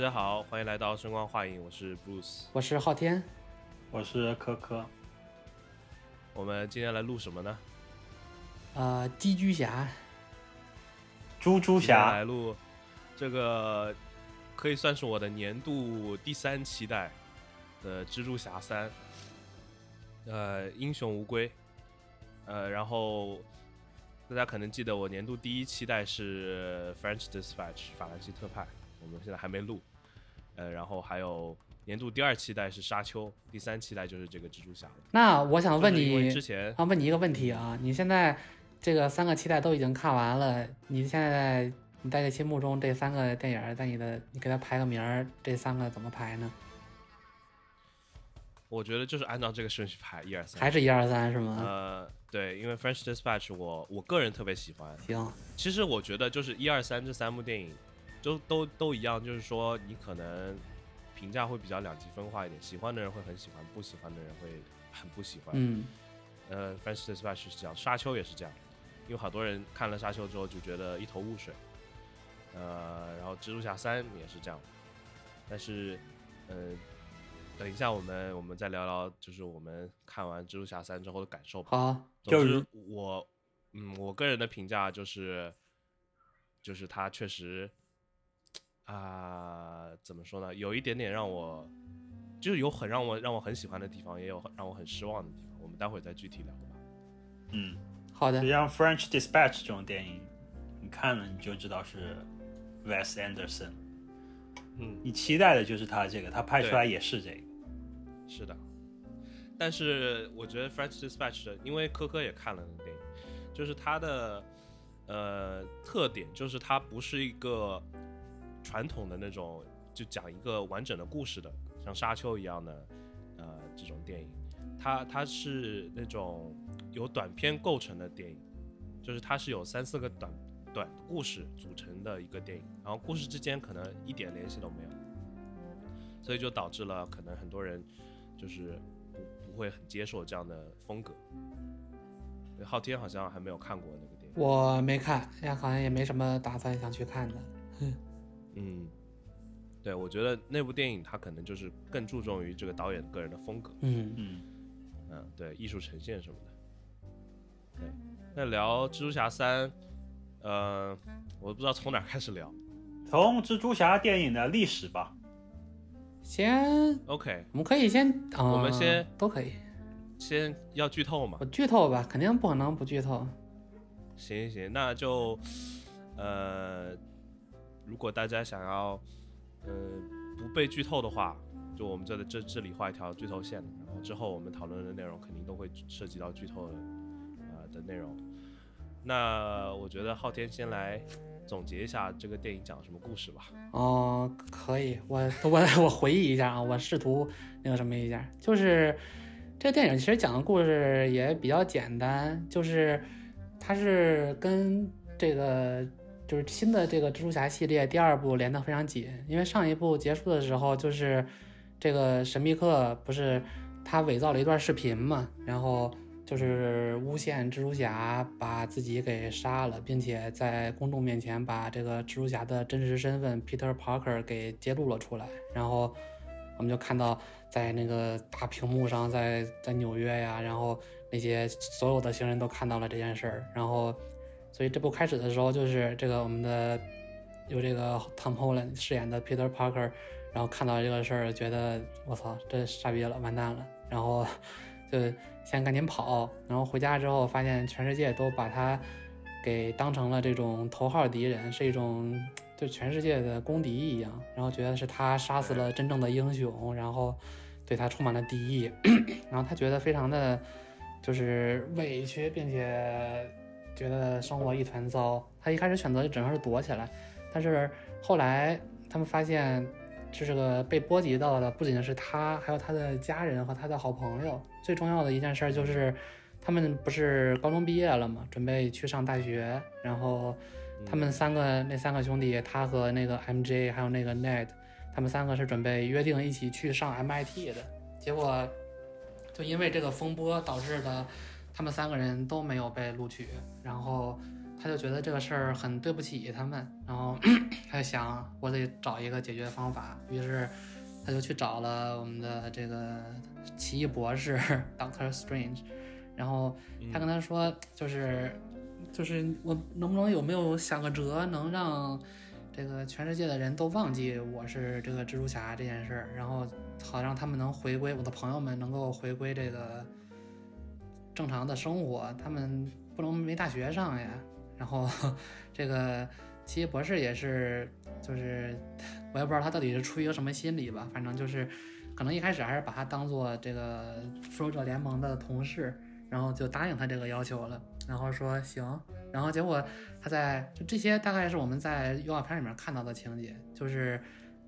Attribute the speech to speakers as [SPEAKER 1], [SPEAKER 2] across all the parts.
[SPEAKER 1] 家好，欢迎来到声光画影，我是 Bruce。
[SPEAKER 2] 我是昊天，
[SPEAKER 3] 我是可可，
[SPEAKER 1] 我们今天来录什么呢？
[SPEAKER 2] 呃，寄居侠，
[SPEAKER 3] 猪猪
[SPEAKER 1] 今天
[SPEAKER 3] 侠
[SPEAKER 1] 来录这个可以算是我的年度第三期待的《蜘蛛侠三》，呃，英雄无归，呃，然后大家可能记得我年度第一期待是《French Dispatch》法兰西特派，我们现在还没录，呃，然后还有年度第二期待是《沙丘》，第三期待就是这个蜘蛛侠了。
[SPEAKER 2] 那我想问
[SPEAKER 1] 就是因为
[SPEAKER 2] 你
[SPEAKER 1] 之前
[SPEAKER 2] 啊，问你一个问题啊，你现在这个三个期待都已经看完了，你现在你在这心目中这三个电影儿，在你的你给它排个名儿，这三个怎么排呢？
[SPEAKER 1] 我觉得就是按照这个顺序排，一二三。
[SPEAKER 2] 还是一二三是吗？
[SPEAKER 1] 呃，对，因为《French Dispatch》我我个人特别喜欢。
[SPEAKER 2] 行，
[SPEAKER 1] 其实我觉得就是一二三这三部电影，都都都一样，就是说你可能评价会比较两极分化一点，喜欢的人会很喜欢，不喜欢的人会很不喜欢。
[SPEAKER 2] 嗯，
[SPEAKER 1] 呃，《French Dispatch》是这样，《沙丘》也是这样，因为好多人看了《沙丘》之后就觉得一头雾水。呃，然后《蜘蛛侠三》也是这样，但是，呃，等一下我们我们再聊聊，就是我们看完《蜘蛛侠三》之后的感受吧。
[SPEAKER 2] 好，
[SPEAKER 1] 总
[SPEAKER 3] 就是
[SPEAKER 1] 之我，嗯，我个人的评价就是，就是他确实，啊、怎么说呢，有一点点让我，就是有很让我让我很喜欢的地方，也有很让我很失望的地方。我们待会儿再具体聊吧。
[SPEAKER 3] 嗯，
[SPEAKER 2] 好的
[SPEAKER 3] 就，像《French Dispatch》这种电影，你看了你就知道是 Wes Anderson，
[SPEAKER 1] 嗯，
[SPEAKER 3] 你期待的就是他这个，他拍出
[SPEAKER 1] 对
[SPEAKER 3] 来也是这个。
[SPEAKER 1] 是的。但是我觉得《French Dispatch》的，因为科科也看了那个电影，就是它的呃特点就是它不是一个传统的那种就讲一个完整的故事的，像《沙丘》一样的呃这种电影，它它是那种由短片构成的电影，就是它是有三四个短短故事组成的一个电影，然后故事之间可能一点联系都没有，所以就导致了可能很多人就是不不会很接受这样的风格。对昊天好像还没有看过那个电影，
[SPEAKER 2] 我没看，也好像也没什么打算想去看的。
[SPEAKER 1] 嗯，对，我觉得那部电影它可能就是更注重于这个导演个人的风格，
[SPEAKER 2] 嗯，
[SPEAKER 3] 嗯，
[SPEAKER 1] 嗯，对，艺术呈现什么的。对，那聊蜘蛛侠三，呃，我不知道从哪儿开始聊。
[SPEAKER 3] 从蜘蛛侠电影的历史吧，
[SPEAKER 2] 先
[SPEAKER 1] OK，
[SPEAKER 2] 我们可以先，啊，
[SPEAKER 1] 我们先
[SPEAKER 2] 都可以，
[SPEAKER 1] 先要剧透嘛
[SPEAKER 2] 我？剧透吧，肯定不可能不剧透。
[SPEAKER 1] 行行行，那就，呃，如果大家想要，呃，不被剧透的话，就我们这里这这里画一条剧透线，然后之后我们讨论的内容肯定都会涉及到剧透的，呃的内容。那我觉得昊天先来总结一下这个电影讲了什么故事吧。
[SPEAKER 2] 哦，可以，我我我回忆一下啊，我试图那个什么一下，就是这个电影其实讲的故事也比较简单，就是它是跟这个就是新的这个蜘蛛侠系列第二部连得非常紧，因为上一部结束的时候就是这个神秘客不是他伪造了一段视频嘛，然后就是诬陷蜘蛛侠把自己给杀了，并且在公众面前把这个蜘蛛侠的真实身份 Peter Parker 给揭露了出来。然后我们就看到在那个大屏幕上在，在纽约呀，然后那些所有的行人都看到了这件事儿。然后，所以这部开始的时候，就是这个我们的由这个 Tom Holland 饰演的 Peter Parker，然后看到这个事儿，觉得我操，这傻逼了，完蛋了。然后就先赶紧跑，然后回家之后发现全世界都把他给当成了这种头号敌人，是一种就全世界的公敌一样，然后觉得是他杀死了真正的英雄，然后对他充满了敌意， 然后他觉得非常的就是委屈，并且觉得生活一团糟。他一开始选择整个是躲起来，但是后来他们发现，这是个被波及到的不仅是他，还有他的家人和他的好朋友。最重要的一件事儿就是，他们不是高中毕业了嘛，准备去上大学，然后他们三个那三个兄弟，他和那个 MJ 还有那个 Ned，他们三个是准备约定一起去上 MIT 的，结果就因为这个风波导致的，他们三个人都没有被录取，然后。他就觉得这个事儿很对不起他们，然后 他就想我得找一个解决方法，于是他就去找了我们的这个奇异博士 Doctor Strange，然后他跟他说就是就是我能不能有没有想个辙能让这个全世界的人都忘记我是这个蜘蛛侠这件事儿，然后好让他们能回归我的朋友们能够回归这个正常的生活，他们不能没大学上呀。然后这个奇异博士也是，就是我也不知道他到底是出于一个什么心理吧，反正就是可能一开始还是把他当做这个复仇者联盟的同事，然后就答应他这个要求了，然后说行，然后结果他在就这些大概是我们在预告片里面看到的情节，就是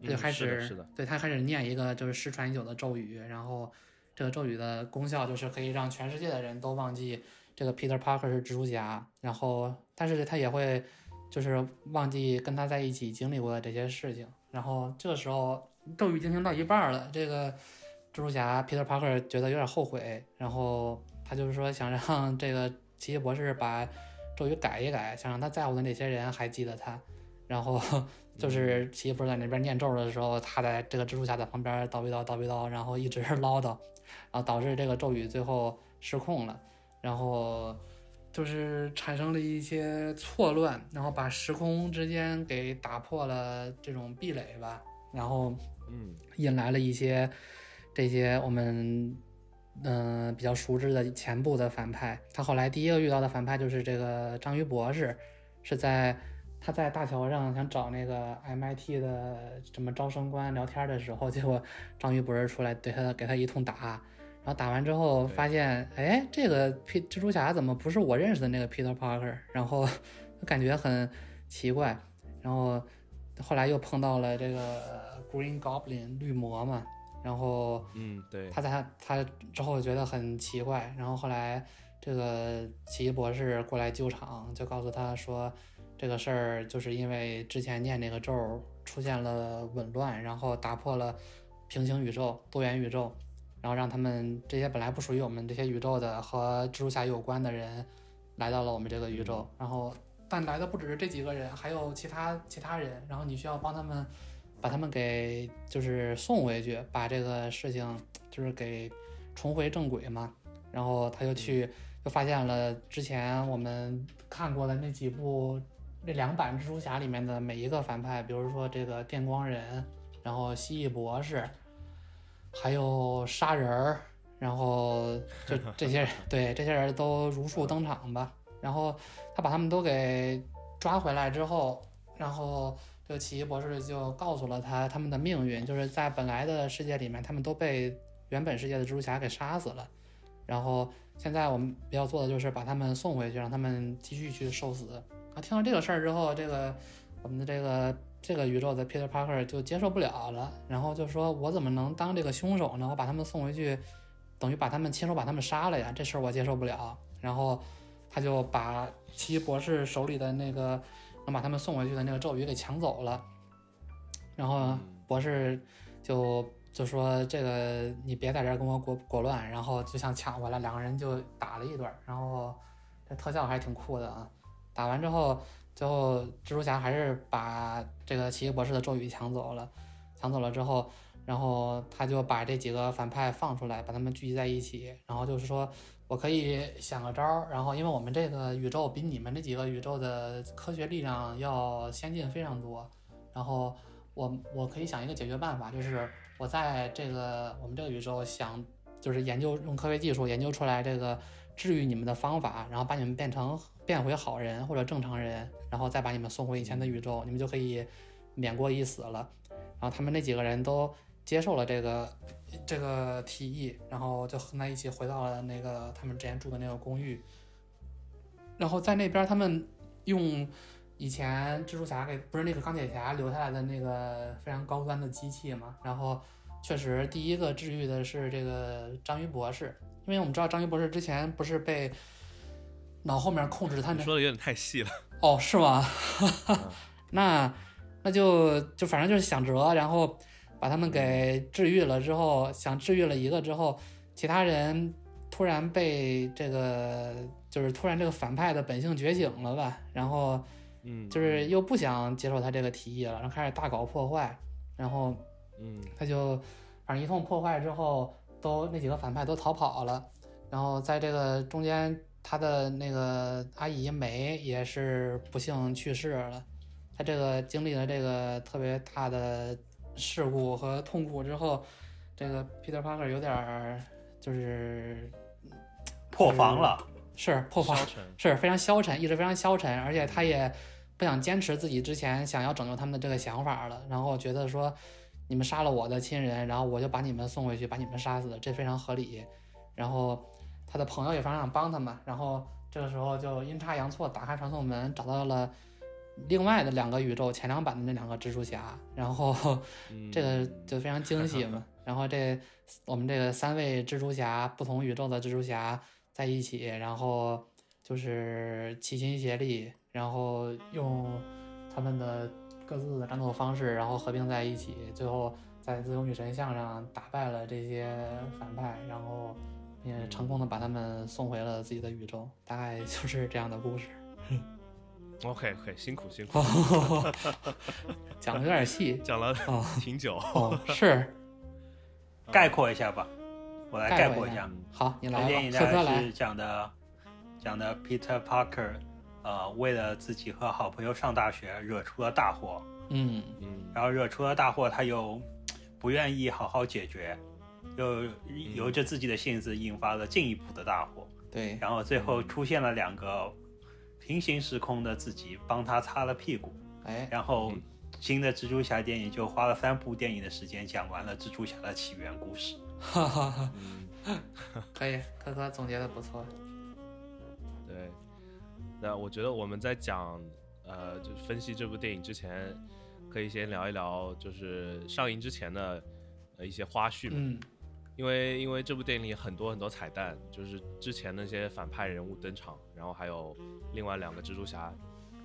[SPEAKER 2] 他就
[SPEAKER 1] 嗯
[SPEAKER 2] 开
[SPEAKER 1] 是的
[SPEAKER 2] 始、
[SPEAKER 1] 是的
[SPEAKER 2] 对他开始念一个就是失传已久的咒语，然后这个咒语的功效就是可以让全世界的人都忘记这个 Peter Parker 是蜘蛛侠，然后但是他也会就是忘记跟他在一起经历过的这些事情。然后这个时候咒语进行到一半儿了，这个蜘蛛侠 Peter Parker 觉得有点后悔，然后他就是说想让这个奇异博士把咒语改一改，想让他在乎的那些人还记得他。然后就是奇异博士在那边念咒的时候，他在这个蜘蛛侠在旁边叨逼叨叨逼叨，然后一直唠叨，然后导致这个咒语最后失控了，然后就是产生了一些错乱，然后把时空之间给打破了这种壁垒吧，然后
[SPEAKER 1] 嗯
[SPEAKER 2] 引来了一些这些我们嗯、呃比较熟知的前部的反派。他后来第一个遇到的反派就是这个章鱼博士，是在他在大桥上想找那个 MIT 的什么招生官聊天的时候，结果章鱼博士出来对他给他一通打。然后打完之后，
[SPEAKER 1] 对
[SPEAKER 2] 发现哎，这个皮蜘蛛侠怎么不是我认识的那个 Peter Parker？然后 就感觉很奇怪。然后后来又碰到了这个呃 Green Goblin 绿魔嘛，然后
[SPEAKER 1] 嗯，对，
[SPEAKER 2] 他在他他之后觉得很奇怪，然后后来这个奇异博士过来救场，就告诉他说，这个事儿就是因为之前念那个咒儿出现了紊乱，然后打破了平行宇宙、多元宇宙，然后让他们这些本来不属于我们这些宇宙的和蜘蛛侠有关的人来到了我们这个宇宙，然后但来的不只是这几个人，还有其他其他人，然后你需要帮他们。把他们给就是送回去，把这个事情就是给重回正轨嘛。然后他就去，就发现了之前我们看过的那几部那两版蜘蛛侠里面的每一个反派，比如说这个电光人，然后蜥蜴博士，还有杀人儿，然后就这些人，对这些人都如数登场吧。然后他把他们都给抓回来之后，然后这个奇异博士就告诉了他他们的命运，就是在本来的世界里面，他们都被原本世界的蜘蛛侠给杀死了。然后现在我们要做的就是把他们送回去，让他们继续去受死。啊，听到这个事儿之后，这个我们的这个这个宇宙的 Peter Parker 就接受不了了，然后就说：“我怎么能当这个凶手呢？我把他们送回去，等于把他们亲手把他们杀了呀！这事儿我接受不了。”然后他就把奇异博士手里的那个能把他们送回去的那个咒语给抢走了，然后博士就就说这个你别在这儿跟我裹裹乱，然后就想抢回来，两个人就打了一段儿，然后这特效还挺酷的啊。打完之后，最后蜘蛛侠还是把这个奇异博士的咒语抢走了，抢走了之后，然后他就把这几个反派放出来，把他们聚集在一起，然后就是说我可以想个招儿，然后因为我们这个宇宙比你们这几个宇宙的科学力量要先进非常多，然后我我可以想一个解决办法，就是我在这个我们这个宇宙想就是研究用科学技术研究出来这个治愈你们的方法，然后把你们变成变回好人或者正常人，然后再把你们送回以前的宇宙，你们就可以免过一死了。然后他们那几个人都接受了这个这个提议，然后就和他一起回到了那个他们之前住的那个公寓。然后在那边，他们用以前蜘蛛侠给不是那个钢铁侠留下来的那个非常高端的机器嘛，然后确实第一个治愈的是这个章鱼博士，因为我们知道章鱼博士之前不是被脑后面控制他
[SPEAKER 1] 你
[SPEAKER 2] 那
[SPEAKER 1] 说的有点太细了。
[SPEAKER 2] 哦，是吗？
[SPEAKER 1] 嗯
[SPEAKER 2] 那那就就反正就是想辙，然后把他们给治愈了之后，想治愈了一个之后，其他人突然被这个就是突然这个反派的本性觉醒了吧，然后
[SPEAKER 1] 嗯，
[SPEAKER 2] 就是又不想接受他这个提议了，然后开始大搞破坏，然后
[SPEAKER 1] 嗯
[SPEAKER 2] 他就反正一通破坏之后，都那几个反派都逃跑了。然后在这个中间，他的那个阿姨梅也是不幸去世了。他这个经历了这个特别大的事故和痛苦之后，这个 Peter Parker 有点儿就是
[SPEAKER 3] 破防了，
[SPEAKER 2] 是破防
[SPEAKER 1] 消，沉嗯
[SPEAKER 2] 是非常消沉，意志非常消沉，而且他也不想坚持自己之前想要拯救他们的这个想法了，然后觉得说你们杀了我的亲人，然后我就把你们送回去，把你们杀死，这非常合理。然后他的朋友也非常想帮他嘛，然后这个时候就阴差阳错打开传送门，找到了另外的两个宇宙前两版的那两个蜘蛛侠，然后
[SPEAKER 1] 嗯
[SPEAKER 2] 这个就非常惊喜嘛。然后这我们这个三位蜘蛛侠，不同宇宙的蜘蛛侠在一起，然后就是齐心协力，然后用他们的各自的战斗方式，然后合并在一起，最后在自由女神像上打败了这些反派，然后也成功的把他们送回了自己的宇宙。大概就是这样的故事。
[SPEAKER 1] OK OK，辛嗯苦辛苦，
[SPEAKER 2] 哦，讲的有点细
[SPEAKER 1] 讲了
[SPEAKER 2] 哦
[SPEAKER 1] 挺久。
[SPEAKER 2] 哦，是
[SPEAKER 3] 概括一下吧，我来
[SPEAKER 2] 概
[SPEAKER 3] 概
[SPEAKER 2] 括
[SPEAKER 3] 括
[SPEAKER 2] 一
[SPEAKER 3] 一
[SPEAKER 2] 下
[SPEAKER 3] 下。
[SPEAKER 2] 好，你
[SPEAKER 3] 这
[SPEAKER 2] 来
[SPEAKER 3] 电影
[SPEAKER 2] 吧，
[SPEAKER 3] 大
[SPEAKER 2] 科科
[SPEAKER 3] 概
[SPEAKER 2] 来
[SPEAKER 3] 是。讲的讲的 Peter Parker，呃，为了自己和好朋友上大学，惹出了大祸，
[SPEAKER 2] 嗯
[SPEAKER 1] 嗯
[SPEAKER 3] 然后惹出了大祸，他又不愿意好好解决，又由着自己的性子引发了进一步的大祸，，
[SPEAKER 2] 对，
[SPEAKER 3] 然后最后出现了两个平行时空的自己帮他擦了屁股，
[SPEAKER 2] 哎，
[SPEAKER 3] 然后
[SPEAKER 1] 嗯
[SPEAKER 3] 新的蜘蛛侠电影就花了三部电影的时间讲完了蜘蛛侠的起源故事。
[SPEAKER 2] 哈哈哈，
[SPEAKER 1] 嗯，
[SPEAKER 2] 可以，科科总结的不错。
[SPEAKER 1] 对。那我觉得我们在讲呃，就是分析这部电影之前，可以先聊一聊就是上映之前的呃一些花絮嘛。
[SPEAKER 2] 嗯，
[SPEAKER 1] 因为因为这部电影里很多很多彩蛋，就是之前那些反派人物登场，然后还有另外两个蜘蛛侠，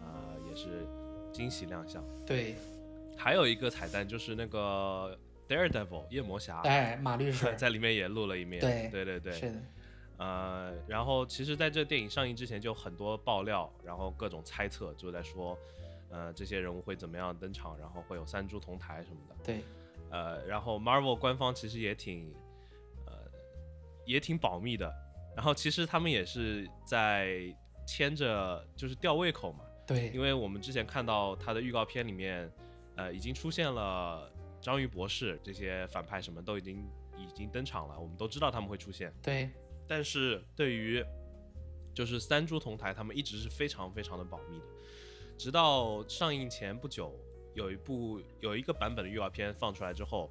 [SPEAKER 1] 呃，也是惊喜亮相。
[SPEAKER 2] 对，
[SPEAKER 1] 还有一个彩蛋就是那个 Daredevil 夜魔侠，，
[SPEAKER 2] 哎，马律 师
[SPEAKER 1] 在里面也露了一面。
[SPEAKER 2] 对
[SPEAKER 1] 对对
[SPEAKER 2] 是的，
[SPEAKER 1] 呃，然后其实在这电影上映之前就很多爆料，然后各种猜测，就在说，呃，这些人物会怎么样登场，然后会有三株同台什么的。
[SPEAKER 2] 对，
[SPEAKER 1] 呃，然后 Marvel 官方其实也挺，呃，也挺保密的。然后其实他们也是在牵着，就是吊胃口嘛，因
[SPEAKER 2] 对，
[SPEAKER 1] 为我们之前看到他的预告片里面，呃，已经出现了章鱼博士这些反派什么都已经已经登场了，我们都知道他们会出现。
[SPEAKER 2] 对，
[SPEAKER 1] 但是对于就是三株同台，他们一直是非常非常的保密的，直到上映前不久，有一部有一个版本的预告片放出来之后，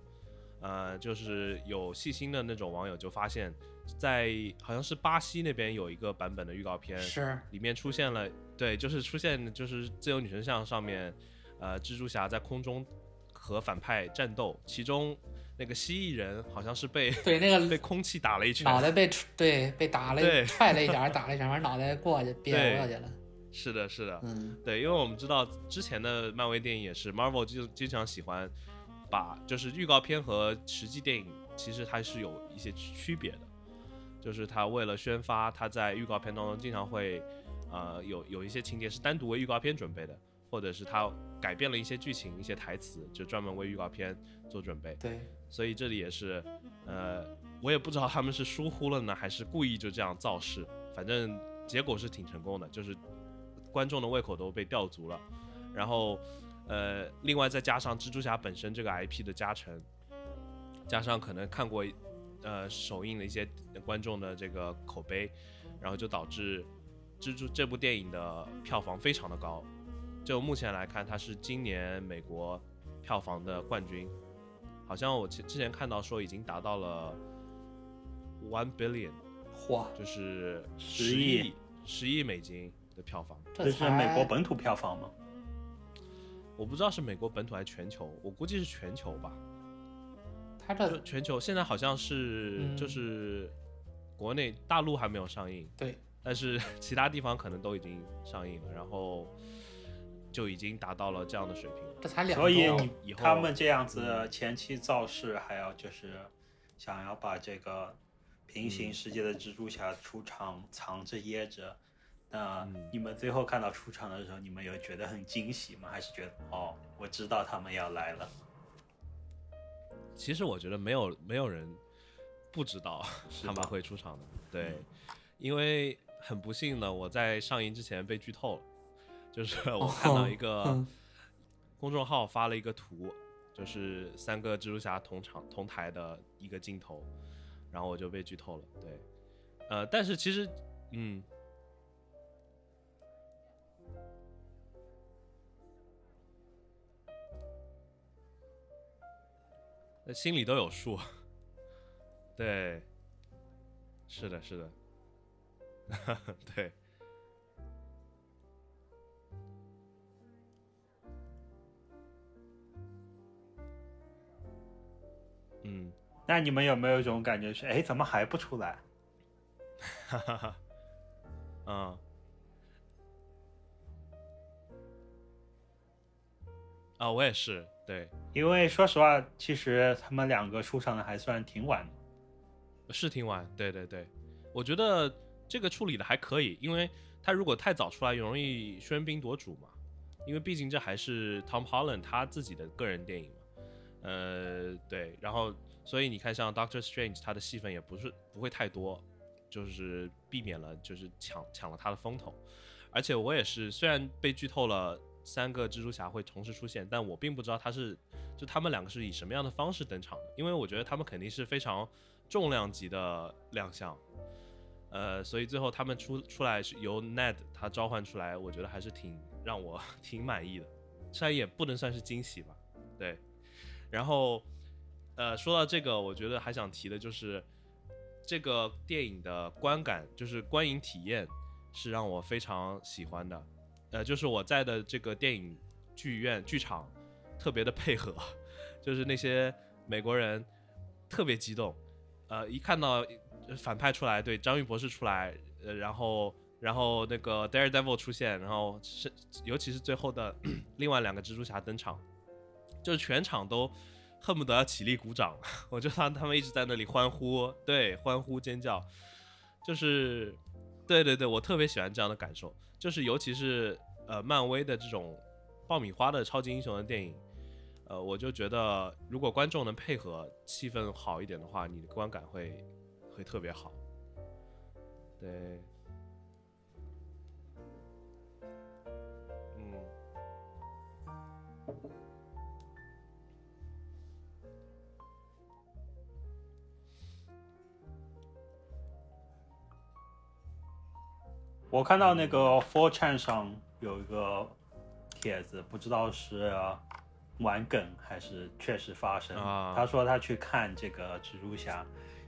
[SPEAKER 1] 呃，就是有细心的那种网友就发现，在好像是巴西那边有一个版本的预告片，
[SPEAKER 2] 是，
[SPEAKER 1] 里面出现了，对，就是出现就是自由女神像上面，呃，蜘蛛侠在空中和反派战斗，其中那个蜥蜴人好像是被
[SPEAKER 2] 对，那
[SPEAKER 1] 被
[SPEAKER 2] 个
[SPEAKER 1] 空气打了一拳，
[SPEAKER 2] 脑袋被对被打了一
[SPEAKER 1] 对
[SPEAKER 2] 踹了一脚，打了一脚，反正脑袋过去憋
[SPEAKER 1] 对
[SPEAKER 2] 过去了。
[SPEAKER 1] 是的，是的，
[SPEAKER 2] 嗯，
[SPEAKER 1] 对，因为我们知道之前的漫威电影也是 Marvel 就经常喜欢把就是预告片和实际电影其实它是有一些区区别的，就是它为了宣发，它在预告片当中经常会呃有有一些情节是单独为预告片准备的，或者是它改变了一些剧情、一些台词，就专门为预告片做准备。
[SPEAKER 2] 对，
[SPEAKER 1] 所以这里也是，呃，我也不知道他们是疏忽了呢，还是故意就这样造势。反正结果是挺成功的，就是观众的胃口都被吊足了。然后，呃，另外再加上蜘蛛侠本身这个 IP 的加成，加上可能看过呃首映的一些观众的这个口碑，然后就导致蜘蛛这部电影的票房非常的高。就目前来看，它是今年美国票房的冠军，好像我之之前看到说已经达到了 one billion，
[SPEAKER 2] 嚯，
[SPEAKER 1] 就是
[SPEAKER 3] 10
[SPEAKER 1] 10
[SPEAKER 3] 亿
[SPEAKER 1] 亿十亿美金的票房。
[SPEAKER 3] 这是美国
[SPEAKER 2] 才
[SPEAKER 3] 本土票房吗？
[SPEAKER 1] 我不知道是美国本土还是全球，我估计是全球吧。
[SPEAKER 2] 他
[SPEAKER 1] 就
[SPEAKER 2] 这
[SPEAKER 1] 全球现在好像是、
[SPEAKER 2] 嗯
[SPEAKER 1] 就是国内大陆还没有上映，
[SPEAKER 2] 对
[SPEAKER 1] 但是 其他地方可能都已经上映了，然后就已经达到了这样的水平了。
[SPEAKER 2] 这才两
[SPEAKER 3] 所以
[SPEAKER 2] 周，
[SPEAKER 1] 以后嗯
[SPEAKER 3] 他们这样子前期造势，还有就是想要把这个平
[SPEAKER 1] 嗯
[SPEAKER 3] 行世界的蜘蛛侠出场藏着掖着。那
[SPEAKER 1] 嗯
[SPEAKER 3] 你们最后看到出场的时候，你们有觉得很惊喜吗？还是觉得哦，我知道他们要来了？
[SPEAKER 1] 其实我觉得没有没有人不知道 他们
[SPEAKER 3] 吧
[SPEAKER 1] 会出场的，对，因为很不幸呢，我在上映之前被剧透了，就是 我看到一个
[SPEAKER 2] 嗯
[SPEAKER 1] 公众号发了一个图，就是三个蜘蛛侠同场同台的一个镜头，然后我就被剧透了，对，呃，但是其实，嗯，那呃心里都有数。对，是的，是的， 对，嗯，
[SPEAKER 3] 那你们有没有一种感觉是，哎，怎么还不出来？
[SPEAKER 1] 哈哈哈， 嗯。啊，我也是，对，
[SPEAKER 3] 因为说实话，其实他们两个出场的还算挺晚的。
[SPEAKER 1] 是挺晚，对对对，我觉得这个处理的还可以，因为他如果太早出来，容易喧宾夺主嘛。因为毕竟这还是 Tom Holland 他自己的个人电影嘛，呃，对，然后所以你看，像 Doctor Strange 他的戏份也不是不会太多，就是避免了就是抢抢了他的风头。而且我也是，虽然被剧透了三个蜘蛛侠会同时出现，但我并不知道他是就他们两个是以什么样的方式登场的，因为我觉得他们肯定是非常重量级的亮相，呃，所以最后他们出出来是由 Ned 他召唤出来，我觉得还是挺让我 挺满意的，虽然也不能算是惊喜吧，对。然后，呃，说到这个，我觉得还想提的就是这个电影的观感，就是观影体验是让我非常喜欢的，呃，就是我在的这个电影剧院剧场特别的配合，就是那些美国人特别激动，呃，一看到呃反派出来，对，章鱼博士出来，呃，然后然后那个 Daredevil 出现，然后是尤其是最后的 另外两个蜘蛛侠登场，就是全场都恨不得要起立鼓掌， 我就看他们一直在那里欢呼，对，欢呼尖叫，就是对对对，我特别喜欢这样的感受，就是尤其是呃漫威的这种爆米花的超级英雄的电影，呃，我就觉得如果观众能配合气氛好一点的话，你的观感会会特别好。对，嗯，
[SPEAKER 3] 我看到那个 Four Chan 上有一个帖子，不知道是玩梗还是确实发生。
[SPEAKER 1] 啊
[SPEAKER 3] 他说他去看这个蜘蛛侠，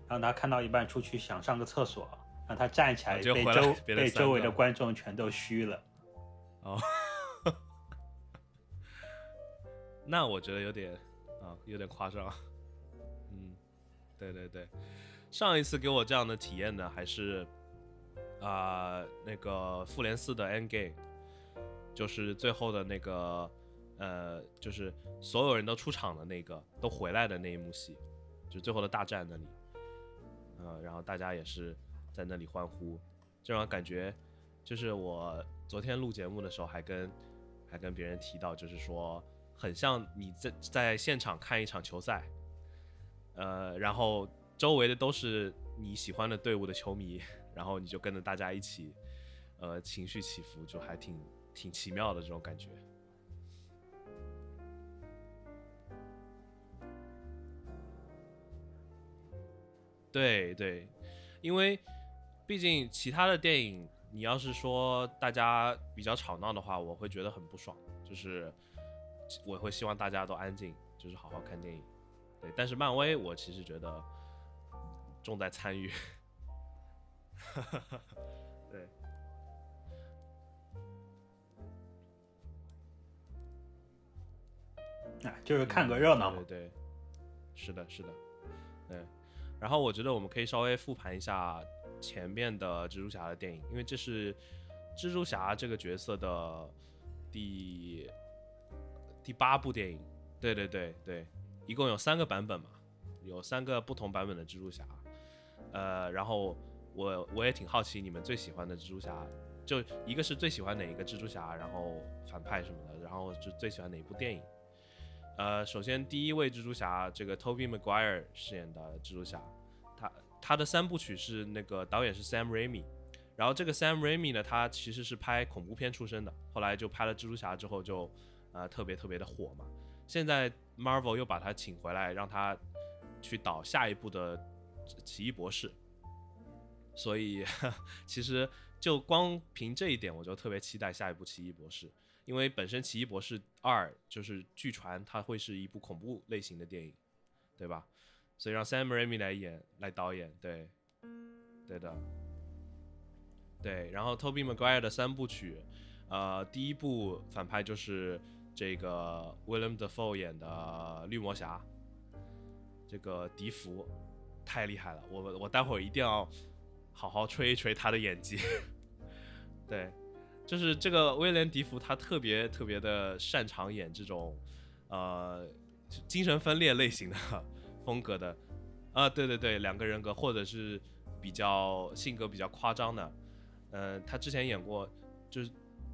[SPEAKER 3] 然后他看到一半出去想上个厕所，然后他站起来
[SPEAKER 1] 啊结果
[SPEAKER 3] 被
[SPEAKER 1] 回来
[SPEAKER 3] 周
[SPEAKER 1] 别人
[SPEAKER 3] 被
[SPEAKER 1] 三个
[SPEAKER 3] 周围的观众全都虚了。
[SPEAKER 1] 哦，那我觉得有点啊，有点夸张。嗯，对对对，上一次给我这样的体验呢，还是啊、那个复联四的 End Game，就是最后的那个呃，就是所有人都出场的那个都回来的那一幕戏，就最后的大战那里，呃，然后大家也是在那里欢呼，这种感觉就是我昨天录节目的时候还跟还跟别人提到，就是说很像你在在现场看一场球赛，呃，然后周围的都是你喜欢的队伍的球迷，然后你就跟着大家一起，呃，情绪起伏，就还挺挺奇妙的这种感觉。对对，因为毕竟其他的电影，你要是说大家比较吵闹的话，我会觉得很不爽，就是我会希望大家都安静，就是好好看电影。对，但是漫威我其实觉得重在参与。 对，
[SPEAKER 3] 啊，就是看个热闹嘛
[SPEAKER 1] 嗯对。对对，是的，是的，对。然后我觉得我们可以稍微复盘一下前面的蜘蛛侠的电影，因为这是蜘蛛侠这个角色的第第八部电影。对对对对，一共有三个版本嘛，有三个不同版本的蜘蛛侠。呃，然后我我也挺好奇你们最喜欢的蜘蛛侠，就一个是最喜欢哪一个蜘蛛侠，然后反派什么的，然后就最喜欢哪一部电影。呃，首先第一位蜘蛛侠，这个 Tobey Maguire 饰演的蜘蛛侠，他他的三部曲是那个导演是 Sam Raimi，然后这个 Sam Raimi 呢，他其实是拍恐怖片出身的，后来就拍了蜘蛛侠之后就呃特别特别的火嘛。现在 Marvel 又把他请回来，让他去导下一部的奇异博士，所以 其实就光凭这一点，我就特别期待下一部奇异博士，因为本身奇异博士二就是据传它会是一部恐怖类型的电影，对吧？所以让 Sam Raimi 来演来导演，对，对的，对。然后 Tobey Maguire 的三部曲，呃，第一部反派就是。这个 William Dafoe 演的绿魔侠，这个迪福太厉害了，我我待会儿一定要好好吹一吹他的演技。 对，就是这个威廉·迪福，他特别特别的擅长演这种呃精神分裂类型的风格的啊，对对对，两个人格或者是比较性格比较夸张的。嗯、他之前演过，就是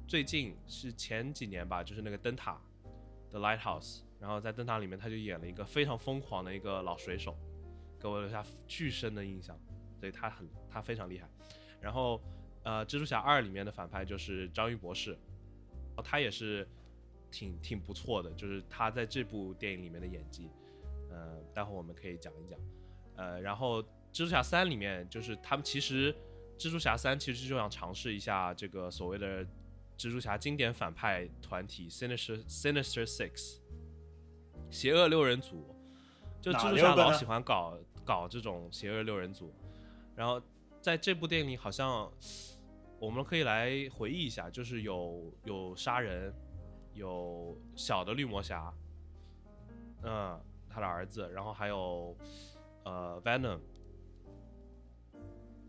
[SPEAKER 1] 最近是前几年吧，就是那个灯塔的 Lighthouse，然后在灯塔里面他就演了一个非常疯狂的一个老水手，给我留下巨深的印象，所以他很他非常厉害。然后呃，蜘蛛侠二里面的反派就是章鱼博士，他也是挺挺不错的，就是他在这部电影里面的演技，呃，待会我们可以讲一讲。呃，然后蜘蛛侠三里面就是他们其实蜘蛛侠三其实就想尝试一下这个所谓的蜘蛛侠经典反派团体 Sinister Sinister Six，邪恶六人组，就
[SPEAKER 3] 哪
[SPEAKER 1] 蜘蛛
[SPEAKER 3] 六
[SPEAKER 1] 侠
[SPEAKER 3] 个
[SPEAKER 1] 老
[SPEAKER 3] 呢
[SPEAKER 1] 喜欢搞搞这种邪恶六人组，然后在这部电影里好像我们可以来回忆一下，就是有有杀人，有小的绿魔侠，嗯，他的儿子，然后还有呃 Venom，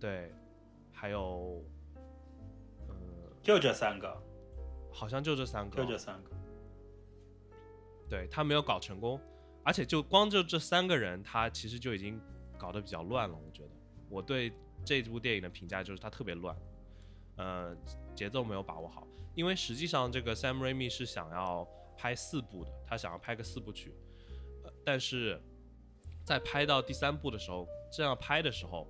[SPEAKER 1] 对，还有
[SPEAKER 3] 就这三个，
[SPEAKER 1] 好像就这三个
[SPEAKER 3] 就
[SPEAKER 1] 哦，
[SPEAKER 3] 这三个。
[SPEAKER 1] 对他没有搞成功，而且就光就这三个人，他其实就已经搞得比较乱了。我觉得我对这部电影的评价就是它特别乱，呃，节奏没有把握好。因为实际上这个 Sam Raimi 是想要拍四部的，他想要拍个四部曲，呃但是在拍到第三部的时候，这样拍的时候，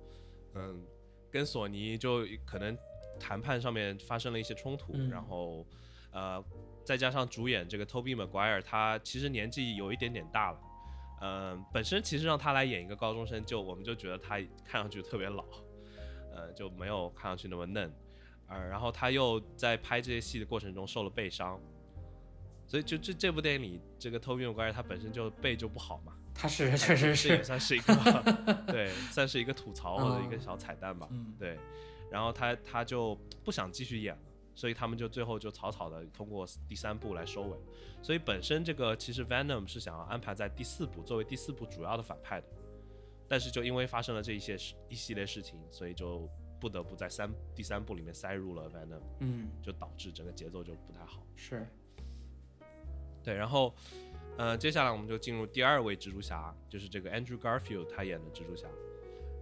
[SPEAKER 1] 嗯，跟索尼就可能谈判上面发生了一些冲突，
[SPEAKER 2] 嗯
[SPEAKER 1] 然后呃，再加上主演这个 Toby Maguire，他其实年纪有一点点大了，嗯、本身其实让他来演一个高中生，就我们就觉得他看上去特别老，呃，就没有看上去那么嫩，呃，然后他又在拍这些戏的过程中受了背伤。所以就这这部电影里，这个 Toby Maguire 他本身就背就不好嘛，
[SPEAKER 2] 他是 确实
[SPEAKER 1] 嗯这也
[SPEAKER 2] 是，
[SPEAKER 1] 算是一 个对，算是一个吐槽或者一个
[SPEAKER 2] 嗯
[SPEAKER 1] 小彩蛋吧。
[SPEAKER 2] 嗯，
[SPEAKER 1] 对，然后他他就不想继续演了，所以他们就最后就草草的通过第三部来收尾。所以本身这个其实 Venom 是想要安排在第四部作为第四部主要的反派的，但是就因为发生了这一些事一系列事情，所以就不得不在三第三部里面塞入了 Venom，
[SPEAKER 2] 嗯
[SPEAKER 1] 就导致整个节奏就不太好。
[SPEAKER 2] 是，
[SPEAKER 1] 对，然后，呃，接下来我们就进入第二位蜘蛛侠，就是这个 Andrew Garfield 他演的蜘蛛侠。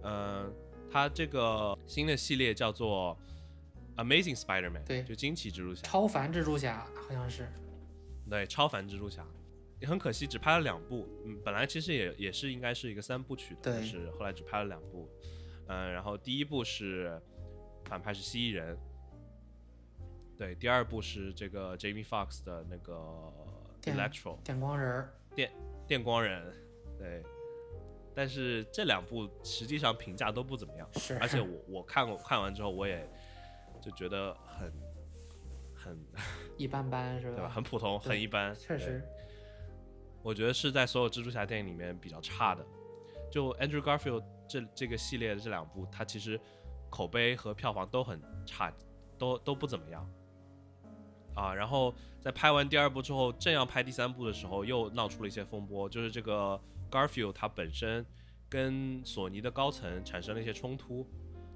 [SPEAKER 1] 呃，他这个新的系列叫做 Amazing Spider-Man，
[SPEAKER 2] 对
[SPEAKER 1] 就惊奇蜘蛛侠，
[SPEAKER 2] 超凡蜘蛛侠好像是，
[SPEAKER 1] 对，超凡蜘蛛侠。也很可惜，只拍了两部。嗯，本来其实也也是应该是一个三部曲的，
[SPEAKER 2] 对
[SPEAKER 1] 但是后来只拍了两部。嗯、然后第一部是反派是蜥蜴人，对，第二部是这个 Jamie Foxx 的那个
[SPEAKER 2] 电
[SPEAKER 1] Electro，
[SPEAKER 2] 电光人儿，
[SPEAKER 1] 电光人，对。但是这两部实际上评价都不怎么样，
[SPEAKER 2] 是
[SPEAKER 1] 而 且我我看过看完之后，我也就觉得很很
[SPEAKER 2] 一般般是
[SPEAKER 1] 对吧，
[SPEAKER 2] 吧？
[SPEAKER 1] 很普通，
[SPEAKER 2] 对
[SPEAKER 1] 很一般。
[SPEAKER 2] 确实，
[SPEAKER 1] 对，我觉得是在所有蜘蛛侠电影里面比较差的。就 Andrew Garfield 这这个系列的这两部，它其实口碑和票房都很差，都都不怎么样。啊，然后在拍完第二部之后，正要拍第三部的时候，又闹出了一些风波，就是这个 Garfield 他本身跟索尼的高层产生了一些冲突，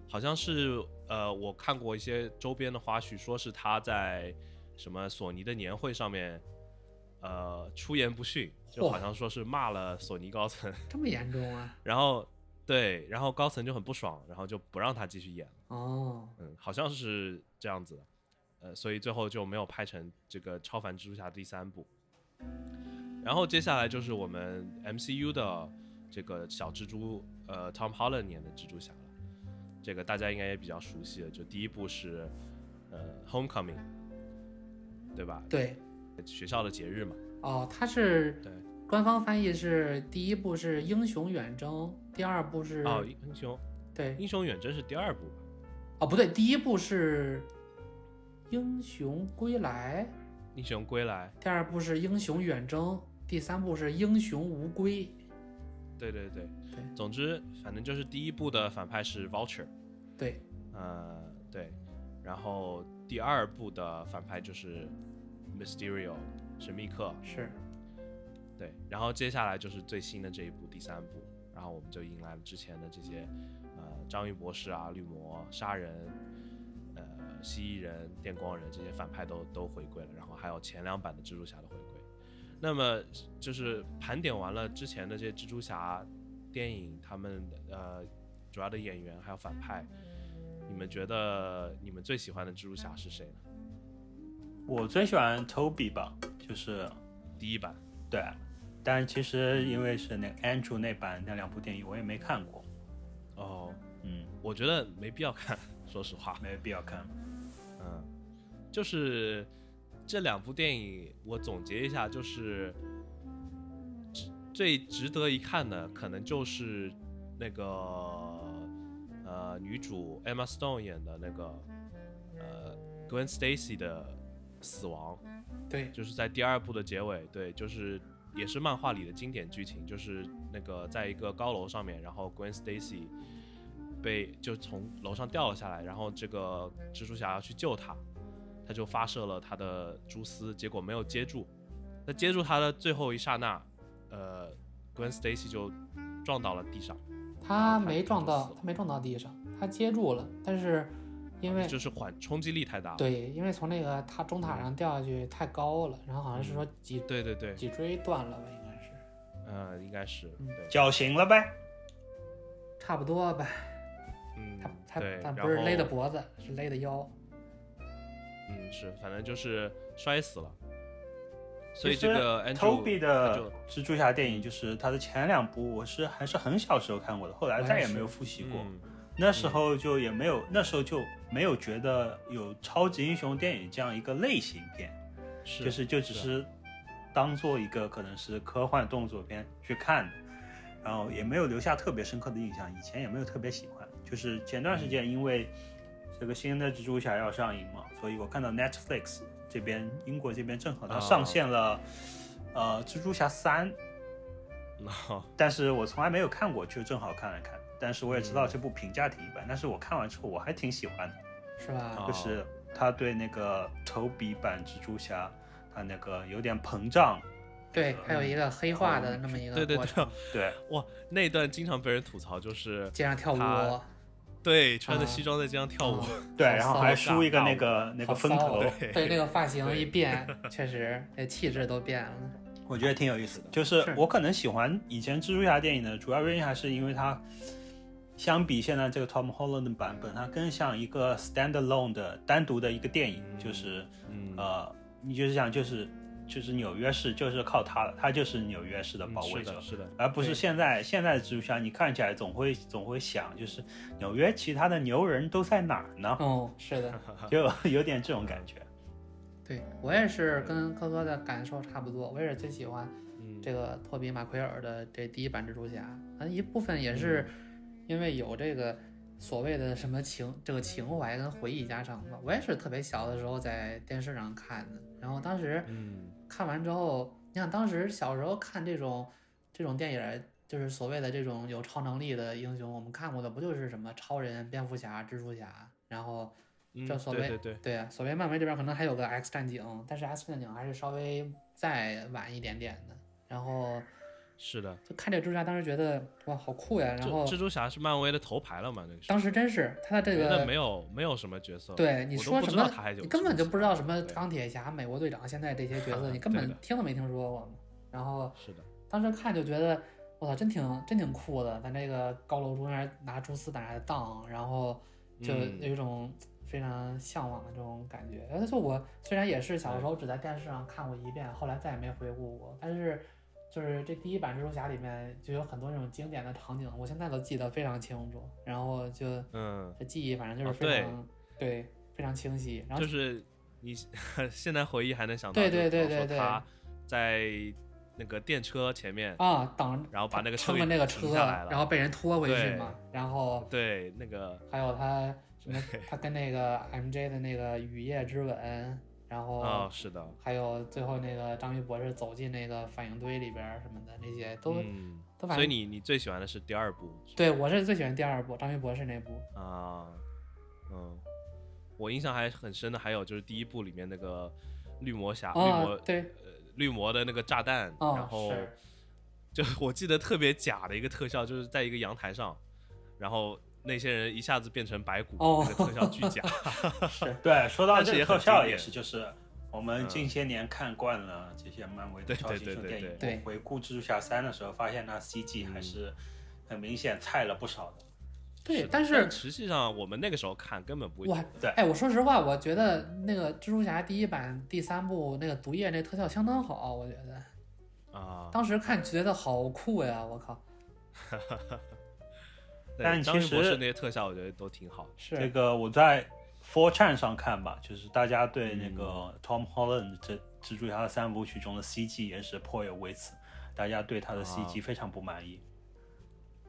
[SPEAKER 1] 好像是呃，我看过一些周边的花絮，说是他在什么索尼的年会上面，呃，出言不逊，就
[SPEAKER 2] 嚯
[SPEAKER 1] 好像说是骂了索尼高层，
[SPEAKER 2] 这么严重啊？
[SPEAKER 1] 然后对，然后高层就很不爽，然后就不让他继续演了。
[SPEAKER 2] 哦，
[SPEAKER 1] 嗯，好像是这样子的，呃，所以最后就没有拍成这个《超凡蜘蛛侠》第三部。然后接下来就是我们 MCU 的这个小蜘蛛，呃，Tom Holland 演的蜘蛛侠了。这个大家应该也比较熟悉了，就第一部是呃《Homecoming》，对吧？
[SPEAKER 2] 对，
[SPEAKER 1] 学校的节日嘛。
[SPEAKER 2] 哦，它是
[SPEAKER 1] 对，
[SPEAKER 2] 官方翻译是第一部是《英雄远征》，第二部是
[SPEAKER 1] 哦，英雄
[SPEAKER 2] 对
[SPEAKER 1] 英雄远征是第二部吧？
[SPEAKER 2] 哦不对，第一部是《英雄归来
[SPEAKER 1] 英雄归来，》，
[SPEAKER 2] 第二部是《英雄远征》，第三部是《英雄无归》。
[SPEAKER 1] 对对对。
[SPEAKER 2] 对
[SPEAKER 1] 总之，反正就是第一部的反派是 Vulture。
[SPEAKER 2] 对，
[SPEAKER 1] 呃，对，然后第二部的反派就是 Mysterio 神秘客，
[SPEAKER 2] 是
[SPEAKER 1] 对，然后接下来就是最新的这一部第三部，然后我们就迎来了之前的这些，呃，章鱼博士啊、绿魔、杀人，呃，蜥蜴人、电光人这些反派都都回归了，然后还有前两版的蜘蛛侠的回归。那么就是盘点完了之前的这些蜘蛛侠电影，他们呃主要的演员还有反派，你们觉得你们最喜欢的蜘蛛侠是谁呢？
[SPEAKER 3] 我最喜欢 Toby 吧，就是
[SPEAKER 1] 第一版，
[SPEAKER 3] 对啊，但其实因为是那个 Andrew 那版那两部电影我也没看过，
[SPEAKER 1] 哦，
[SPEAKER 3] 嗯，
[SPEAKER 1] 我觉得没必要看， 说实话。
[SPEAKER 3] 没必要看。
[SPEAKER 1] 嗯，就是这两部电影，我总结一下，就是值最值得一看的，可能就是那个呃，女主 Emma Stone 演的那个呃 Gwen Stacy 的死亡，
[SPEAKER 2] 对
[SPEAKER 1] 就是在第二部的结尾，对，就是也是漫画里的经典剧情，就是那个在一个高楼上面，然后 Gwen Stacy 被就从楼上掉了下来，然后这个蜘蛛侠要去救她，他就发射了他的蛛丝，结果没有接住。那接住他的最后一刹那，呃，Gwen Stacy 就撞到了地上，
[SPEAKER 2] 他
[SPEAKER 1] 然后他
[SPEAKER 2] 没
[SPEAKER 1] 就
[SPEAKER 2] 撞
[SPEAKER 1] 哦死
[SPEAKER 2] 到，
[SPEAKER 1] 了
[SPEAKER 2] 他没撞到地上，他接住了，但是因为
[SPEAKER 1] 就是缓冲击力太大了。
[SPEAKER 2] 对，因为从那个塔中塔上掉下去太高了，然后好像是说脊
[SPEAKER 1] 对对对，
[SPEAKER 2] 脊椎断了吧，应该是
[SPEAKER 1] 呃，应该是
[SPEAKER 2] 嗯
[SPEAKER 1] 对，
[SPEAKER 3] 绞刑了呗，
[SPEAKER 2] 差不多吧。
[SPEAKER 1] 嗯
[SPEAKER 2] 他他
[SPEAKER 1] 对，
[SPEAKER 2] 但
[SPEAKER 1] 然
[SPEAKER 2] 不是勒的
[SPEAKER 1] 后
[SPEAKER 2] 脖子，是勒的腰。
[SPEAKER 1] 嗯，是，反正就是摔死了。所以
[SPEAKER 3] 其
[SPEAKER 1] 这
[SPEAKER 3] 实
[SPEAKER 1] 个
[SPEAKER 3] Toby
[SPEAKER 1] Andrew 他
[SPEAKER 3] 的
[SPEAKER 1] 就
[SPEAKER 3] 蜘蛛侠电影就是他的前两部，我是还是很小时候看过的，后来再也没有复习过。
[SPEAKER 1] 嗯
[SPEAKER 3] 那时候就也没有，那时候就没有觉得有超级英雄电影这样一个类型片，
[SPEAKER 1] 是
[SPEAKER 3] 就是就只是当做一个可能是科幻动作片去看的，然后也没有留下特别深刻的印象，以前也没有特别喜欢。就是前
[SPEAKER 1] 嗯
[SPEAKER 3] 段时间因为这个新的蜘蛛侠要上映嘛，所以我看到 Netflix 这边英国这边正好它
[SPEAKER 1] 哦
[SPEAKER 3] 上线了，呃，蜘蛛侠三，
[SPEAKER 1] 然后
[SPEAKER 3] 但是我从来没有看过，就正好看了看。但是我也知
[SPEAKER 1] 嗯
[SPEAKER 3] 道这部评价挺一般，但是我看完之后我还挺喜欢的，
[SPEAKER 2] 是吧？
[SPEAKER 1] 哦
[SPEAKER 3] 就是他对那个头比版蜘蛛侠，他那个有点膨胀，
[SPEAKER 2] 对，还有一个黑化的
[SPEAKER 3] 嗯
[SPEAKER 2] 那么一个
[SPEAKER 1] 哦对对
[SPEAKER 2] 过
[SPEAKER 1] 对
[SPEAKER 2] 程，，
[SPEAKER 3] 对，
[SPEAKER 1] 哇，那段经常被人吐槽，就是
[SPEAKER 2] 街上跳舞，
[SPEAKER 1] 他对穿着
[SPEAKER 2] 啊
[SPEAKER 1] 西装在街上跳舞，
[SPEAKER 3] 对，
[SPEAKER 2] 好
[SPEAKER 3] 然后
[SPEAKER 2] 骚
[SPEAKER 3] 还梳一个
[SPEAKER 1] 尬
[SPEAKER 3] 那个那个风
[SPEAKER 2] 好骚
[SPEAKER 3] 头
[SPEAKER 2] 哦，
[SPEAKER 1] 对
[SPEAKER 2] 对那个发型
[SPEAKER 1] 对啊
[SPEAKER 2] 一 变，确实那气质都变了。
[SPEAKER 3] 我觉得挺有意思
[SPEAKER 1] 是。
[SPEAKER 3] 的
[SPEAKER 1] 的
[SPEAKER 3] 就是
[SPEAKER 2] 是
[SPEAKER 3] 我可能喜欢以前蜘蛛侠电影的主要原因，还是因为它相比现在这个 Tom Holland 的版本，它更像一个 standalone 的单独的一个电影，就是
[SPEAKER 1] 嗯
[SPEAKER 3] 呃，你就是想就是就是纽约市就是靠它了，它就是纽约市的
[SPEAKER 1] 嗯
[SPEAKER 3] 保卫
[SPEAKER 1] 是
[SPEAKER 3] 者
[SPEAKER 1] 的，。是的，
[SPEAKER 3] 而不是
[SPEAKER 2] 对
[SPEAKER 3] 现在现在的蜘蛛侠，你看起来总会总会想，就是纽约其他的牛人都在哪儿 呢？
[SPEAKER 2] 嗯，是的，
[SPEAKER 3] 就有点这种感觉。
[SPEAKER 2] 对我也是跟科科的感受差不多，我也是最喜欢
[SPEAKER 1] 嗯，
[SPEAKER 2] 这个托比马奎尔的这第一版蜘蛛侠，嗯，一部分也是因为有这个所谓的什么情这个情怀跟回忆加成吧。我也是特别小的时候在电视上看的，然后当时
[SPEAKER 1] 嗯
[SPEAKER 2] 看完之后，你想当时小时候看这种这种电影儿，就是所谓的这种有超能力的英雄，我们看过的不就是什么超人、蝙蝠侠、蜘蛛侠，然后
[SPEAKER 1] 嗯，
[SPEAKER 2] 这所
[SPEAKER 1] 对
[SPEAKER 2] 谓
[SPEAKER 1] 对对，
[SPEAKER 2] 对啊，所谓漫威这边可能还有个 X 战警，但是 X 战警还是稍微再晚一点点的。然后
[SPEAKER 1] 是的，
[SPEAKER 2] 就看这个蜘蛛侠，当时觉得哇，好酷呀！
[SPEAKER 1] 这
[SPEAKER 2] 然后
[SPEAKER 1] 蜘蛛侠是漫威的头牌了嘛？那个时候
[SPEAKER 2] 当时真是他的这
[SPEAKER 1] 别的没
[SPEAKER 2] 个，
[SPEAKER 1] 有没有什么角色，
[SPEAKER 2] 对你
[SPEAKER 1] 我都
[SPEAKER 2] 说
[SPEAKER 1] 不
[SPEAKER 2] 什
[SPEAKER 1] 知道
[SPEAKER 2] 么
[SPEAKER 1] 他还，有
[SPEAKER 2] 你根本就
[SPEAKER 1] 蜘蛛
[SPEAKER 2] 不知道什么
[SPEAKER 1] 对
[SPEAKER 2] 钢铁侠、美国队 长，现在这些角色你根
[SPEAKER 1] 对
[SPEAKER 2] 本
[SPEAKER 1] 的
[SPEAKER 2] 听都没听说过嘛。然后
[SPEAKER 1] 侠是的，
[SPEAKER 2] 当时看就觉得我操，真挺真挺酷的，在那个高楼中间拿蛛丝在那荡，然后就
[SPEAKER 1] 嗯
[SPEAKER 2] 有一种非常向往的这种感觉。但是我虽然也是小时候只在电视上看过一遍，后来再也没回顾过，但是就是这第一版蜘蛛侠里面就有很多这种经典的场景，我现在都记得非常清楚，然后就
[SPEAKER 1] 嗯，
[SPEAKER 2] 这记忆反正就
[SPEAKER 1] 哦
[SPEAKER 2] 是非常、对非常清晰。然后
[SPEAKER 1] 就是你 现在回忆还能想到，
[SPEAKER 2] 对对
[SPEAKER 1] 就是
[SPEAKER 2] 对
[SPEAKER 1] 比方
[SPEAKER 2] 对对
[SPEAKER 1] 说他在那个电车前面，
[SPEAKER 2] 啊，挡
[SPEAKER 1] 然后把那个车
[SPEAKER 2] 撑
[SPEAKER 1] 给
[SPEAKER 2] 着那个
[SPEAKER 1] 停
[SPEAKER 2] 车，
[SPEAKER 1] 下来了
[SPEAKER 2] 然后被人拖回去
[SPEAKER 1] 对
[SPEAKER 2] 嘛，然后
[SPEAKER 1] 对那个
[SPEAKER 2] 还有他什 么，他跟那个 MJ 的那个雨夜之吻，然后、
[SPEAKER 1] 哦，是的，
[SPEAKER 2] 还有最后那个章鱼博士走进那个反应堆里边儿什么的，那些都、
[SPEAKER 1] 嗯，
[SPEAKER 2] 都反
[SPEAKER 1] 所以
[SPEAKER 2] 正
[SPEAKER 1] 你你最喜欢的是第二部
[SPEAKER 2] 对我是最喜欢第二部章鱼博士那部
[SPEAKER 1] 啊，嗯，我印象还很深的还有就是第一部里面那个绿魔侠，绿
[SPEAKER 2] 啊
[SPEAKER 1] 魔，
[SPEAKER 2] 对
[SPEAKER 1] 绿魔的那个炸弹，
[SPEAKER 2] 啊、
[SPEAKER 1] 然后
[SPEAKER 2] 是
[SPEAKER 1] 就我记得特别假的一个特效，就是在一个阳台上，然后那些人一下子变成白骨，
[SPEAKER 2] 哦
[SPEAKER 1] 那个特效巨假。
[SPEAKER 2] 是
[SPEAKER 3] 对，说到
[SPEAKER 1] 但是
[SPEAKER 3] 这
[SPEAKER 1] 也
[SPEAKER 3] 个
[SPEAKER 1] 很
[SPEAKER 3] 特效
[SPEAKER 1] 经
[SPEAKER 3] 也
[SPEAKER 1] 典嗯
[SPEAKER 3] 是，就是我们近些年看惯了这些漫威的
[SPEAKER 1] 对
[SPEAKER 3] 超
[SPEAKER 1] 对
[SPEAKER 3] 级
[SPEAKER 1] 对
[SPEAKER 3] 英雄
[SPEAKER 1] 对嗯
[SPEAKER 3] 电影，
[SPEAKER 2] 对
[SPEAKER 3] 我回顾蜘蛛侠三的时候，发现它 CG 还是很明显菜了不少的。
[SPEAKER 2] 对，
[SPEAKER 1] 的
[SPEAKER 2] 但是
[SPEAKER 1] 实际上我们那个时候看根本不会
[SPEAKER 2] 我
[SPEAKER 1] 觉
[SPEAKER 2] 还
[SPEAKER 1] 得。
[SPEAKER 2] 哎，我说实话，我觉得那个蜘蛛侠第一版、第三部那个毒液那特效相当好，我觉得
[SPEAKER 1] 啊，
[SPEAKER 2] 当时看觉得好酷呀！我靠，
[SPEAKER 1] 对
[SPEAKER 3] 但
[SPEAKER 1] 章鱼
[SPEAKER 3] 其
[SPEAKER 1] 博士
[SPEAKER 3] 实
[SPEAKER 1] 那些特效我觉得都挺好的。
[SPEAKER 2] 是
[SPEAKER 3] 这个我在 Four Chan 上看吧，就是大家对那
[SPEAKER 1] 嗯
[SPEAKER 3] 个 Tom Holland 这蜘蛛侠的三部曲中的 CG 也是颇有微词，大家对他的
[SPEAKER 1] 啊
[SPEAKER 3] CG 非常不满意。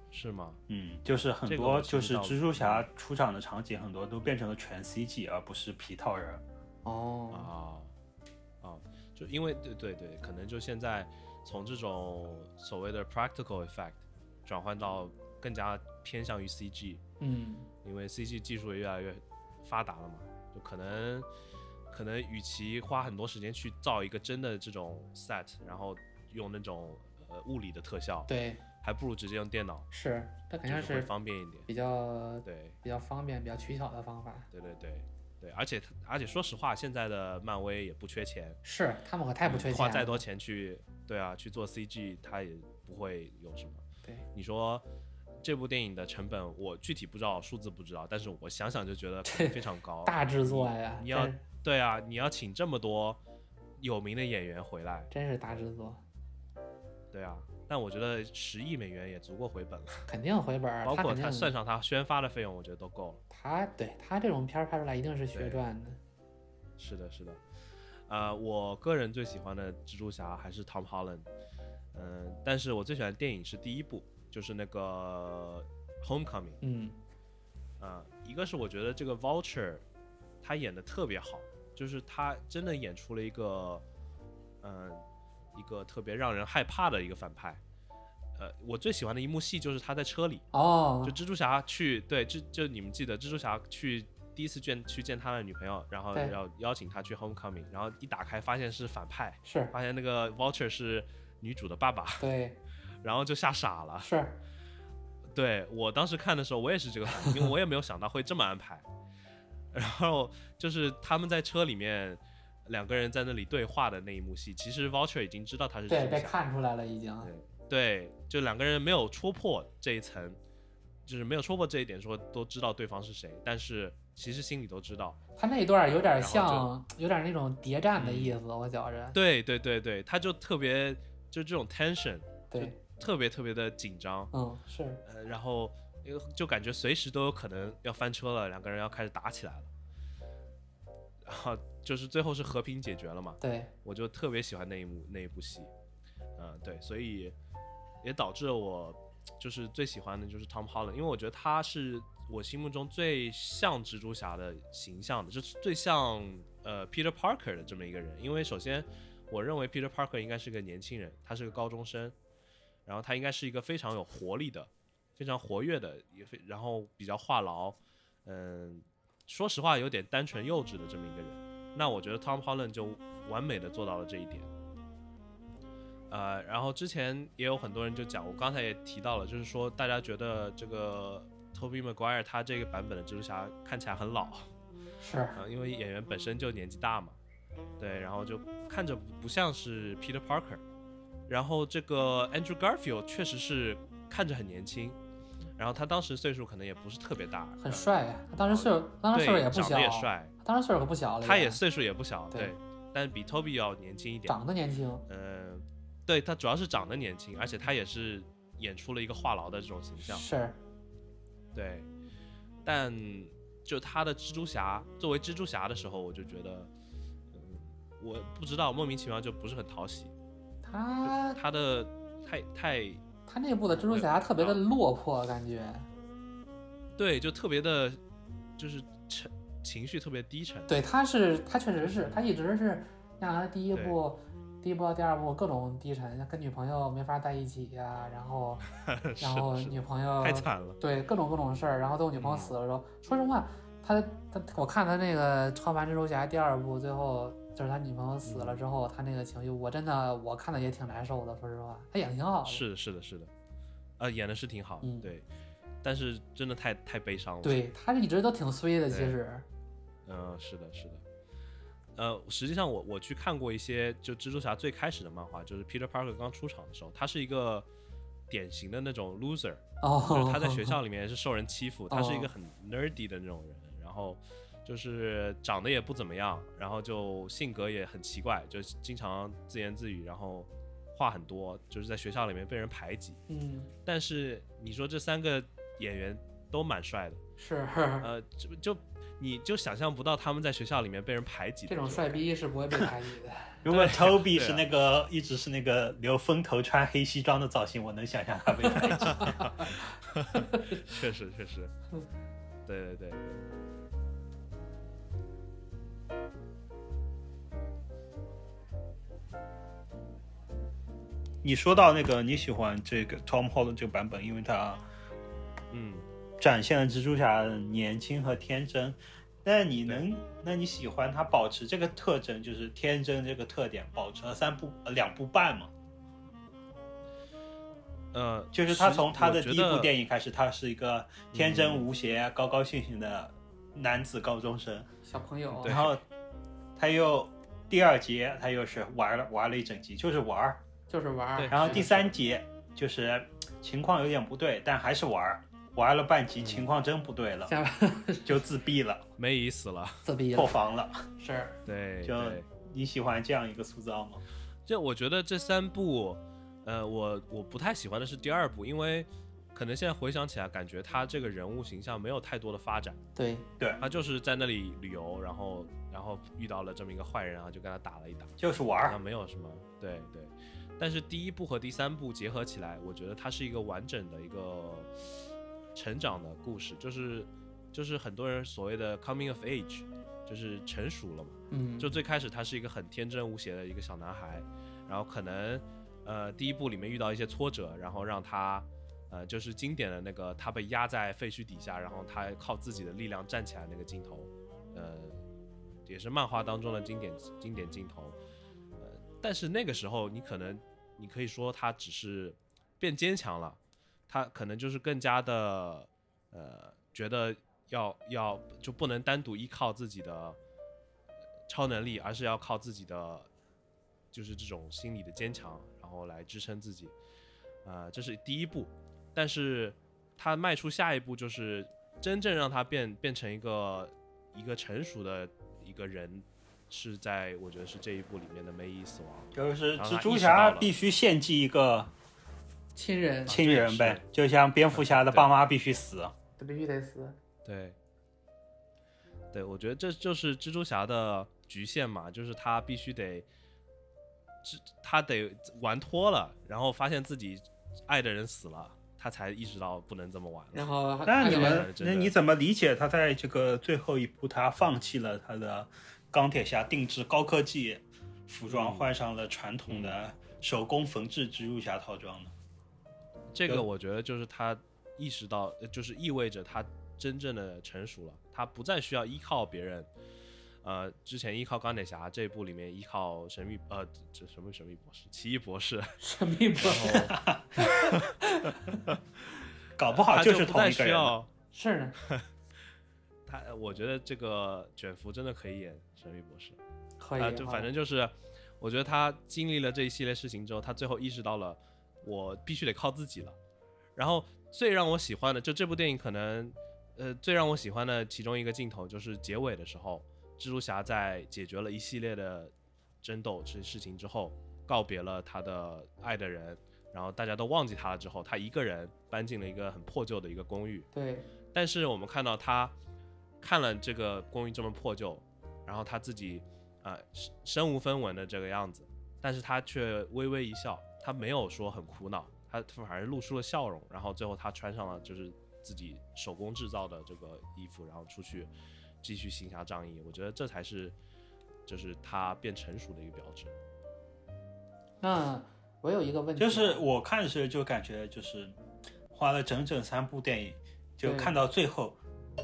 [SPEAKER 1] 是吗？
[SPEAKER 3] 嗯，就是很
[SPEAKER 1] 这个
[SPEAKER 3] 多
[SPEAKER 1] 我
[SPEAKER 3] 就
[SPEAKER 1] 知
[SPEAKER 3] 是
[SPEAKER 1] 道
[SPEAKER 3] 蜘蛛侠出场的场景，很多都变成了全 CG，而不是皮套人。
[SPEAKER 2] 哦，
[SPEAKER 1] 啊啊，就因为对对对，可能就现在从这种所谓的 practical effect 转换到更加偏向于 CG，
[SPEAKER 2] 嗯，
[SPEAKER 1] 因为 CG 技术也越来越发达了嘛，就可能可能与其花很多时间去造一个真的这种 set，然后用那种呃物理的特效，
[SPEAKER 2] 对，
[SPEAKER 1] 还不如直接用电脑，
[SPEAKER 2] 是，它肯
[SPEAKER 1] 就
[SPEAKER 2] 定
[SPEAKER 1] 是会
[SPEAKER 2] 是
[SPEAKER 1] 方便一点。
[SPEAKER 2] 比较
[SPEAKER 1] 对
[SPEAKER 2] 比较方便、比较取巧的方法。
[SPEAKER 1] 对对对对，而且它而且说实话，现在的漫威也不缺钱，
[SPEAKER 2] 是，他们可太不缺
[SPEAKER 1] 花嗯
[SPEAKER 2] 钱
[SPEAKER 1] 再
[SPEAKER 2] 了。
[SPEAKER 1] 多钱去对啊去做 CG，它也不会有什么。
[SPEAKER 2] 对，
[SPEAKER 1] 你说。这部电影的成本我具体不知道，数字不知道，但是我想想就 觉得可能非常高。
[SPEAKER 2] 大制作呀，
[SPEAKER 1] 你要
[SPEAKER 2] 真
[SPEAKER 1] 对啊，你要请这么多有名的演员回来，
[SPEAKER 2] 真是大制作，
[SPEAKER 1] 对啊。但我觉得十亿美元也足够回本了，
[SPEAKER 2] 肯定回本儿。
[SPEAKER 1] 包括
[SPEAKER 2] 啊肯
[SPEAKER 1] 他
[SPEAKER 2] 定
[SPEAKER 1] 算上他宣发的费用，我觉得都够了。
[SPEAKER 2] 他对他这种片儿拍出来一定是血
[SPEAKER 1] 对
[SPEAKER 2] 赚的。
[SPEAKER 1] 是的，是的。呃，我个人最喜欢的蜘蛛侠还是 Tom Holland，嗯、但是我最喜欢的电影是第一部，就是那个《Homecoming》。
[SPEAKER 2] 嗯，
[SPEAKER 1] 啊，一个是我觉得这个 Vulture 他演的特别好，就是他真的演出了一个，嗯、一个特别让人害怕的一个反派。呃，我最喜欢的一幕戏就是他在车里，
[SPEAKER 2] 哦
[SPEAKER 1] 就，蜘蛛侠去对，就就你们记得蜘蛛侠去第一次见去见他的女朋友，然后
[SPEAKER 2] 对
[SPEAKER 1] 要邀请他去 Homecoming，然后一打开发现是反派，
[SPEAKER 2] 是，
[SPEAKER 1] 发现那个 Vulture 是女主的爸爸，
[SPEAKER 2] 对，
[SPEAKER 1] 然后就吓傻了。
[SPEAKER 2] 是，
[SPEAKER 1] 对我当时看的时候，我也是这个反应，因为我也没有想到会这么安排。 然后就是他们在车里面两个人在那里对话的那一幕戏，其实 Vulture 已经知道他是
[SPEAKER 2] 对，
[SPEAKER 1] 蜘蛛
[SPEAKER 2] 被
[SPEAKER 1] 侠
[SPEAKER 2] 看出来了已经。
[SPEAKER 1] 对，就两个人没有戳破这一层，就是没有戳破这一点，说都知道对方是谁，但是其实心里都知道。
[SPEAKER 2] 他那一段儿有点
[SPEAKER 1] 然后就嗯
[SPEAKER 2] 像，有点那种谍战的意思，我觉着。
[SPEAKER 1] 对对对对，他就特别就这种 tension
[SPEAKER 2] 对，
[SPEAKER 1] 特别特别的紧张，
[SPEAKER 2] 嗯，是，
[SPEAKER 1] 呃，然后呃就感觉随时都有可能要翻车了，两个人要开始打起来了，然后就是最后是和平解决了嘛，
[SPEAKER 2] 对，
[SPEAKER 1] 我就特别喜欢那一幕那一部戏，嗯、对，所以也导致了我就是最喜欢的就是 Tom Holland，因为我觉得他是我心目中最像蜘蛛侠的形象的，就是最像呃 Peter Parker 的这么一个人。因为首先，我认为 Peter Parker 应该是个年轻人，他是个高中生，然后他应该是一个非常有活力的、非常活跃的，也非然后比较话痨，嗯，说实话有点单纯幼稚的这么一个人。那我觉得 Tom Holland 就完美的做到了这一点。呃，然后之前也有很多人就讲，我刚才也提到了，就是说大家觉得这个 Tobey Maguire 他这个版本的蜘蛛侠看起来很老，
[SPEAKER 2] 是，
[SPEAKER 1] 啊，因为演员本身就年纪大嘛，对，然后就看着不不像是 Peter Parker，然后这个 Andrew Garfield 确实是看着很年轻，然后他当时岁数可能也不是特别大，
[SPEAKER 2] 很帅呀、他当时岁数，当时岁数
[SPEAKER 1] 嗯对，
[SPEAKER 2] 也不
[SPEAKER 1] 长
[SPEAKER 2] 小
[SPEAKER 1] 得，也帅，
[SPEAKER 2] 他当时岁数可不小了，
[SPEAKER 1] 他也岁数也不小，
[SPEAKER 2] 啊对
[SPEAKER 1] 对，但比 Toby 要年轻一点。
[SPEAKER 2] 长得年轻，
[SPEAKER 1] 呃，对他主要是长得年轻，而且他也是演出了一个话痨的这种形象。
[SPEAKER 2] 是
[SPEAKER 1] 对，但就他的蜘蛛侠作为蜘蛛侠的时候，我就觉得，嗯，我不知道莫名其妙就不是很讨喜，
[SPEAKER 2] 他
[SPEAKER 1] 他的太太
[SPEAKER 2] 他内部的蜘蛛侠特别的
[SPEAKER 1] 啊
[SPEAKER 2] 落魄，感觉
[SPEAKER 1] 对，就特别的，就是沉情绪特别低沉。
[SPEAKER 2] 对，他是他确实是他一直是，像他第一部。第一部到第二部各种低沉，像跟女朋友没法在一起呀、然后
[SPEAKER 1] 是
[SPEAKER 2] 然后
[SPEAKER 1] 的，是的，
[SPEAKER 2] 女朋友
[SPEAKER 1] 太惨了。嗯
[SPEAKER 2] 对啊各种各种事儿，然后最后女朋友死了之后，说实话，他他我看他那个《超凡蜘蛛侠》第二部，最后就是他女朋友死
[SPEAKER 1] 嗯
[SPEAKER 2] 了之后，他那个情绪，我真的我看的也挺难受的。说实话，他演的挺好的，
[SPEAKER 1] 是的，是的，是的，呃，演的是挺好的，
[SPEAKER 2] 嗯
[SPEAKER 1] 对，但是真的太太悲伤了。
[SPEAKER 2] 对他一直都挺衰的，
[SPEAKER 1] 对
[SPEAKER 2] 其实
[SPEAKER 1] 嗯，是的，是的。呃，实际上我我去看过一些，就蜘蛛侠最开始的漫画，就是 Peter Parker 刚出场的时候，他是一个典型的那种 loser，就是
[SPEAKER 2] 哦，
[SPEAKER 1] 他在学校里面是受人欺负，他是一个很 nerdy 的那种人，然后就是长得也不怎么样，然后就性格也很奇怪，就经常自言自语，然后话很多，就是在学校里面被人排挤。
[SPEAKER 2] 嗯
[SPEAKER 1] 但是你说这三个演员都蛮帅的，
[SPEAKER 2] 是
[SPEAKER 1] 呃，就就你就想象不到他们在学校里面被人排挤的
[SPEAKER 2] 这种帅逼是不会被排挤的。
[SPEAKER 3] 如果 Toby
[SPEAKER 1] 对啊
[SPEAKER 3] 是那个一直是那个留风头、穿黑西装的造型，我能想象他被排挤。
[SPEAKER 1] 感觉，确实确实， 对对对，
[SPEAKER 3] 你说到那个你喜欢这个 Tom Holland 这个版本，因为他
[SPEAKER 1] 嗯，
[SPEAKER 3] 展现了蜘蛛侠的年轻和天真。那你能，那你喜欢他保持这个特征，就是天真这个特点，保持了三部呃两部半嘛？
[SPEAKER 1] 呃，
[SPEAKER 3] 就是他
[SPEAKER 1] 实
[SPEAKER 3] 从他的
[SPEAKER 1] 我觉
[SPEAKER 3] 第一部
[SPEAKER 1] 得
[SPEAKER 3] 电影开始，他是一个天真无邪、高高兴兴的男子高中生，
[SPEAKER 2] 小朋友，
[SPEAKER 1] 对
[SPEAKER 3] 然后他又第二节他又是玩了玩了一整集，就是玩儿，
[SPEAKER 2] 就是玩儿
[SPEAKER 1] 对，
[SPEAKER 3] 然后第
[SPEAKER 1] 是
[SPEAKER 3] 三节就是情况有点不对，但还是玩儿，玩了半
[SPEAKER 1] 嗯
[SPEAKER 3] 集情况真不对了，
[SPEAKER 2] 下巴
[SPEAKER 3] 就自闭了，
[SPEAKER 1] 梅姨死了，
[SPEAKER 2] 自闭
[SPEAKER 3] 破
[SPEAKER 2] 了，
[SPEAKER 3] 防了。
[SPEAKER 2] 是
[SPEAKER 1] 对
[SPEAKER 3] 就
[SPEAKER 1] 对，
[SPEAKER 3] 你喜欢这样一个塑造吗？
[SPEAKER 1] 这我觉得这三部，呃，我我不太喜欢的是第二部，因为可能现在回想起来，感觉他这个人物形象没有太多的发展，
[SPEAKER 2] 对，
[SPEAKER 1] 他就是在那里旅游，然后然后遇到了这么一个坏人，然后就跟他打了一打。
[SPEAKER 3] 就是玩
[SPEAKER 1] 好
[SPEAKER 3] 儿
[SPEAKER 1] 像，没有什么，对对。但是第一部和第三部结合起来，我觉得它是一个完整的一个成长的故事，就是就是很多人所谓的 coming of age，就是成熟了嘛。
[SPEAKER 2] 嗯，
[SPEAKER 1] 就最开始他是一个很天真无邪的一个小男孩，然后可能呃第一部里面遇到一些挫折，然后让他呃就是经典的那个他被压在废墟底下，然后他靠自己的力量站起来那个镜头，呃也是漫画当中的经典经典镜头，呃但是那个时候你可能你可以说他只是变坚强了，他可能就是更加的呃觉得要要就不能单独依靠自己的超能力，而是要靠自己的就是这种心理的坚强，然后来支撑自己。呃，这是第一步，但是他迈出下一步就是真正让他变变成一个一个成熟的一个人，是在我觉得是这一部里面的梅姨死亡。
[SPEAKER 3] 就是
[SPEAKER 1] 然后他
[SPEAKER 3] 蜘蛛
[SPEAKER 1] 意识到
[SPEAKER 3] 侠
[SPEAKER 1] 了啊
[SPEAKER 3] 必须献祭一个
[SPEAKER 2] 亲人
[SPEAKER 3] 亲人
[SPEAKER 1] 是
[SPEAKER 3] 呗，就像蝙蝠侠的爸妈必须死。
[SPEAKER 2] 他必须得死，
[SPEAKER 1] 对，对，我觉得这就是蜘蛛侠的局限嘛，就是他必须得，这他得玩脱了，然后发现自己爱的人死了，他才意识到不能这么玩
[SPEAKER 2] 然
[SPEAKER 1] 了。
[SPEAKER 2] 后
[SPEAKER 3] 那
[SPEAKER 2] 他
[SPEAKER 3] 你
[SPEAKER 2] 就
[SPEAKER 1] 们
[SPEAKER 2] 跟
[SPEAKER 1] 哎
[SPEAKER 3] 们，
[SPEAKER 1] 真的
[SPEAKER 3] 那你怎么理解他在这个最后一步，他放弃了他的钢铁侠定制高科技服装，
[SPEAKER 1] 嗯
[SPEAKER 3] 换上了传统的手工缝制蜘蛛侠套装呢？
[SPEAKER 1] 这
[SPEAKER 3] 就
[SPEAKER 1] 个我觉得就是他意识到，呃就是意味着他真正的成熟了，他不再需要依靠别人。呃，之前依靠钢铁侠这一部里面依靠神秘呃这什么神秘博士、奇异博士，
[SPEAKER 2] 神秘
[SPEAKER 1] 哦
[SPEAKER 2] 博士
[SPEAKER 3] 搞不好
[SPEAKER 1] 他就是不
[SPEAKER 3] 同
[SPEAKER 1] 再
[SPEAKER 3] 一个
[SPEAKER 1] 需
[SPEAKER 3] 人了。
[SPEAKER 1] 要
[SPEAKER 2] 是呢，
[SPEAKER 1] 他，呃我觉得这个卷福真的可以演神秘博士。
[SPEAKER 2] 可以
[SPEAKER 1] 啊，
[SPEAKER 2] 啊，
[SPEAKER 1] 就反正就是，我觉得他经历了这一系列事情之后，他最后意识到了我必须得靠自己了。然后最让我喜欢的，就这部电影可能，呃，最让我喜欢的其中一个镜头就是结尾的时候，蜘蛛侠在解决了一系列的争斗这事情之后，告别了他的爱的人，然后大家都忘记他了之后，他一个人搬进了一个很破旧的一个公寓。
[SPEAKER 2] 对，
[SPEAKER 1] 但是我们看到他看了这个公寓这么破旧，然后他自己啊、呃身身无分文的这个样子，但是他却微微一笑，他没有说很苦恼，他反而露出了笑容。然后最后他穿上了就是自己手工制造的这个衣服，然后出去继续行侠仗义。我觉得这才是就是他变成熟的一个标志。
[SPEAKER 2] 那我有一个问题，
[SPEAKER 3] 就是我看的时候就感觉就是花了整整三部电影，就
[SPEAKER 2] 对
[SPEAKER 3] 看到最后，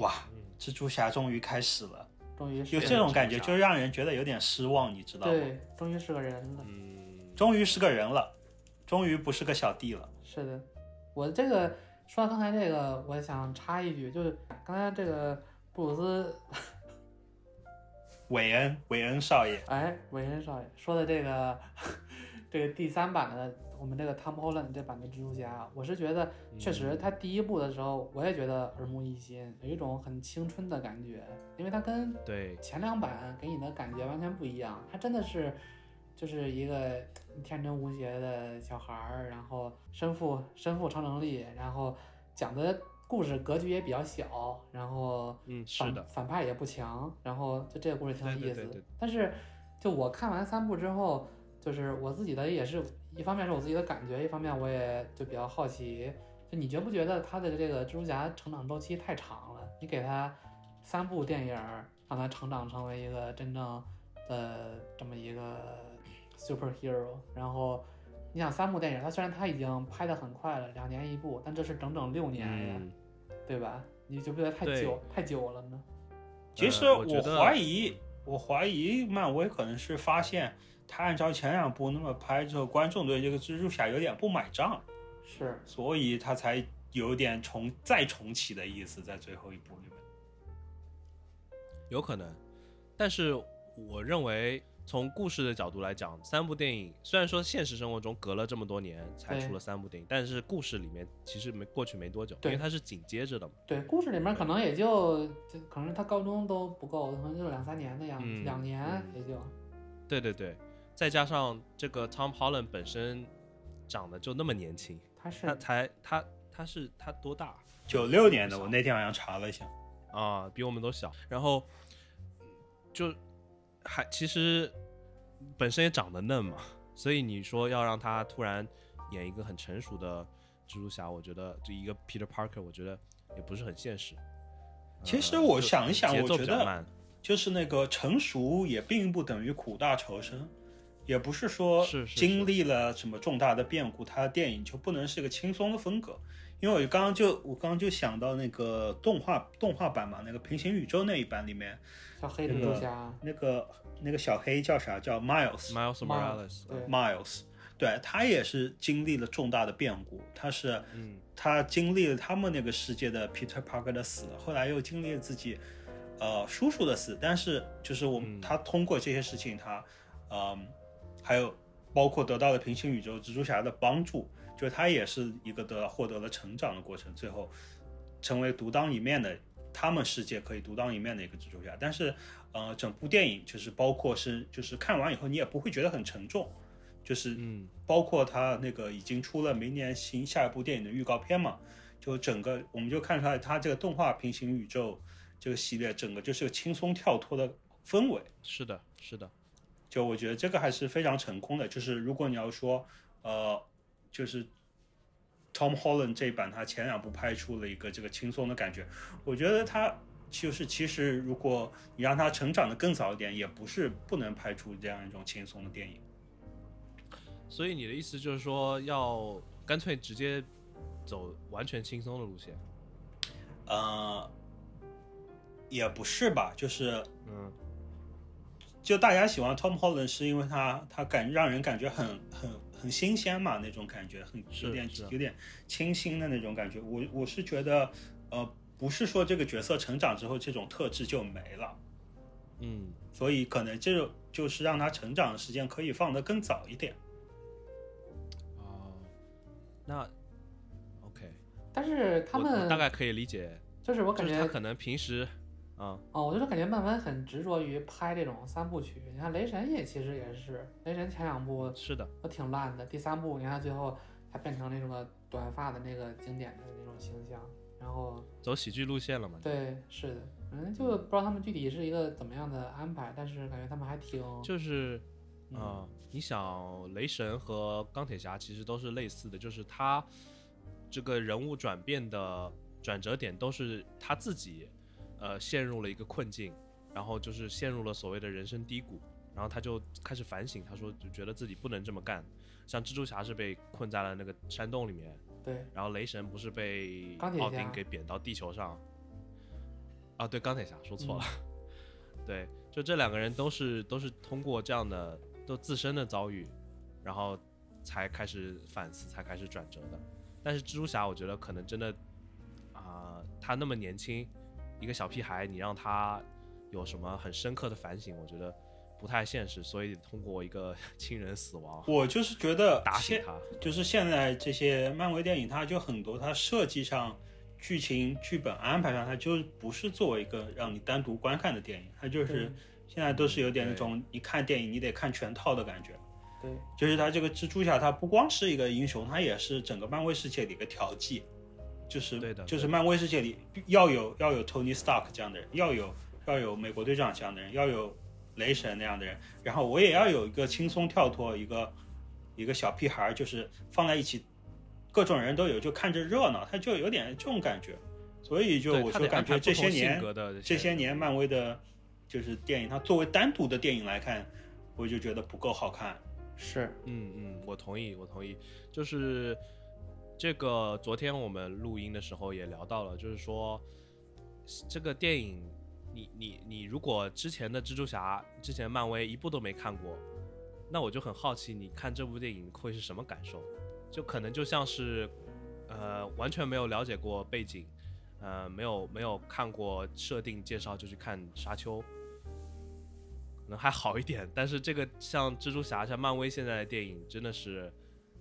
[SPEAKER 3] 哇
[SPEAKER 1] 嗯，
[SPEAKER 3] 蜘蛛侠终于开始了，
[SPEAKER 2] 终于
[SPEAKER 3] 有
[SPEAKER 2] 是
[SPEAKER 1] 对
[SPEAKER 3] 这种感觉，
[SPEAKER 1] 蜘蛛侠
[SPEAKER 3] 就让人觉得有点失望，你知道吗？
[SPEAKER 2] 对，终于是个人了。
[SPEAKER 1] 嗯，
[SPEAKER 3] 终于是个人了，终于不是个小弟了。
[SPEAKER 2] 是的，我这个说到刚才这个，我想插一句，就是刚才这个布鲁斯
[SPEAKER 3] 韦恩，韦恩少爷，
[SPEAKER 2] 哎，韦恩少爷说的这个，这个第三版的我们这个 Tom Holland 这版的蜘蛛侠，啊我是觉得确实他第一部的时候，我也觉得耳目一新，有一种很青春的感觉，因为他跟
[SPEAKER 1] 对，
[SPEAKER 2] 前两版给你的感觉完全不一样，他真的是就是一个天真无邪的小孩儿，然后身负身负超能力，然后讲的故事格局也比较小，然后
[SPEAKER 1] 嗯，是
[SPEAKER 2] 反
[SPEAKER 1] 的，
[SPEAKER 2] 反派也不强，然后就这个故事挺有
[SPEAKER 1] 对
[SPEAKER 2] 意
[SPEAKER 1] 对对
[SPEAKER 2] 思
[SPEAKER 1] 对。
[SPEAKER 2] 但是，就我看完三部之后，就是我自己的也是一方面是我自己的感觉，一方面我也就比较好奇，就你觉不觉得他的这个蜘蛛侠成长周期太长了？你给他三部电影儿，让他成长成为一个真正的这么一个 superhero，然后。你想三部电影，他虽然他已经拍得很快了，两年一部，但这是整整六年呀，
[SPEAKER 1] 嗯，
[SPEAKER 2] 对吧？你觉不觉得太
[SPEAKER 1] 对
[SPEAKER 2] 久太久了呢？
[SPEAKER 3] 其实
[SPEAKER 1] 呃我觉得
[SPEAKER 3] 怀疑，我怀疑漫威可能是发现他按照前两部那么拍之后，观众对这个蜘蛛侠有点不买账，
[SPEAKER 2] 是，
[SPEAKER 3] 所以他才有点重再重启的意思，在最后一部里面。
[SPEAKER 1] 有可能，但是我认为从故事的角度来讲，三部电影虽然说现实生活中隔了这么多年才
[SPEAKER 2] 对
[SPEAKER 1] 出了三部电影，但是故事里面其实没过去没多久，因
[SPEAKER 2] 对
[SPEAKER 1] 为它是紧接着的嘛。
[SPEAKER 2] 对，故事里面可能也就就可能他高中都不够，可能就两三年的样子，
[SPEAKER 1] 嗯
[SPEAKER 2] 两年
[SPEAKER 1] 嗯
[SPEAKER 2] 也就。
[SPEAKER 1] 对对对，再加上这个 Tom Holland 本身长得就那么年轻，
[SPEAKER 2] 他是
[SPEAKER 1] 他才他他是他多大
[SPEAKER 3] 九六年的，我那天好像查了一下，
[SPEAKER 1] 啊？比我们都小，然后就还其实本身也长得嫩嘛，所以你说要让他突然演一个很成熟的蜘蛛侠，我觉得就一个 Peter Parker，我觉得也不是很现实。
[SPEAKER 3] 其实
[SPEAKER 1] 呃
[SPEAKER 3] 我
[SPEAKER 1] 就
[SPEAKER 3] 想一想
[SPEAKER 1] 节
[SPEAKER 3] 我
[SPEAKER 1] 奏
[SPEAKER 3] 觉
[SPEAKER 1] 比较
[SPEAKER 3] 得
[SPEAKER 1] 慢
[SPEAKER 3] 就是那个成熟也并不等于苦大仇深，也不是说
[SPEAKER 1] 是是
[SPEAKER 3] 经历了什么重大的变故，他的电影就不能是个轻松的风格。因为我刚刚就我刚刚就想到那个动画动画版嘛，那个平行宇宙那一版里面，
[SPEAKER 2] 小黑
[SPEAKER 3] 这
[SPEAKER 2] 蜘
[SPEAKER 3] 个
[SPEAKER 2] 蛛侠，
[SPEAKER 3] 那个那个小黑叫啥？叫 Miles。
[SPEAKER 1] Miles
[SPEAKER 2] Miles，
[SPEAKER 1] Morales，嗯
[SPEAKER 2] 对
[SPEAKER 3] Miles，对他也是经历了重大的变故，他是，他经历了他们那个世界的 Peter Parker 的死，后来又经历了自己，呃，叔叔的死，但是就是我们、他通过这些事情，他，嗯、还有包括得到了平行宇宙蜘蛛侠的帮助，就是他也是一个得获得了成长的过程，最后成为独当一面的他们世界可以独当一面的一个蜘蛛侠。但是，呃，整部电影就是包括是就是看完以后你也不会觉得很沉重，就是
[SPEAKER 1] 嗯
[SPEAKER 3] 包括他那个已经出了明年新下一部电影的预告片嘛，就整个我们就看出来他这个动画平行宇宙这个系列整个就是个轻松跳脱的氛围。
[SPEAKER 1] 是的，是的，
[SPEAKER 3] 就我觉得这个还是非常成功的。就是如果你要说，呃，就是 Tom Holland 这一版，他前两部拍出了一个这个轻松的感觉，我觉得他就是其实如果你让他成长的更早一点，也不是不能拍出这样一种轻松的电影。
[SPEAKER 1] 所以你的意思就是说，要干脆直接走完全轻松的路线。
[SPEAKER 3] 呃，也不是吧，就是
[SPEAKER 1] 嗯，
[SPEAKER 3] 就大家喜欢 Tom Holland 是因为他他感让人感觉很很很新鲜嘛，那种感觉很
[SPEAKER 1] 是
[SPEAKER 3] 有点
[SPEAKER 1] 是
[SPEAKER 3] 有点清新的那种感觉。我我是觉得，呃，不是说这个角色成长之后这种特质就没了，
[SPEAKER 1] 嗯，
[SPEAKER 3] 所以可能这就是让他成长的时间可以放得更早一点。
[SPEAKER 1] 哦，那 OK，
[SPEAKER 2] 但是他
[SPEAKER 1] 我我
[SPEAKER 2] 们
[SPEAKER 1] 大概可以理解，
[SPEAKER 2] 就是我感
[SPEAKER 1] 就是
[SPEAKER 2] 觉
[SPEAKER 1] 他可能平时啊，
[SPEAKER 2] 哦，我就是感觉漫威很执着于拍这种三部曲。你看雷神也其实也是，雷神前两部
[SPEAKER 1] 是的，
[SPEAKER 2] 都挺烂的，第三部你看最后他变成那种短发的那个经典的那种形象，然后
[SPEAKER 1] 走喜剧路线了嘛。
[SPEAKER 2] 对，是的，反正就不知道他们具体是一个怎么样的安排，但是感觉他们还挺
[SPEAKER 1] 就是，
[SPEAKER 2] 嗯
[SPEAKER 1] 呃，你想，雷神和钢铁侠其实都是类似的，就是他这个人物转变的转折点都是他自己，呃，陷入了一个困境，然后就是陷入了所谓的人生低谷，然后他就开始反省，他说就觉得自己不能这么干。像蜘蛛侠是被困在了那个山洞里面，
[SPEAKER 2] 对，
[SPEAKER 1] 然后雷神不是被
[SPEAKER 2] 钢铁
[SPEAKER 1] 奥
[SPEAKER 2] 侠
[SPEAKER 1] 丁给贬到地球上？啊，对，钢铁侠说错了。
[SPEAKER 2] 嗯
[SPEAKER 1] 对，就这两个人都是都是通过这样的都自身的遭遇，然后才开始反思，才开始转折的。但是蜘蛛侠，我觉得可能真的啊、他那么年轻，一个小屁孩，你让他有什么很深刻的反省，我觉得不太现实。所以通过一个亲人死亡
[SPEAKER 3] 我就是觉得
[SPEAKER 1] 打
[SPEAKER 3] 现
[SPEAKER 1] 醒他，
[SPEAKER 3] 就是现在这些漫威电影，它就很多，它设计上、剧情、剧本安排上，它就不是作为一个让你单独观看的电影，它就是
[SPEAKER 2] 对
[SPEAKER 3] 现在都是有点
[SPEAKER 1] 对
[SPEAKER 3] 那种你看电影你得看全套的感觉。
[SPEAKER 2] 对
[SPEAKER 3] 就是它这个蜘蛛侠，它不光是一个英雄，它也是整个漫威世界的一个调剂，就是
[SPEAKER 1] 对的
[SPEAKER 3] 就是
[SPEAKER 1] 对的
[SPEAKER 3] 漫威世界里要有要有 Tony Stark 这样的人，要有要有美国队长这样的人，要有雷神那样的人，然后我也要有一个轻松跳脱，一个一个小屁孩儿，就是放在一起，各种人都有，就看着热闹，他就有点这种感觉，所以就
[SPEAKER 1] 对
[SPEAKER 3] 我
[SPEAKER 1] 他
[SPEAKER 3] 就
[SPEAKER 1] 得安
[SPEAKER 3] 感
[SPEAKER 1] 排
[SPEAKER 3] 觉
[SPEAKER 1] 不
[SPEAKER 3] 这
[SPEAKER 1] 同
[SPEAKER 3] 些
[SPEAKER 1] 性
[SPEAKER 3] 年
[SPEAKER 1] 格的
[SPEAKER 3] 这些
[SPEAKER 1] 人
[SPEAKER 3] 年漫威的，就是电影，它作为单独的电影来看，我就觉得不够好看。
[SPEAKER 2] 是，
[SPEAKER 1] 嗯嗯，我同意，我同意。就是这个，昨天我们录音的时候也聊到了，就是说这个电影，你你你如果之前的蜘蛛侠、之前漫威一部都没看过，那我就很好奇，你看这部电影会是什么感受？就可能就像是呃完全没有了解过背景，呃没有没有看过设定介绍就去看沙丘，可能还好一点。但是这个像蜘蛛侠、像漫威现在的电影，真的是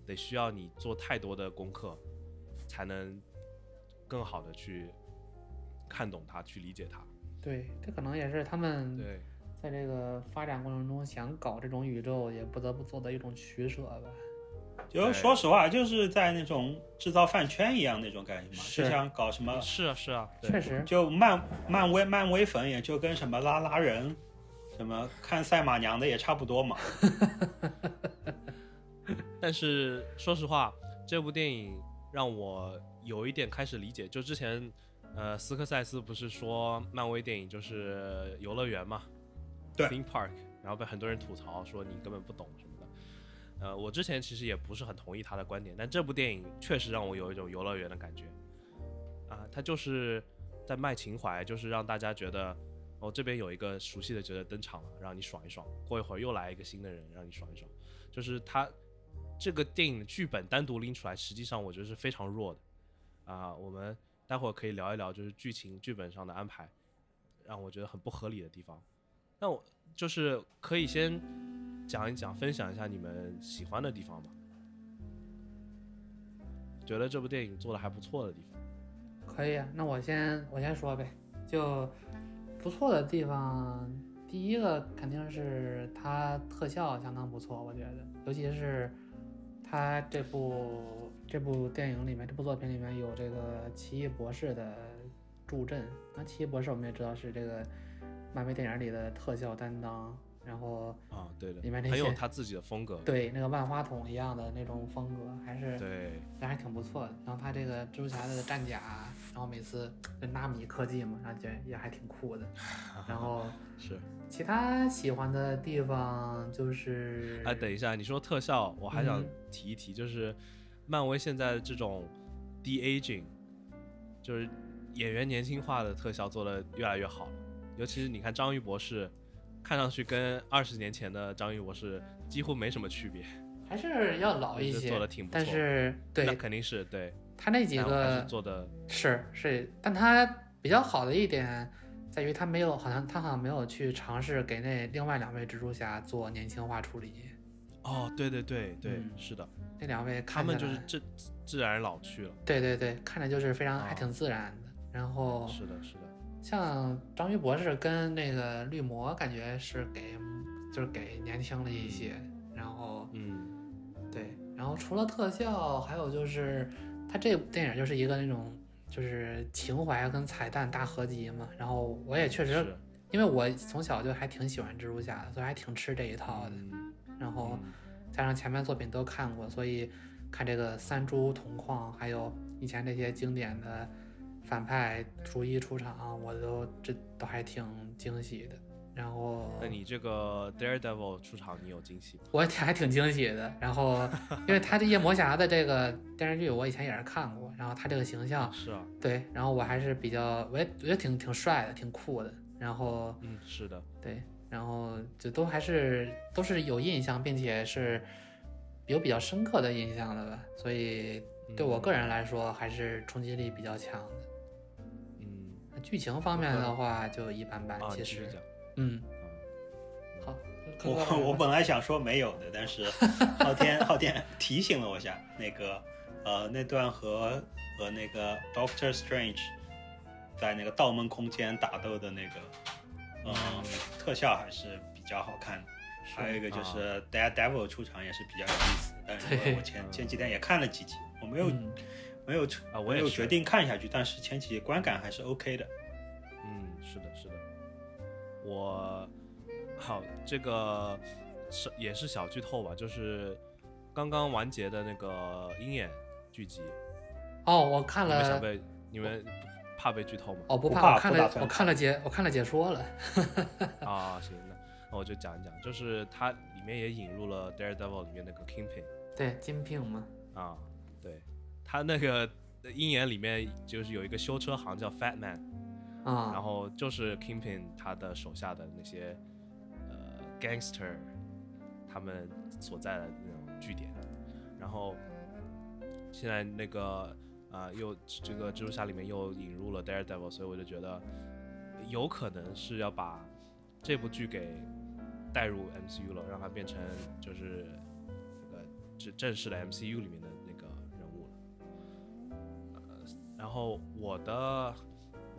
[SPEAKER 1] 得需要你做太多的功课，才能更好的去看懂它，去理解它。
[SPEAKER 2] 对，这可能也是他们
[SPEAKER 1] 对，
[SPEAKER 2] 在这个发展过程中想搞这种宇宙，也不得不做的一种取舍吧。
[SPEAKER 3] 就是说实话，就是在那种制造饭圈一样那种感觉嘛，
[SPEAKER 2] 是
[SPEAKER 3] 就像搞什么，
[SPEAKER 1] 是啊，是啊，对
[SPEAKER 2] 确实，
[SPEAKER 3] 就漫漫威漫威粉也就跟什么拉拉人，什么看赛马娘的也差不多嘛。
[SPEAKER 1] 但是说实话，这部电影让我有一点开始理解，就之前，呃，斯科塞斯不是说漫威电影就是游乐园嘛，
[SPEAKER 3] 对
[SPEAKER 1] t h e m e park，然后被很多人吐槽说你根本不懂什么的。呃，我之前其实也不是很同意他的观点，但这部电影确实让我有一种游乐园的感觉，啊、他就是在卖情怀，就是让大家觉得，哦，这边有一个熟悉的角色登场了，让你爽一爽；过一会儿又来一个新的人，让你爽一爽。就是他这个电影的剧本单独拎出来，实际上我觉得是非常弱的。啊、我们待会儿可以聊一聊，就是剧情剧本上的安排，让我觉得很不合理的地方。那我就是可以先讲一讲，分享一下你们喜欢的地方吧。觉得这部电影做的还不错的地方，
[SPEAKER 2] 可以啊，那我先我先说呗，就不错的地方，第一个肯定是它特效相当不错，我觉得，尤其是它这部这部电影里面，这部作品里面有这个奇异博士的助阵。那奇异博士我们也知道是这个漫威电影里的特效担当，然后
[SPEAKER 1] 啊、对的
[SPEAKER 2] 里面，那
[SPEAKER 1] 很有
[SPEAKER 2] 些
[SPEAKER 1] 他自己的风格，
[SPEAKER 2] 对那个万花筒一样的那种风格，还是
[SPEAKER 1] 对
[SPEAKER 2] 但还挺不错的。然后他这个蜘蛛侠的战甲，啊然后每次就纳米科技嘛，然后觉得也还挺 酷的。然后
[SPEAKER 1] 是。
[SPEAKER 2] 其他喜欢的地方就是，
[SPEAKER 1] 哎，等一下，你说特效，我还想
[SPEAKER 2] 嗯
[SPEAKER 1] 提一提，就是漫威现在这种 de aging，就是演员年轻化的特效做的越来越好了。尤其是你看章鱼博士，看上去跟二十年前的章鱼博士几乎没什么区别。
[SPEAKER 2] 还是要老一
[SPEAKER 1] 我觉
[SPEAKER 2] 些，
[SPEAKER 1] 得做得挺不错
[SPEAKER 2] 但是
[SPEAKER 1] 那
[SPEAKER 2] 对
[SPEAKER 1] 肯定是对。
[SPEAKER 2] 他那几
[SPEAKER 1] 但我还
[SPEAKER 2] 个
[SPEAKER 1] 是做的
[SPEAKER 2] 是是，但它比较好的一点在于他没有，好像他好像没有去尝试给那另外两位蜘蛛侠做年轻化处理，
[SPEAKER 1] 哦，对对对对，
[SPEAKER 3] 嗯
[SPEAKER 1] 是的，
[SPEAKER 2] 那两位
[SPEAKER 1] 他
[SPEAKER 2] 看
[SPEAKER 1] 们
[SPEAKER 2] 起
[SPEAKER 1] 就是
[SPEAKER 2] 来
[SPEAKER 1] 自自然老去了。
[SPEAKER 2] 对对对，看着就是非常还
[SPEAKER 1] 啊
[SPEAKER 2] 挺自然的。然后
[SPEAKER 1] 是的，是的，
[SPEAKER 2] 像章鱼博士跟那个绿魔，感觉是给就是给年轻了一些。然后
[SPEAKER 1] 嗯，
[SPEAKER 2] 对，然后除了特效，还有就是它这部电影就是一个那种就是情怀啊跟彩蛋大合集嘛。然后我也确实，
[SPEAKER 1] 是
[SPEAKER 2] 因为我从小就还挺喜欢蜘蛛侠的，所以还挺吃这一套的。
[SPEAKER 1] 嗯
[SPEAKER 2] 然后
[SPEAKER 1] 嗯
[SPEAKER 2] 加上前面作品都看过，所以看这个三株同框，还有以前这些经典的反派逐一出场，我都这都还挺惊喜的。然后
[SPEAKER 1] 那你这个 Daredevil 出场，你有惊喜吗？
[SPEAKER 2] 我挺还挺惊喜的。然后因为他这夜魔侠的这个电视剧，我以前也是看过，然后他这个形象
[SPEAKER 1] 是啊，
[SPEAKER 2] 对，然后我还是比较，我也我觉得挺挺帅的，挺酷的。然后
[SPEAKER 1] 嗯，是的，
[SPEAKER 2] 对，然后就都还是都是有印象，并且是有比较深刻的印象的吧，所以对我个人来说还是冲击力比较强的。
[SPEAKER 1] 嗯
[SPEAKER 2] 那剧情方面的话就一般般，
[SPEAKER 1] 啊，
[SPEAKER 2] 其
[SPEAKER 1] 你继续
[SPEAKER 2] 实
[SPEAKER 1] 讲嗯
[SPEAKER 2] 嗯
[SPEAKER 1] 啊，
[SPEAKER 2] 好，科科
[SPEAKER 3] 我我本来想说没有的，但是昊天昊天提醒了我一下，那个呃那段和和那个 Doctor Strange 在那个盗梦空间打斗的那个，嗯、特效还是比较好看的。还有一个就
[SPEAKER 1] 啊
[SPEAKER 3] 是 Daredevil 出场也是比较有意思的，但是
[SPEAKER 2] 对
[SPEAKER 3] 我前前几天也看了几集，我没有、
[SPEAKER 2] 嗯
[SPEAKER 3] 没有出
[SPEAKER 1] 啊，我
[SPEAKER 3] 没
[SPEAKER 1] 也
[SPEAKER 3] 有
[SPEAKER 1] 是
[SPEAKER 3] 决，定看下去，但是前几集观感还是 OK 的。
[SPEAKER 1] 嗯，是的，是的，我好，这个是也是小剧透吧，就是刚刚完结的那个鹰眼剧集，
[SPEAKER 2] 哦，我看
[SPEAKER 1] 你们想
[SPEAKER 2] 了，
[SPEAKER 1] 被你们怕被剧透吗？
[SPEAKER 2] 哦不
[SPEAKER 3] 不
[SPEAKER 2] 怕，
[SPEAKER 3] 怕
[SPEAKER 2] 我看
[SPEAKER 3] 不打
[SPEAKER 2] 了
[SPEAKER 3] 算
[SPEAKER 2] 我看了解我看了解说了，
[SPEAKER 1] 啊，行，那那我就讲一讲，就是它里面也引入了 Daredevil 里面那个 Kingpin
[SPEAKER 2] 对金瓶嘛，
[SPEAKER 1] 啊，对，他那个 鹰眼里面就是有一个修车行叫 Fat Man。
[SPEAKER 2] 啊、
[SPEAKER 1] 嗯然后就是 Kingpin 他的手下的那些呃 gangster 他们所在的那种据点，然后现在那个啊又这个蜘蛛侠里面又引入了 Daredevil，所以我就觉得有可能是要把这部剧给带入 MCU 了，让它变成就是那个正正式的 MCU 里面的那个人物了。呃，然后我的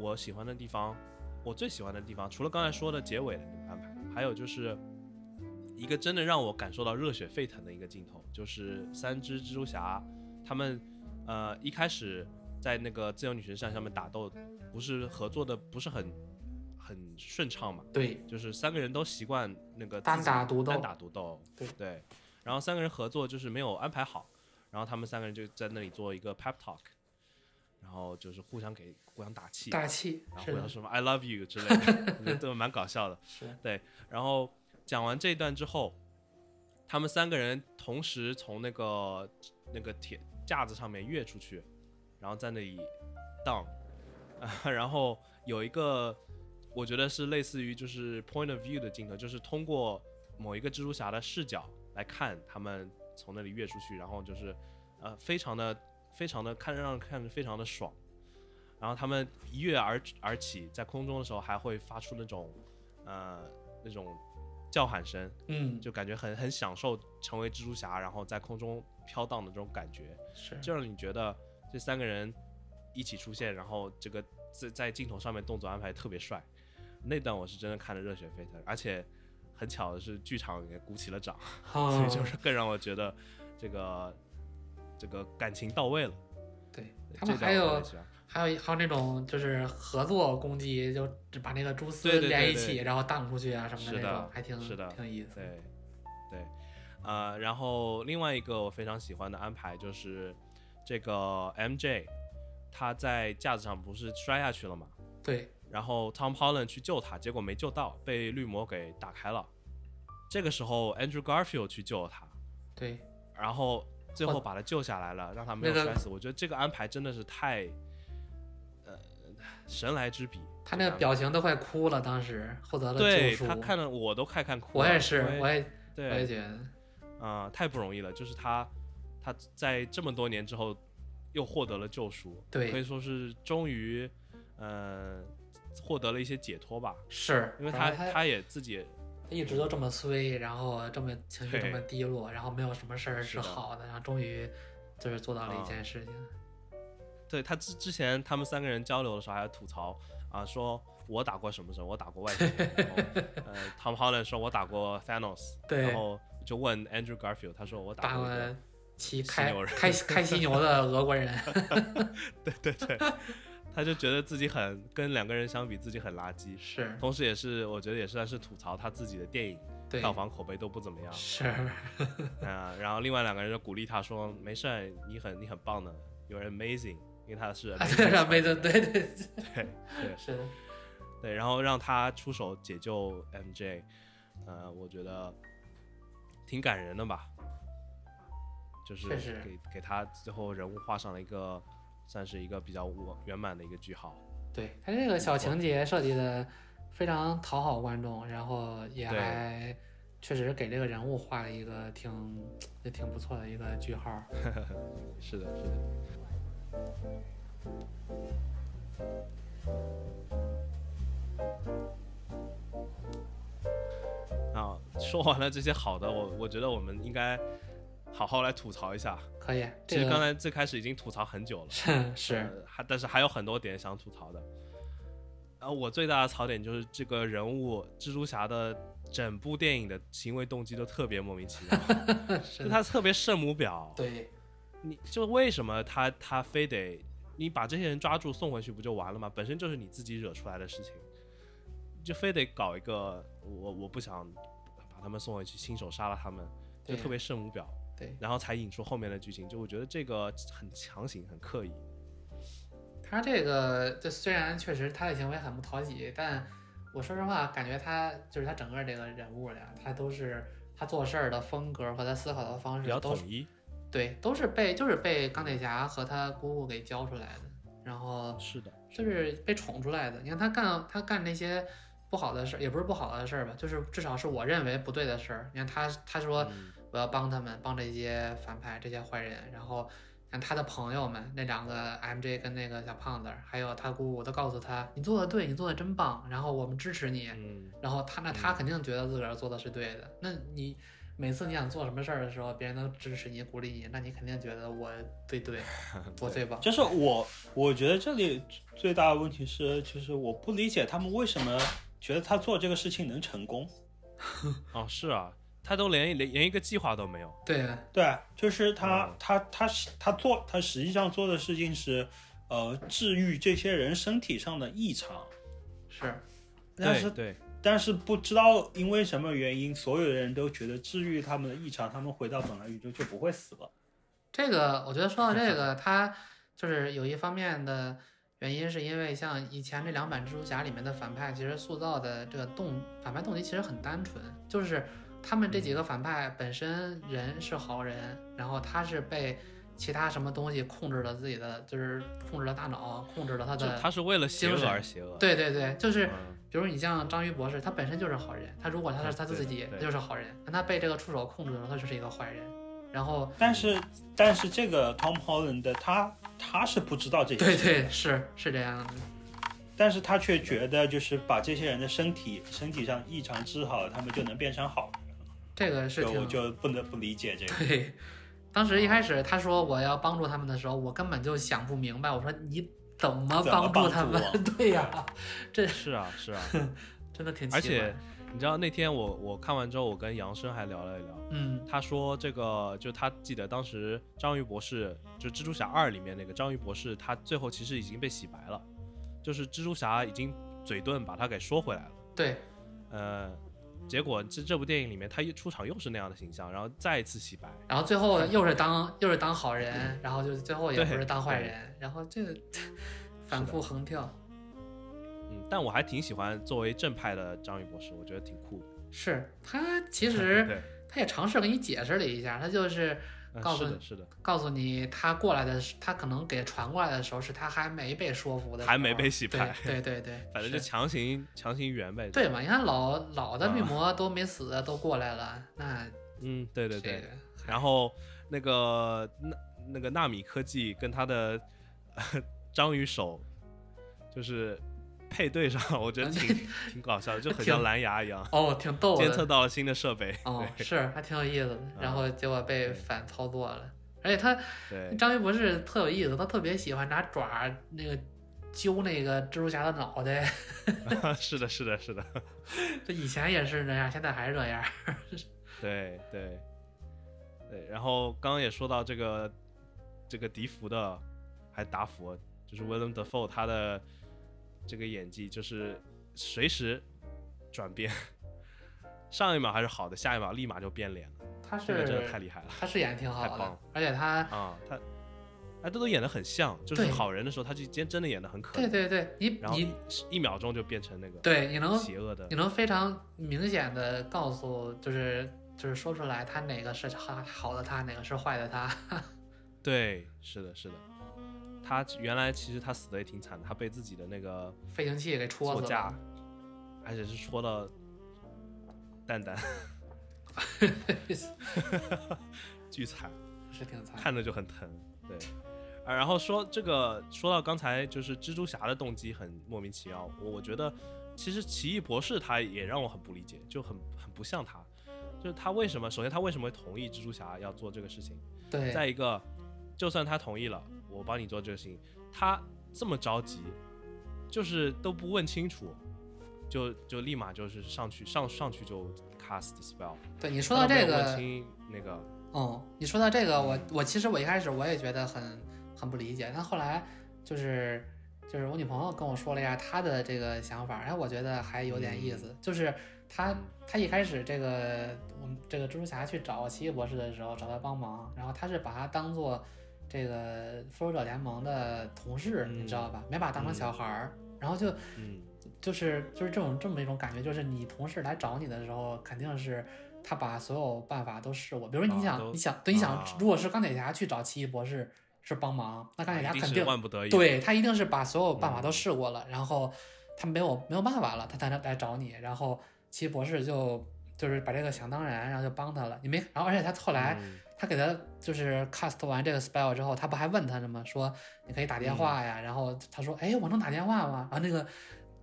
[SPEAKER 1] 我喜欢的地方，我最喜欢的地方，除了刚才说的结尾的那个安排，还有就是一个真的让我感受到热血沸腾的一个镜头，就是三只蜘蛛侠他们呃一开始在那个自由女神像上面打斗，不是合作的不是很很顺畅嘛，
[SPEAKER 2] 对
[SPEAKER 1] 就是三个人都习惯那个自己
[SPEAKER 2] 单打独斗
[SPEAKER 1] 单打独斗，
[SPEAKER 2] 对
[SPEAKER 1] 然后三个人合作就是没有安排好，然后他们三个人就在那里做一个 pep talk，然后就是互相给互相打气，
[SPEAKER 2] 大气
[SPEAKER 1] 然后
[SPEAKER 2] 是
[SPEAKER 1] 互相啊
[SPEAKER 2] 的
[SPEAKER 1] 说什么 I love you 之类 的，我觉得都蛮搞笑的。
[SPEAKER 2] 是
[SPEAKER 1] 然后讲完这一段之后，他们三个人同时从那个那个铁架子上面跃出去，然后在那里荡， 啊，然后有一个我觉得是类似于就是 point of view 的镜头，就是通过某一个蜘蛛侠的视角来看他们从那里跃出去，然后就是呃非常的非常的看让人看着非常的爽。然后他们一跃而而起，在空中的时候还会发出那种，呃，那种叫喊声，
[SPEAKER 2] 嗯
[SPEAKER 1] 就感觉很很享受成为蜘蛛侠，然后在空中飘荡的这种感觉，
[SPEAKER 2] 是
[SPEAKER 1] 就让你觉得这三个人一起出现，然后这个在在镜头上面动作安排特别帅。那段我是真的看得热血沸腾，而且很巧的是剧场也鼓起了掌，所以
[SPEAKER 2] 啊
[SPEAKER 1] 就是更让我觉得这个这个感情到位了。
[SPEAKER 2] 对他
[SPEAKER 1] 这
[SPEAKER 2] 们
[SPEAKER 1] 段
[SPEAKER 2] 还
[SPEAKER 1] 我
[SPEAKER 2] 有
[SPEAKER 1] 很喜欢
[SPEAKER 2] 还有还有那种就是合作攻击，就只把那个蛛丝
[SPEAKER 1] 对对对
[SPEAKER 2] 连一
[SPEAKER 1] 对
[SPEAKER 2] 起，然后荡出去啊什么
[SPEAKER 1] 是
[SPEAKER 2] 那
[SPEAKER 1] 的
[SPEAKER 2] 种，还挺
[SPEAKER 1] 是的
[SPEAKER 2] 挺有意思。
[SPEAKER 1] 对，对，呃，然后另外一个我非常喜欢的安排就是这个 MJ，他在架子上不是摔下去了嘛，
[SPEAKER 2] 对
[SPEAKER 1] 然后 Tom Holland 去救他，结果没救到，被绿魔给打开了。这个时候 Andrew Garfield 去救他，
[SPEAKER 2] 对
[SPEAKER 1] 然后最后
[SPEAKER 2] 哇
[SPEAKER 1] 把他救下来了，让他没有
[SPEAKER 2] 哦那个
[SPEAKER 1] 摔死。我觉得这个安排真的是太，呃，神来之笔。
[SPEAKER 2] 他
[SPEAKER 1] 这
[SPEAKER 2] 那
[SPEAKER 1] 个
[SPEAKER 2] 个
[SPEAKER 1] 安
[SPEAKER 2] 表情都快哭了，当时获得了
[SPEAKER 1] 嗯
[SPEAKER 2] 救
[SPEAKER 1] 对
[SPEAKER 2] 赎。
[SPEAKER 1] 他看了我都快看哭
[SPEAKER 2] 我
[SPEAKER 1] 了。
[SPEAKER 2] 也是，
[SPEAKER 1] 因
[SPEAKER 2] 我
[SPEAKER 1] 为
[SPEAKER 2] 也我
[SPEAKER 1] 对
[SPEAKER 2] 也觉得，
[SPEAKER 1] 啊、太不容易了。就是他，他在这么多年之后又获得了救赎，
[SPEAKER 2] 对
[SPEAKER 1] 可以说是终于，呃，获得了一些解脱吧，
[SPEAKER 2] 是，
[SPEAKER 1] 因为
[SPEAKER 2] 然
[SPEAKER 1] 他
[SPEAKER 2] 后他
[SPEAKER 1] 他也自己也
[SPEAKER 2] 一直都这么衰，然后这么情绪这么
[SPEAKER 1] 对
[SPEAKER 2] 低落，然后没有什么事儿
[SPEAKER 1] 是
[SPEAKER 2] 是
[SPEAKER 1] 的
[SPEAKER 2] 好的，然后终于就是做到了一
[SPEAKER 1] 啊
[SPEAKER 2] 件事情。
[SPEAKER 1] 对他之之前他们三个人交流的时候还吐槽啊，说我打过什么什么，我打过外星人，然后呃，Tom Holland 说我打过 Thanos，
[SPEAKER 2] 对
[SPEAKER 1] 然后就问 Andrew Garfield，他说我打
[SPEAKER 2] 打
[SPEAKER 1] 过一个
[SPEAKER 2] 了骑
[SPEAKER 1] 犀
[SPEAKER 2] 开
[SPEAKER 1] 牛人
[SPEAKER 2] 开开犀牛的俄 国人，
[SPEAKER 1] 对对对，他就觉得自己很跟两个人相比自己很垃圾，
[SPEAKER 2] 是
[SPEAKER 1] 同时也是我觉得也算是吐槽他自己的电影
[SPEAKER 2] 对，
[SPEAKER 1] 票房口碑都不怎么样，
[SPEAKER 2] 是
[SPEAKER 1] 嗯、然后另外两个人就鼓励他说没事儿，你很你很棒的，You're amazing，因为他 是
[SPEAKER 2] 啊对 让妹子对对对
[SPEAKER 1] 对对
[SPEAKER 2] 是的，
[SPEAKER 1] 对，然后让他出手解救 MJ，呃，我觉得挺感人的吧，就是
[SPEAKER 2] 确实
[SPEAKER 1] 给给他最后人物画上了一个算是一个比较完圆满的一个句号。
[SPEAKER 2] 对他这个小情节设计的非常讨好观众，然后也
[SPEAKER 1] 对
[SPEAKER 2] 还确实给这个人物画了一个挺也挺不错的一个句号。
[SPEAKER 1] 是的，是的。啊，说完了这些好的，我我觉得我们应该好好来吐槽一下。
[SPEAKER 2] 可以，
[SPEAKER 1] 其
[SPEAKER 2] 这
[SPEAKER 1] 实
[SPEAKER 2] 个
[SPEAKER 1] 刚才最开始已经吐槽很久了，
[SPEAKER 2] 啊是是
[SPEAKER 1] 呃还但是还有很多点想吐槽的。然后我最大的槽点就是这个人物蜘蛛侠的整部电影的行为动机都特别莫名其妙，
[SPEAKER 2] 是
[SPEAKER 1] 就
[SPEAKER 2] 的，
[SPEAKER 1] 他特别圣母婊，
[SPEAKER 2] 对
[SPEAKER 1] 你就为什么他他非得你把这些人抓住送回去不就完了吗？本身就是你自己惹出来的事情，就非得搞一个我我不想把他们送回去，亲手杀了他们，就
[SPEAKER 2] 对
[SPEAKER 1] 特别圣母婊，
[SPEAKER 2] 对，
[SPEAKER 1] 然后才引出后面的剧情。就我觉得这个很强行，很刻意。
[SPEAKER 2] 他这个这虽然确实他的行为很不讨喜，但我说实话，感觉他就是他整个这个人物呀，他都是他做事儿的风格和他思考的方
[SPEAKER 1] 比
[SPEAKER 2] 式
[SPEAKER 1] 较
[SPEAKER 2] 嗯都
[SPEAKER 1] 统
[SPEAKER 2] 是
[SPEAKER 1] 一，
[SPEAKER 2] 对，都是被就是被钢铁侠和他姑姑给教出来的，然后
[SPEAKER 1] 是的，
[SPEAKER 2] 就是被宠出来的。你看他干他干那些不好的事儿，也不是不好的事儿吧，就是至少是我认为不对的事儿。你看他他说
[SPEAKER 1] 嗯
[SPEAKER 2] 我要帮他们，帮这些反派这些坏人，然后像他的朋友们那两个 MJ 跟那个小胖子儿，还有他姑姑都告诉他你做的对，你做的真棒，然后我们支持你。
[SPEAKER 1] 嗯，
[SPEAKER 2] 然后他那他肯定觉得自个儿做的是对的。那你每次你想做什么事儿的时候，别人都支持你、鼓励你，那你肯定觉得我最 对，我最棒。
[SPEAKER 3] 就是我，我觉得这里最大的问题是，就是我不理解他们为什么觉得他做这个事情能成功。
[SPEAKER 1] 哦，是啊，他都连连连一个计划都没有，
[SPEAKER 2] 对，
[SPEAKER 3] 对，就是他，
[SPEAKER 1] 嗯
[SPEAKER 3] 他，他，他做，他实际上做的事情是，呃，治愈这些人身体上的异常，
[SPEAKER 2] 是
[SPEAKER 3] 但
[SPEAKER 1] 对
[SPEAKER 3] 是，
[SPEAKER 1] 对，
[SPEAKER 3] 但是不知道因为什么原因，所有的人都觉得治愈他们的异常，他们回到本来宇宙就不会死了。
[SPEAKER 2] 这个，我觉得说到这 个，他就是有一方面的原因，是因为像以前这两版蜘蛛侠里面的反派，其实塑造的这个动反派动机其实很单纯，就是他们这几
[SPEAKER 1] 嗯
[SPEAKER 2] 个反派本身人是好人，然后他是被其他什么东西控制了自己的，就是控制了大脑，控制了他
[SPEAKER 1] 就
[SPEAKER 2] 的。
[SPEAKER 1] 他是为了邪
[SPEAKER 2] 精
[SPEAKER 1] 恶
[SPEAKER 2] 神
[SPEAKER 1] 而邪恶，
[SPEAKER 2] 对对对，就是
[SPEAKER 1] 嗯，
[SPEAKER 2] 比如你像章鱼博士，他本身就是好人，他如果他是他自己
[SPEAKER 1] 对对
[SPEAKER 2] 就是好人，但他被这个触手控制了，他就是一个坏人。然后，
[SPEAKER 3] 但是，但是这个 Tom Holland 的他，他是不知道这些
[SPEAKER 2] 对
[SPEAKER 3] 事情的。
[SPEAKER 2] 对是是这样的，
[SPEAKER 3] 但是他却觉得，就是把这些人的身体身体上异常治好，他们就能变成好人。
[SPEAKER 2] 这个是
[SPEAKER 3] 就我
[SPEAKER 2] 挺
[SPEAKER 3] 就不能不理解这个。
[SPEAKER 2] 对，当时
[SPEAKER 1] 嗯
[SPEAKER 2] 一开始他说我要帮助他们的时候，我根本就想不明白，我说你怎么
[SPEAKER 3] 怎么
[SPEAKER 2] 帮助他
[SPEAKER 3] 帮助
[SPEAKER 2] 们？ 对呀、这
[SPEAKER 1] 是啊是啊，
[SPEAKER 2] 真的挺奇怪。
[SPEAKER 1] 而且你知道那天我我看完之后，我跟杨生还聊了一聊，
[SPEAKER 2] 嗯，
[SPEAKER 1] 他说这个就他记得当时章鱼博士就蜘蛛侠二里面那个章鱼博士，他最后其实已经被洗白了，就是蜘蛛侠已经嘴遁把他给说回来了，
[SPEAKER 2] 对
[SPEAKER 1] 呃，结果这这部电影里面他一出场又是那样的形象，然后再一次洗白，
[SPEAKER 2] 然后最后又是当又是当好人，然后就是最后也
[SPEAKER 1] 对
[SPEAKER 2] 不是当坏
[SPEAKER 1] 对
[SPEAKER 2] 人，然后这个反复横跳。
[SPEAKER 1] 嗯，但我还挺喜欢作为正派的章鱼博士，我觉得挺酷的，
[SPEAKER 2] 是他 其实
[SPEAKER 1] 对，
[SPEAKER 2] 他也尝试给你解释了一下，他就是
[SPEAKER 1] 嗯
[SPEAKER 2] 告诉
[SPEAKER 1] 是
[SPEAKER 2] 你
[SPEAKER 1] 的是的，
[SPEAKER 2] 告诉你他过来的时，他可能给传过来的时候是他还没被说服的时候，
[SPEAKER 1] 还没被洗白
[SPEAKER 2] 对对对对，
[SPEAKER 1] 反正
[SPEAKER 2] 是
[SPEAKER 1] 就强行强行圆呗，
[SPEAKER 2] 对嘛？你看老老的
[SPEAKER 1] 啊
[SPEAKER 2] 绿魔都没死，都过来了，那
[SPEAKER 1] 嗯，对对
[SPEAKER 2] 这
[SPEAKER 1] 对
[SPEAKER 2] 个。
[SPEAKER 1] 然后那个那那 个纳米科技跟他的、呃章鱼手，就是配对上，我觉 得挺挺搞笑的，就很像
[SPEAKER 2] 挺
[SPEAKER 1] 蓝牙一样，
[SPEAKER 2] 哦，挺逗的。
[SPEAKER 1] 监测到了新的设备。
[SPEAKER 2] 哦，是，还挺有意思的。然
[SPEAKER 1] 啊
[SPEAKER 2] 后结果被
[SPEAKER 1] 对
[SPEAKER 2] 反操作了，而且他
[SPEAKER 1] 对，
[SPEAKER 2] 章鱼博士特有意思，他特别喜欢拿爪儿那个揪那个蜘蛛侠的脑袋。
[SPEAKER 1] 是的，是的，是的，
[SPEAKER 2] 这以前也是那样，现在还是这样。
[SPEAKER 1] 对对对。然后刚刚也说到这个这个迪福的，还达佛，就是 William Defoe 他的这个演技就是随时转变， 上一秒还是好的，下一秒立马就变脸了，
[SPEAKER 2] 他
[SPEAKER 1] 这个真的
[SPEAKER 2] 是
[SPEAKER 1] 太厉害了
[SPEAKER 2] 他是演得挺好
[SPEAKER 1] 太棒
[SPEAKER 2] 的
[SPEAKER 1] 了，
[SPEAKER 2] 而且他
[SPEAKER 1] 啊！他哎，都都演得很像，就是
[SPEAKER 2] 对
[SPEAKER 1] 好人的时候，他就真真的演得很可
[SPEAKER 2] 对
[SPEAKER 1] 怜，
[SPEAKER 2] 对对，你
[SPEAKER 1] 然后一
[SPEAKER 2] 你
[SPEAKER 1] 一秒钟就变成那个
[SPEAKER 2] 对哦你能
[SPEAKER 1] 邪恶的
[SPEAKER 2] 你，能非常明显的告诉，就是就是说出来他哪个是好好的他，哪个是坏的他。
[SPEAKER 1] 对，是的，是的。他原来其实他死的也挺惨的，他被自己的那个
[SPEAKER 2] 飞行器给戳
[SPEAKER 1] 座
[SPEAKER 2] 死
[SPEAKER 1] 驾
[SPEAKER 2] 了，，
[SPEAKER 1] 而且是戳到蛋 蛋，巨惨，
[SPEAKER 2] 是挺惨。
[SPEAKER 1] 看着就很疼。对，啊，然后说这个，说到刚才就是蜘蛛侠的动机很莫名其妙，我我觉得其实奇异博士他也让我很不理解，就很很不像他，就是他为什么？首先他为什么会同意蜘蛛侠要做这个事情？
[SPEAKER 2] 对，
[SPEAKER 1] 再一个，就算他同意了，我帮你做这个事情，他这么着急，就是都不问清楚，就就立马就是上去上上去就 cast spell。
[SPEAKER 2] 对你说到这
[SPEAKER 1] 他都没有
[SPEAKER 2] 个
[SPEAKER 1] 问，清那个，
[SPEAKER 2] 哦，你说到这个，我我其实我一开始我也觉得很很不理解，但后来就是就是我女朋友跟我说了一下她的这个想法，哎然后我觉得还有点意思，就是她她一开始这个我们这个蜘蛛侠去找奇异博士的时候找他帮忙，然后他是把他当做这个复仇者联盟的同事，你知道吧？没把他当成小孩儿，然后就
[SPEAKER 1] 嗯，
[SPEAKER 2] 就是就是这种这么一种感觉，就是你同事来找你的时候，肯定是他把所有办法都试过。比如说你
[SPEAKER 1] 啊
[SPEAKER 2] 想、
[SPEAKER 1] 都
[SPEAKER 2] 你想对你想
[SPEAKER 1] 啊，
[SPEAKER 2] 如果是钢铁侠去找奇异博士是帮忙，那钢铁
[SPEAKER 1] 啊一
[SPEAKER 2] 侠
[SPEAKER 1] 定
[SPEAKER 2] 哎肯
[SPEAKER 1] 是
[SPEAKER 2] 定
[SPEAKER 1] 万不得已。
[SPEAKER 2] 对他一定是把所有办法都
[SPEAKER 1] 嗯
[SPEAKER 2] 试过了，然后他没有没有办法了，他才能来找你。然后奇异博士就就是把这个想当然，然后就帮他了。你没，然后而且他后来、
[SPEAKER 1] 嗯
[SPEAKER 2] 他给他就是 cast 完这个 spell 之后，他不还问他呢吗？说你可以打电话呀。然后他说，哎，我能打电话吗？然后那个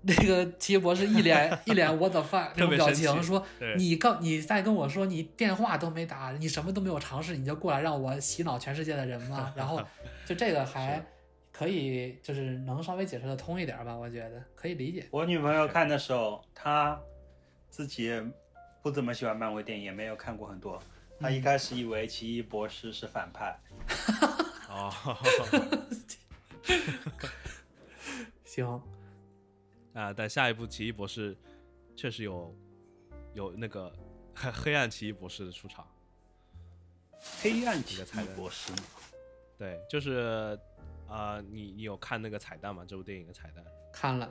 [SPEAKER 2] 那个奇异博士一脸一脸我的 fuck
[SPEAKER 1] 特
[SPEAKER 2] 那种
[SPEAKER 1] 别
[SPEAKER 2] 表
[SPEAKER 1] 生气
[SPEAKER 2] 情，说
[SPEAKER 1] 对
[SPEAKER 2] 你告你在跟我说你电话都没打，你什么都没有尝试，你就过来让我洗脑全世界的人吗？然后就这个还可以，就是能稍微解释的通一点吧，我觉得可以理解。
[SPEAKER 3] 我女朋友看的时候，她自己不怎么喜欢漫威电影，也没有看过很多。她一开始以为奇异博士是反派，
[SPEAKER 1] 哦，
[SPEAKER 2] 行，
[SPEAKER 1] 啊，但下一部奇异博士确实有有那个黑暗奇异博士的出场。
[SPEAKER 3] 黑暗奇
[SPEAKER 1] 这个
[SPEAKER 3] 异
[SPEAKER 1] 才能
[SPEAKER 3] 博士嘛。
[SPEAKER 1] 对，就是呃，你你有看那个彩蛋吗？这部电影的彩蛋，
[SPEAKER 2] 看了，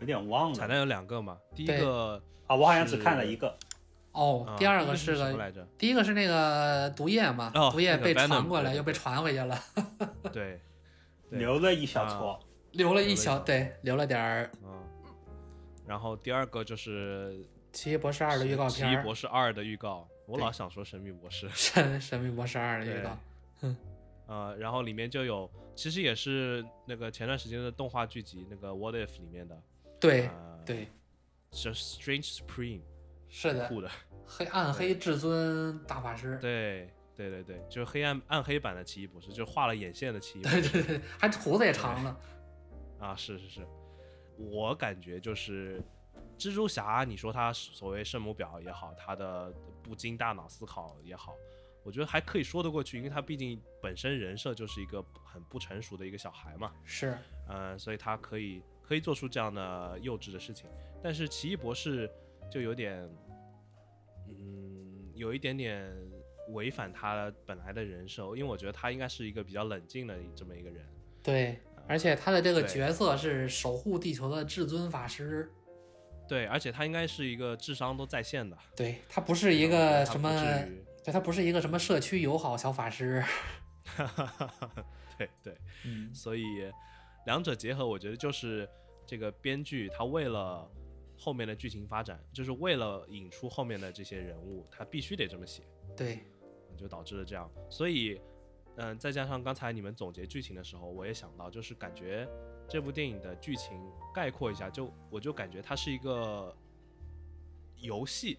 [SPEAKER 3] 有点忘
[SPEAKER 1] 彩
[SPEAKER 3] 了
[SPEAKER 1] 蛋有两个嘛，第一
[SPEAKER 2] 对
[SPEAKER 1] 个
[SPEAKER 3] 啊，我好像只看了一个。
[SPEAKER 2] 哦
[SPEAKER 1] 啊，
[SPEAKER 2] 第二
[SPEAKER 1] 一
[SPEAKER 2] 个是
[SPEAKER 1] 什么
[SPEAKER 2] 个
[SPEAKER 1] 来着？
[SPEAKER 2] 第一个是那个毒液嘛，
[SPEAKER 1] 哦
[SPEAKER 2] 毒液
[SPEAKER 1] 那个
[SPEAKER 2] 被
[SPEAKER 1] Venom，
[SPEAKER 2] 传过来
[SPEAKER 1] 对
[SPEAKER 2] 又被传回去了，
[SPEAKER 1] 对，对
[SPEAKER 3] 留了一小撮，
[SPEAKER 2] 留了
[SPEAKER 1] 留
[SPEAKER 2] 一
[SPEAKER 1] 了一小
[SPEAKER 2] 小对，留了点儿《
[SPEAKER 1] 嗯。然后第二个就是
[SPEAKER 2] 奇异博士二》的预告
[SPEAKER 1] 奇
[SPEAKER 2] 片
[SPEAKER 1] 异
[SPEAKER 2] 儿，
[SPEAKER 1] 博士二》的预告，我
[SPEAKER 2] 对
[SPEAKER 1] 老想说《神秘博士》
[SPEAKER 2] 神神秘博士二》的预
[SPEAKER 1] 对
[SPEAKER 2] 告，
[SPEAKER 1] 呃，然后里面就有，其实也是那个前段时间的动画剧集那个《What If》里面的，
[SPEAKER 2] 对
[SPEAKER 1] 呃，
[SPEAKER 2] 对，
[SPEAKER 1] 是 Strange Supreme，
[SPEAKER 2] 是的，
[SPEAKER 1] 酷的，
[SPEAKER 2] 黑暗黑至尊大法师，
[SPEAKER 1] 对对对对，就是黑暗暗黑版的奇异博士，就画了眼线的奇异博
[SPEAKER 2] 对
[SPEAKER 1] 士
[SPEAKER 2] 对对，还胡子也长了，
[SPEAKER 1] 啊，是是是，我感觉就是蜘蛛侠，你说他所谓圣母婊也好，他的不经大脑思考也好，我觉得还可以说得过去，因为他毕竟本身人设就是一个很不成熟的一个小孩嘛，
[SPEAKER 2] 是
[SPEAKER 1] 呃，所以他可以可以做出这样的幼稚的事情。但是奇异博士就有点，嗯，有一点点违反他本来的人设，因为我觉得他应该是一个比较冷静的这么一个人。
[SPEAKER 2] 对，而且他的这个
[SPEAKER 1] 啊对
[SPEAKER 2] 角色是守护地球的至尊法师，
[SPEAKER 1] 对，而且他应该是一个智商都在线的，
[SPEAKER 2] 对他不是一
[SPEAKER 1] 然
[SPEAKER 2] 个
[SPEAKER 1] 后他
[SPEAKER 2] 什
[SPEAKER 1] 不
[SPEAKER 2] 么，
[SPEAKER 1] 至于
[SPEAKER 2] 对他不是一个什么社区友好小法师，
[SPEAKER 1] 对对，
[SPEAKER 2] 嗯，
[SPEAKER 1] 所以两者结合，我觉得就是这个编剧他为了后面的剧情发展，就是为了引出后面的这些人物，他必须得这么写，
[SPEAKER 2] 对，
[SPEAKER 1] 就导致了这样。所以嗯、再加上刚才你们总结剧情的时候，我也想到，就是感觉这部电影的剧情概括一下，就我就感觉它是一个游戏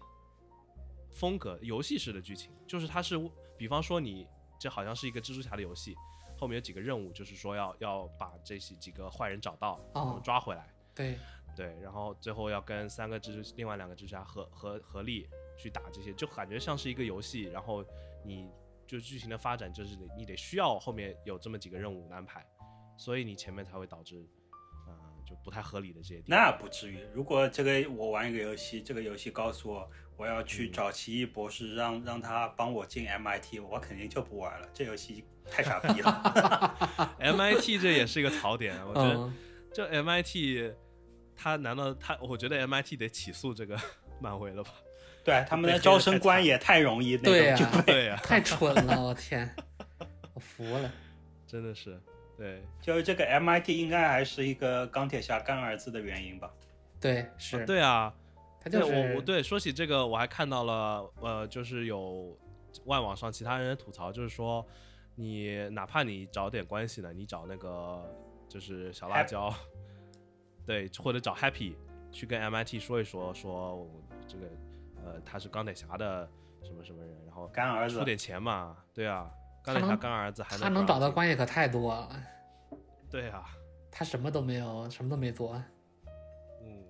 [SPEAKER 1] 风格、游戏式的剧情，就是它是，比方说你这好像是一个蜘蛛侠的游戏，后面有几个任务，就是说要要把这些几个坏人找到，然后
[SPEAKER 2] 哦
[SPEAKER 1] 抓回来。
[SPEAKER 2] 对，
[SPEAKER 1] 对，然后最后要跟三个蜘蛛，另外两个蜘蛛侠合合合力去打这些，就感觉像是一个游戏。然后你就剧情的发展，就是得你得需要后面有这么几个任务安排，所以你前面才会导致，呃，就不太合理的这些地方。
[SPEAKER 3] 那不至于。如果这个我玩一个游戏，这个游戏告诉我我要去找奇异博士，让让他帮我进 MIT，我肯定就不玩了。这游戏太傻逼了。
[SPEAKER 1] MIT 这也是一个槽点，啊我觉得
[SPEAKER 2] 嗯，
[SPEAKER 1] 就 MIT，他难道他？我觉得 MIT 得起诉这个 漫威了吧？
[SPEAKER 3] 对他们的招生官也太容易，那
[SPEAKER 2] 对呀
[SPEAKER 3] 种就
[SPEAKER 1] 对呀、
[SPEAKER 2] 太蠢了，我天， 我服了。
[SPEAKER 1] 真的是，对，
[SPEAKER 3] 就是这个 MIT 应该还是一个钢铁侠干儿子的原因吧？
[SPEAKER 2] 对，是，
[SPEAKER 1] 对啊，
[SPEAKER 2] 他
[SPEAKER 1] 对
[SPEAKER 2] 就
[SPEAKER 1] 我
[SPEAKER 2] 是
[SPEAKER 1] 我对说起这个，我还看到了，呃，就是有外网上其他人的吐槽，就是说你哪怕你找点关系呢，你找那个就是小辣
[SPEAKER 3] Happy
[SPEAKER 1] 椒， 对，或者找 Happy 去跟 MIT 说一说，说我这个呃他是钢铁侠的什么什么人，然后
[SPEAKER 3] 干儿子
[SPEAKER 1] 出点钱嘛，对啊，钢
[SPEAKER 2] 他
[SPEAKER 1] 铁侠
[SPEAKER 2] 能
[SPEAKER 1] 干儿子还
[SPEAKER 2] 他
[SPEAKER 1] 不
[SPEAKER 2] 能
[SPEAKER 1] 让
[SPEAKER 2] 找到
[SPEAKER 1] 进，
[SPEAKER 2] 关系可太多了，
[SPEAKER 1] 对啊，
[SPEAKER 2] 他什么都没有，什么都没做。
[SPEAKER 1] 嗯，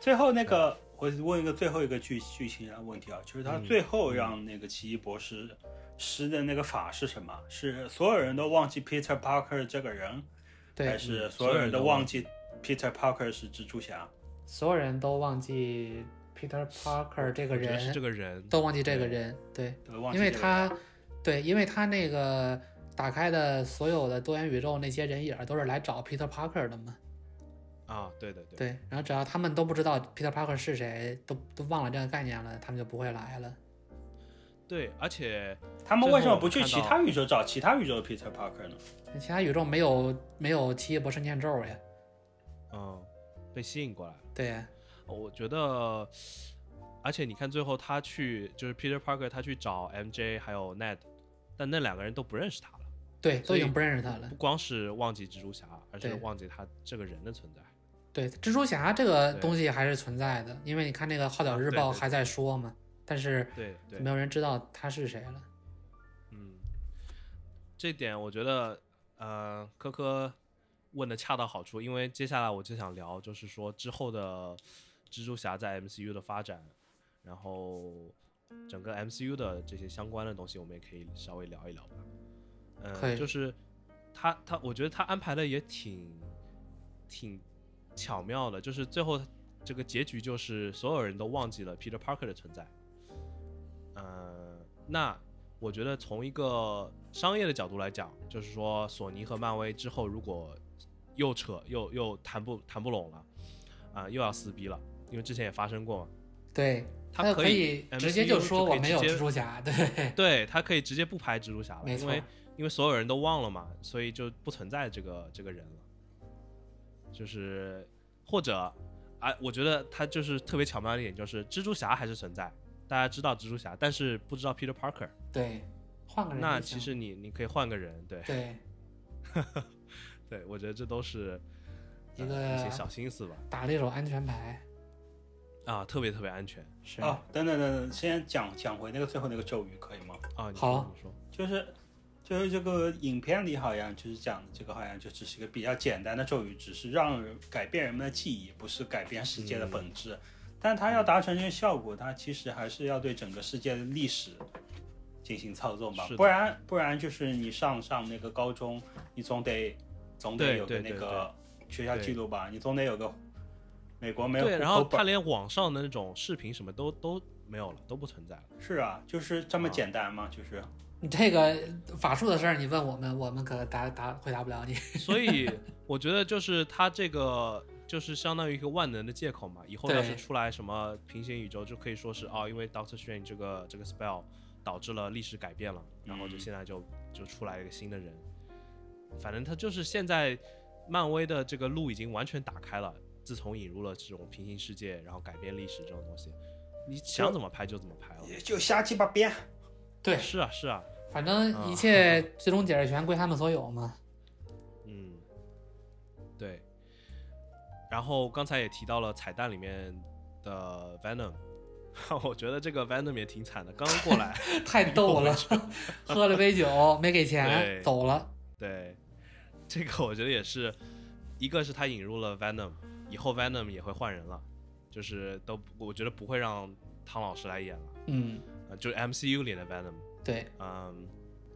[SPEAKER 3] 最后那个，我问一个最后一个剧剧情的问题啊，就是他
[SPEAKER 1] 嗯
[SPEAKER 3] 最后让那个奇异博士施的那个法是什么？是所有人都忘记 Peter Parker 这个人，还
[SPEAKER 2] 对，
[SPEAKER 3] 是
[SPEAKER 1] 嗯
[SPEAKER 3] 所有人都忘记 Peter Parker 是蜘蛛侠？
[SPEAKER 2] 所有人都忘记 Peter Parker 这个
[SPEAKER 1] 我觉得
[SPEAKER 2] 人，
[SPEAKER 1] 是这个人
[SPEAKER 2] 都忘记这个
[SPEAKER 1] 对
[SPEAKER 2] 人。对，
[SPEAKER 3] 都忘记
[SPEAKER 2] 因为
[SPEAKER 3] 这个人
[SPEAKER 2] 他，对，因为他那个打开的所有的多元宇宙那些人影儿都是来找 Peter Parker 的嘛。
[SPEAKER 1] 啊，对对对，
[SPEAKER 2] 对，然后只要他们都不知道 Peter Parker 是谁，都都忘了这个概念了，他们就不会来了。
[SPEAKER 1] 对，而且
[SPEAKER 3] 他们为什么不
[SPEAKER 1] 最
[SPEAKER 3] 去
[SPEAKER 1] 后
[SPEAKER 3] 其
[SPEAKER 1] 我看到
[SPEAKER 3] 他宇宙找其他宇宙的 Peter Parker 呢？
[SPEAKER 2] 其他宇宙没有没有奇异博士念咒呀。
[SPEAKER 1] 嗯被吸引过来了。
[SPEAKER 2] 对呀，
[SPEAKER 1] 我觉得，而且你看，最后他去就是 Peter Parker，他去找 MJ 还有 Ned，但那两个人都不认识他了，
[SPEAKER 2] 对，
[SPEAKER 1] 所
[SPEAKER 2] 都
[SPEAKER 1] 以
[SPEAKER 2] 已经不认识他了
[SPEAKER 1] 不。光是忘记蜘蛛侠，而是
[SPEAKER 2] 对
[SPEAKER 1] 忘记他这个人的存在。
[SPEAKER 2] 对，蜘蛛侠这个
[SPEAKER 1] 对
[SPEAKER 2] 东西还是存在的，因为你看那个《号角日
[SPEAKER 1] 对
[SPEAKER 2] 报》
[SPEAKER 1] 对
[SPEAKER 2] 还在说嘛，但是
[SPEAKER 1] 对对，
[SPEAKER 2] 没有人知道他是谁了。
[SPEAKER 1] 嗯，这点我觉得，呃，科科问的恰到好处，因为接下来我就想聊，就是说之后的蜘蛛侠在 MCU 的发展，然后整个 MCU 的这些相关的东西，我们也可以稍微聊一聊吧。嗯、
[SPEAKER 2] 可以
[SPEAKER 1] 就是他他，我觉得他安排的也挺挺巧妙的，就是最后这个结局就是所有人都忘记了 Peter Parker 的存在。呃，那我觉得从一个商业的角度来讲，就是说索尼和漫威之后如果又扯又又谈不谈不拢了，啊、又要撕逼了，因为之前也发生过嘛。
[SPEAKER 2] 对，
[SPEAKER 1] 他
[SPEAKER 2] 就
[SPEAKER 1] 可
[SPEAKER 2] 可
[SPEAKER 1] 以
[SPEAKER 2] 直接就说我没有蜘
[SPEAKER 1] 蛛，
[SPEAKER 2] 蛛侠。对，
[SPEAKER 1] 对他可以直接不拍蜘蛛侠了，
[SPEAKER 2] 没
[SPEAKER 1] 因
[SPEAKER 2] 错
[SPEAKER 1] 为。因为所有人都忘了嘛，所以就不存在这个这个人了。就是或者啊，我觉得他就是特别巧妙的一点，就是蜘蛛侠还是存在，大家知道蜘蛛侠，但是不知道 Peter Parker。
[SPEAKER 2] 对，换个人就行。
[SPEAKER 1] 那其实你你可以换个人，对
[SPEAKER 2] 对
[SPEAKER 1] 对，我觉得这都是
[SPEAKER 2] 一
[SPEAKER 1] 呃一些
[SPEAKER 2] 个
[SPEAKER 1] 小心思吧，
[SPEAKER 2] 打了一手安全牌，
[SPEAKER 1] 啊，特别特别安全
[SPEAKER 2] 是
[SPEAKER 3] 哦，等等等等，先讲讲回那个最后那个咒语可以吗？
[SPEAKER 1] 啊。你
[SPEAKER 2] 好
[SPEAKER 1] 说
[SPEAKER 2] 啊
[SPEAKER 1] 你说，
[SPEAKER 3] 就是就是这个影片里好像就是讲这个好像就只是一个比较简单的咒语，只是让人改变人们的记忆，不是改变世界的本质。
[SPEAKER 1] 嗯
[SPEAKER 3] 但它要达成这个效果，它其实还是要对整个世界的历史进行操纵吧
[SPEAKER 1] 是，的
[SPEAKER 3] 不然不然就是你上上那个高中，你总得总得
[SPEAKER 1] 对
[SPEAKER 3] 有个
[SPEAKER 1] 对
[SPEAKER 3] 那
[SPEAKER 1] 对
[SPEAKER 3] 个学校
[SPEAKER 1] 对
[SPEAKER 3] 记录吧，你总得有个美国没有
[SPEAKER 1] 对，然
[SPEAKER 3] 户
[SPEAKER 1] 后
[SPEAKER 3] 口本
[SPEAKER 1] 他连网上的那种视频什么都都没有了，都不存在了。
[SPEAKER 3] 是啊，就是这么
[SPEAKER 1] 啊
[SPEAKER 3] 简单嘛，就是。
[SPEAKER 2] 你这个法术的事儿，你问我们，我们可答答回答不了你。
[SPEAKER 1] 所以我觉得就是他这个就是相当于一个万能的借口嘛。以后
[SPEAKER 2] 对
[SPEAKER 1] 要是出来什么平行宇宙，就可以说是哦，因为 Doctor Strange 这个这个 spell 导致了历史改变了，然后就
[SPEAKER 3] 嗯
[SPEAKER 1] 现在就就出来一个新的人。反正他就是现在漫威的这个路已经完全打开了，自从引入了这种平行世界，然后改变历史这种东西，你想怎么拍就怎么拍了。
[SPEAKER 3] 就瞎鸡巴编，
[SPEAKER 2] 对，
[SPEAKER 1] 是啊是啊，
[SPEAKER 2] 反正一 切最终解释权归他们所有嘛。
[SPEAKER 1] 嗯，对。然后刚才也提到了彩蛋里面的 Venom，我觉得这个 Venom 也挺惨的，刚过来
[SPEAKER 2] 太 逗了，喝了杯酒没给钱
[SPEAKER 1] 对
[SPEAKER 2] 走了，
[SPEAKER 1] 对，这个我觉得也是，一个是他引入了 Venom，以后 Venom 也会换人了，就是都不我觉得不会让汤老师来演了，
[SPEAKER 2] 嗯，
[SPEAKER 1] 呃，就是 MCU 里的 Venom，
[SPEAKER 2] 对，
[SPEAKER 1] 嗯，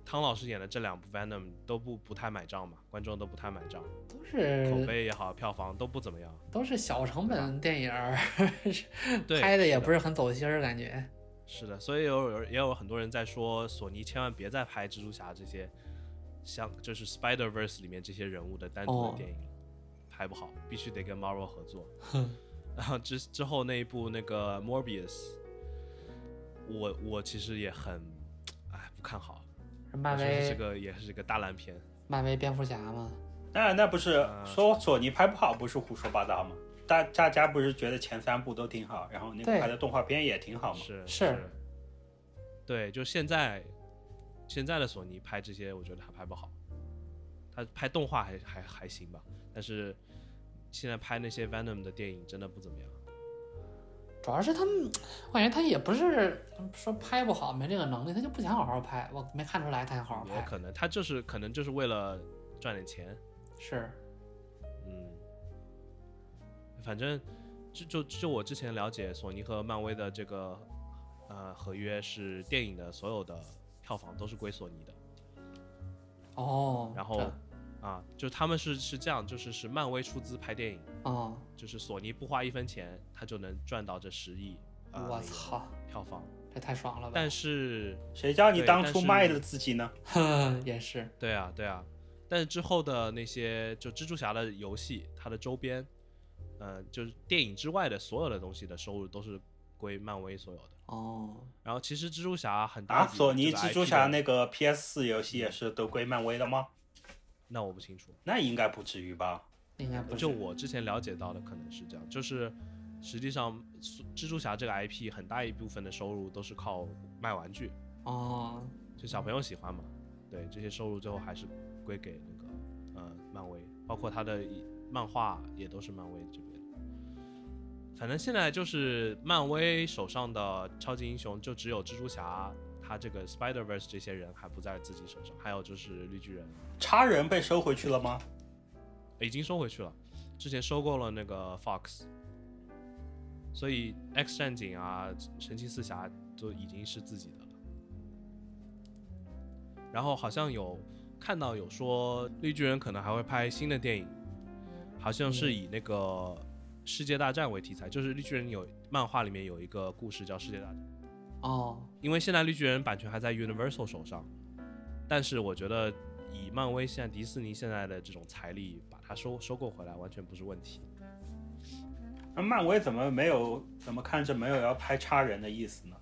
[SPEAKER 1] 汤老师演的这两部 Venom 都不不太买账嘛，观众都不太买账，
[SPEAKER 2] 都
[SPEAKER 1] 口
[SPEAKER 2] 是
[SPEAKER 1] 碑也好，票房都不怎么样。
[SPEAKER 2] 都是小成本电影 儿，
[SPEAKER 1] 啊对，
[SPEAKER 2] 拍的也
[SPEAKER 1] 是
[SPEAKER 2] 不是很走心儿，感觉。
[SPEAKER 1] 是的，所以有有也有很多人在说，索尼千万别再拍蜘蛛侠这些像就是 Spider Verse 里面这些人物的单独
[SPEAKER 2] 哦
[SPEAKER 1] 的电影了，拍不好，必须得跟 Marvel 合作。
[SPEAKER 2] 哼，
[SPEAKER 1] 然后之之后那一部那个 Morbius，我我其实也很哎不看好，
[SPEAKER 2] 漫
[SPEAKER 1] 我觉得这
[SPEAKER 2] 威
[SPEAKER 1] 个也是个大烂片。
[SPEAKER 2] 漫威蝙蝠侠嘛，
[SPEAKER 3] 那那不是
[SPEAKER 1] 呃
[SPEAKER 3] 说索尼拍不好，不是胡说八道吗？大大家不是觉得前三部都挺好，然后那
[SPEAKER 2] 对
[SPEAKER 3] 个拍的动画片也挺好吗？
[SPEAKER 1] 是
[SPEAKER 2] 是
[SPEAKER 1] 对，就现在现在的索尼拍这些，我觉得还拍不好。他拍动画还还还行吧，但是现在拍那些 Venom 的电影真的不怎么样。
[SPEAKER 2] 主要是他们，我感觉他也不是说拍不好，没这个能力，他就不想好好拍。我没看出来他想好好
[SPEAKER 1] 也
[SPEAKER 2] 拍，
[SPEAKER 1] 可能他就是可能就是为了赚点钱，
[SPEAKER 2] 是，
[SPEAKER 1] 嗯，反正就就就我之前了解，索尼和漫威的这个呃合约是电影的所有的票房都是归索尼的，
[SPEAKER 2] 哦，
[SPEAKER 1] 然后啊，就他们是是这样，就是是漫威出资拍电影。
[SPEAKER 2] 这，哦，
[SPEAKER 1] 就是索尼不花一分钱，他就能赚到这十亿。呃
[SPEAKER 2] 我
[SPEAKER 1] 美元
[SPEAKER 2] 操，
[SPEAKER 1] 票房，
[SPEAKER 2] 这太爽了吧！
[SPEAKER 1] 但是
[SPEAKER 3] 谁叫你
[SPEAKER 1] 对
[SPEAKER 3] 当
[SPEAKER 1] 但
[SPEAKER 3] 初
[SPEAKER 1] 是
[SPEAKER 3] 卖了自己呢？
[SPEAKER 2] 哼，也是，
[SPEAKER 1] 对啊对啊，但是之后的那些就蜘蛛侠的游戏，它的周边，呃，就是电影之外的所有的东西的收入都是归漫威所有的。
[SPEAKER 2] 哦，
[SPEAKER 1] 然后其实蜘蛛侠很大一
[SPEAKER 3] 啊，
[SPEAKER 1] 部分
[SPEAKER 3] 索尼
[SPEAKER 1] 这个
[SPEAKER 3] 蜘蛛
[SPEAKER 1] IP
[SPEAKER 3] 侠
[SPEAKER 1] 的
[SPEAKER 3] 那个 PS 4游戏也是都归漫威的吗？
[SPEAKER 1] 那我不清楚，
[SPEAKER 3] 那应该不至于吧？
[SPEAKER 2] 应该不是
[SPEAKER 1] 就我之前了解到的可能是这样，就是实际上蜘蛛侠这个 IP 很大一部分的收入都是靠卖玩具，
[SPEAKER 2] 哦，
[SPEAKER 1] 就小朋友喜欢嘛，对，这些收入最后还是归给那个呃漫威，包括他的一漫画也都是漫威这边的。反正现在就是漫威手上的超级英雄就只有蜘蛛侠，他这个 Spider Verse 这些人还不在自己手上，还有就是绿巨人
[SPEAKER 3] 叉人被收回去了吗？
[SPEAKER 1] 已经收回去了，之前收购了那个 Fox，所以 X 战警啊、神奇四侠都已经是自己的了。然后好像有看到有说绿巨人可能还会拍新的电影，好像是以那个世界大战为题材，就是绿巨人有漫画里面有一个故事叫世界大战，
[SPEAKER 2] 哦，
[SPEAKER 1] 因为现在绿巨人版权还在 Universal 手上，但是我觉得以漫威现在迪士尼现在的这种财力，把它收收购回来完全不是问题。
[SPEAKER 3] 那漫威怎么没有怎么看着没有要拍叉人的意思呢？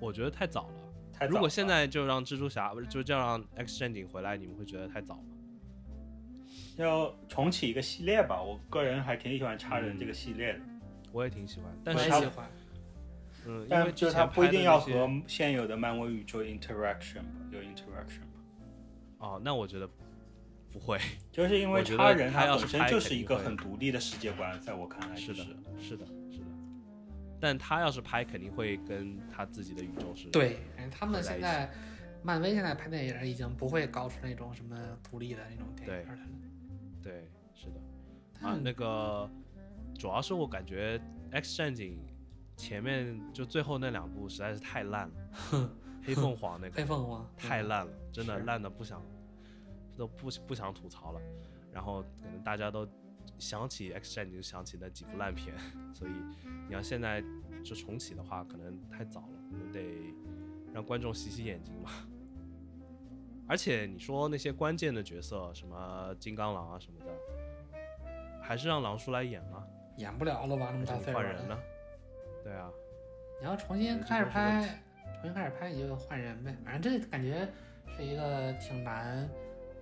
[SPEAKER 1] 我觉得太早了。
[SPEAKER 3] 太早
[SPEAKER 1] 如果
[SPEAKER 3] 了
[SPEAKER 1] 现在就让蜘蛛侠，不是就这样让 X 战警回来，你们会觉得太早吗？
[SPEAKER 3] 要重启一个系列吧，我个人还挺喜欢叉人这个
[SPEAKER 1] 嗯
[SPEAKER 3] 系列的，
[SPEAKER 1] 我也挺喜欢，
[SPEAKER 2] 我
[SPEAKER 1] 但
[SPEAKER 2] 也
[SPEAKER 1] 是
[SPEAKER 2] 喜欢，
[SPEAKER 1] 嗯，因为
[SPEAKER 3] 但就
[SPEAKER 1] 之
[SPEAKER 3] 是它
[SPEAKER 1] 前
[SPEAKER 3] 不一
[SPEAKER 1] 拍的
[SPEAKER 3] 定要
[SPEAKER 1] 那些
[SPEAKER 3] 和现有的漫威宇宙 interaction 吧，有 interaction 吧。
[SPEAKER 1] 哦，那我觉得不会。
[SPEAKER 3] 就是因为
[SPEAKER 1] 我觉得
[SPEAKER 3] 叉人
[SPEAKER 1] 他
[SPEAKER 3] 它
[SPEAKER 1] 要
[SPEAKER 3] 本
[SPEAKER 1] 是
[SPEAKER 3] 身
[SPEAKER 1] 拍
[SPEAKER 3] 就是
[SPEAKER 1] 肯
[SPEAKER 3] 一
[SPEAKER 1] 定
[SPEAKER 3] 个
[SPEAKER 1] 会
[SPEAKER 3] 很独立的世界观，在我看来 就是
[SPEAKER 1] 的，是的，是的。但他要是拍，肯定会跟他自己的宇宙是。
[SPEAKER 2] 对，哎他们
[SPEAKER 1] 合在
[SPEAKER 2] 现
[SPEAKER 1] 一
[SPEAKER 2] 在漫威现在拍电影已经不会搞出那种什么独立的那种电影来了，
[SPEAKER 1] 对，是的。啊
[SPEAKER 2] 但，
[SPEAKER 1] 那个主要是我感觉 X 战警前面就最后那两部实在是太烂了， 黑凤凰那个
[SPEAKER 2] 黑凤凰
[SPEAKER 1] 太
[SPEAKER 2] 嗯
[SPEAKER 1] 烂了，真的
[SPEAKER 2] 是
[SPEAKER 1] 烂的不想，都不不想吐槽了。然后可能大家都想起 X 战警，就想起那几部烂片， 所以你要现在就重启的话，可能太早了，可能得让观众洗洗眼睛吧。而且你说那些关键的角色，什么金刚狼啊什么的，还是让狼叔来演吗？
[SPEAKER 2] 演不了了吧？那么
[SPEAKER 1] 还
[SPEAKER 2] 大
[SPEAKER 1] 是你
[SPEAKER 2] 岁数
[SPEAKER 1] 换
[SPEAKER 2] 了
[SPEAKER 1] 人呢？对啊，
[SPEAKER 2] 你要重新
[SPEAKER 1] 对这
[SPEAKER 2] 开始
[SPEAKER 1] 都是问
[SPEAKER 2] 拍，重新开始拍你就换人呗。反正这感觉是一个挺难，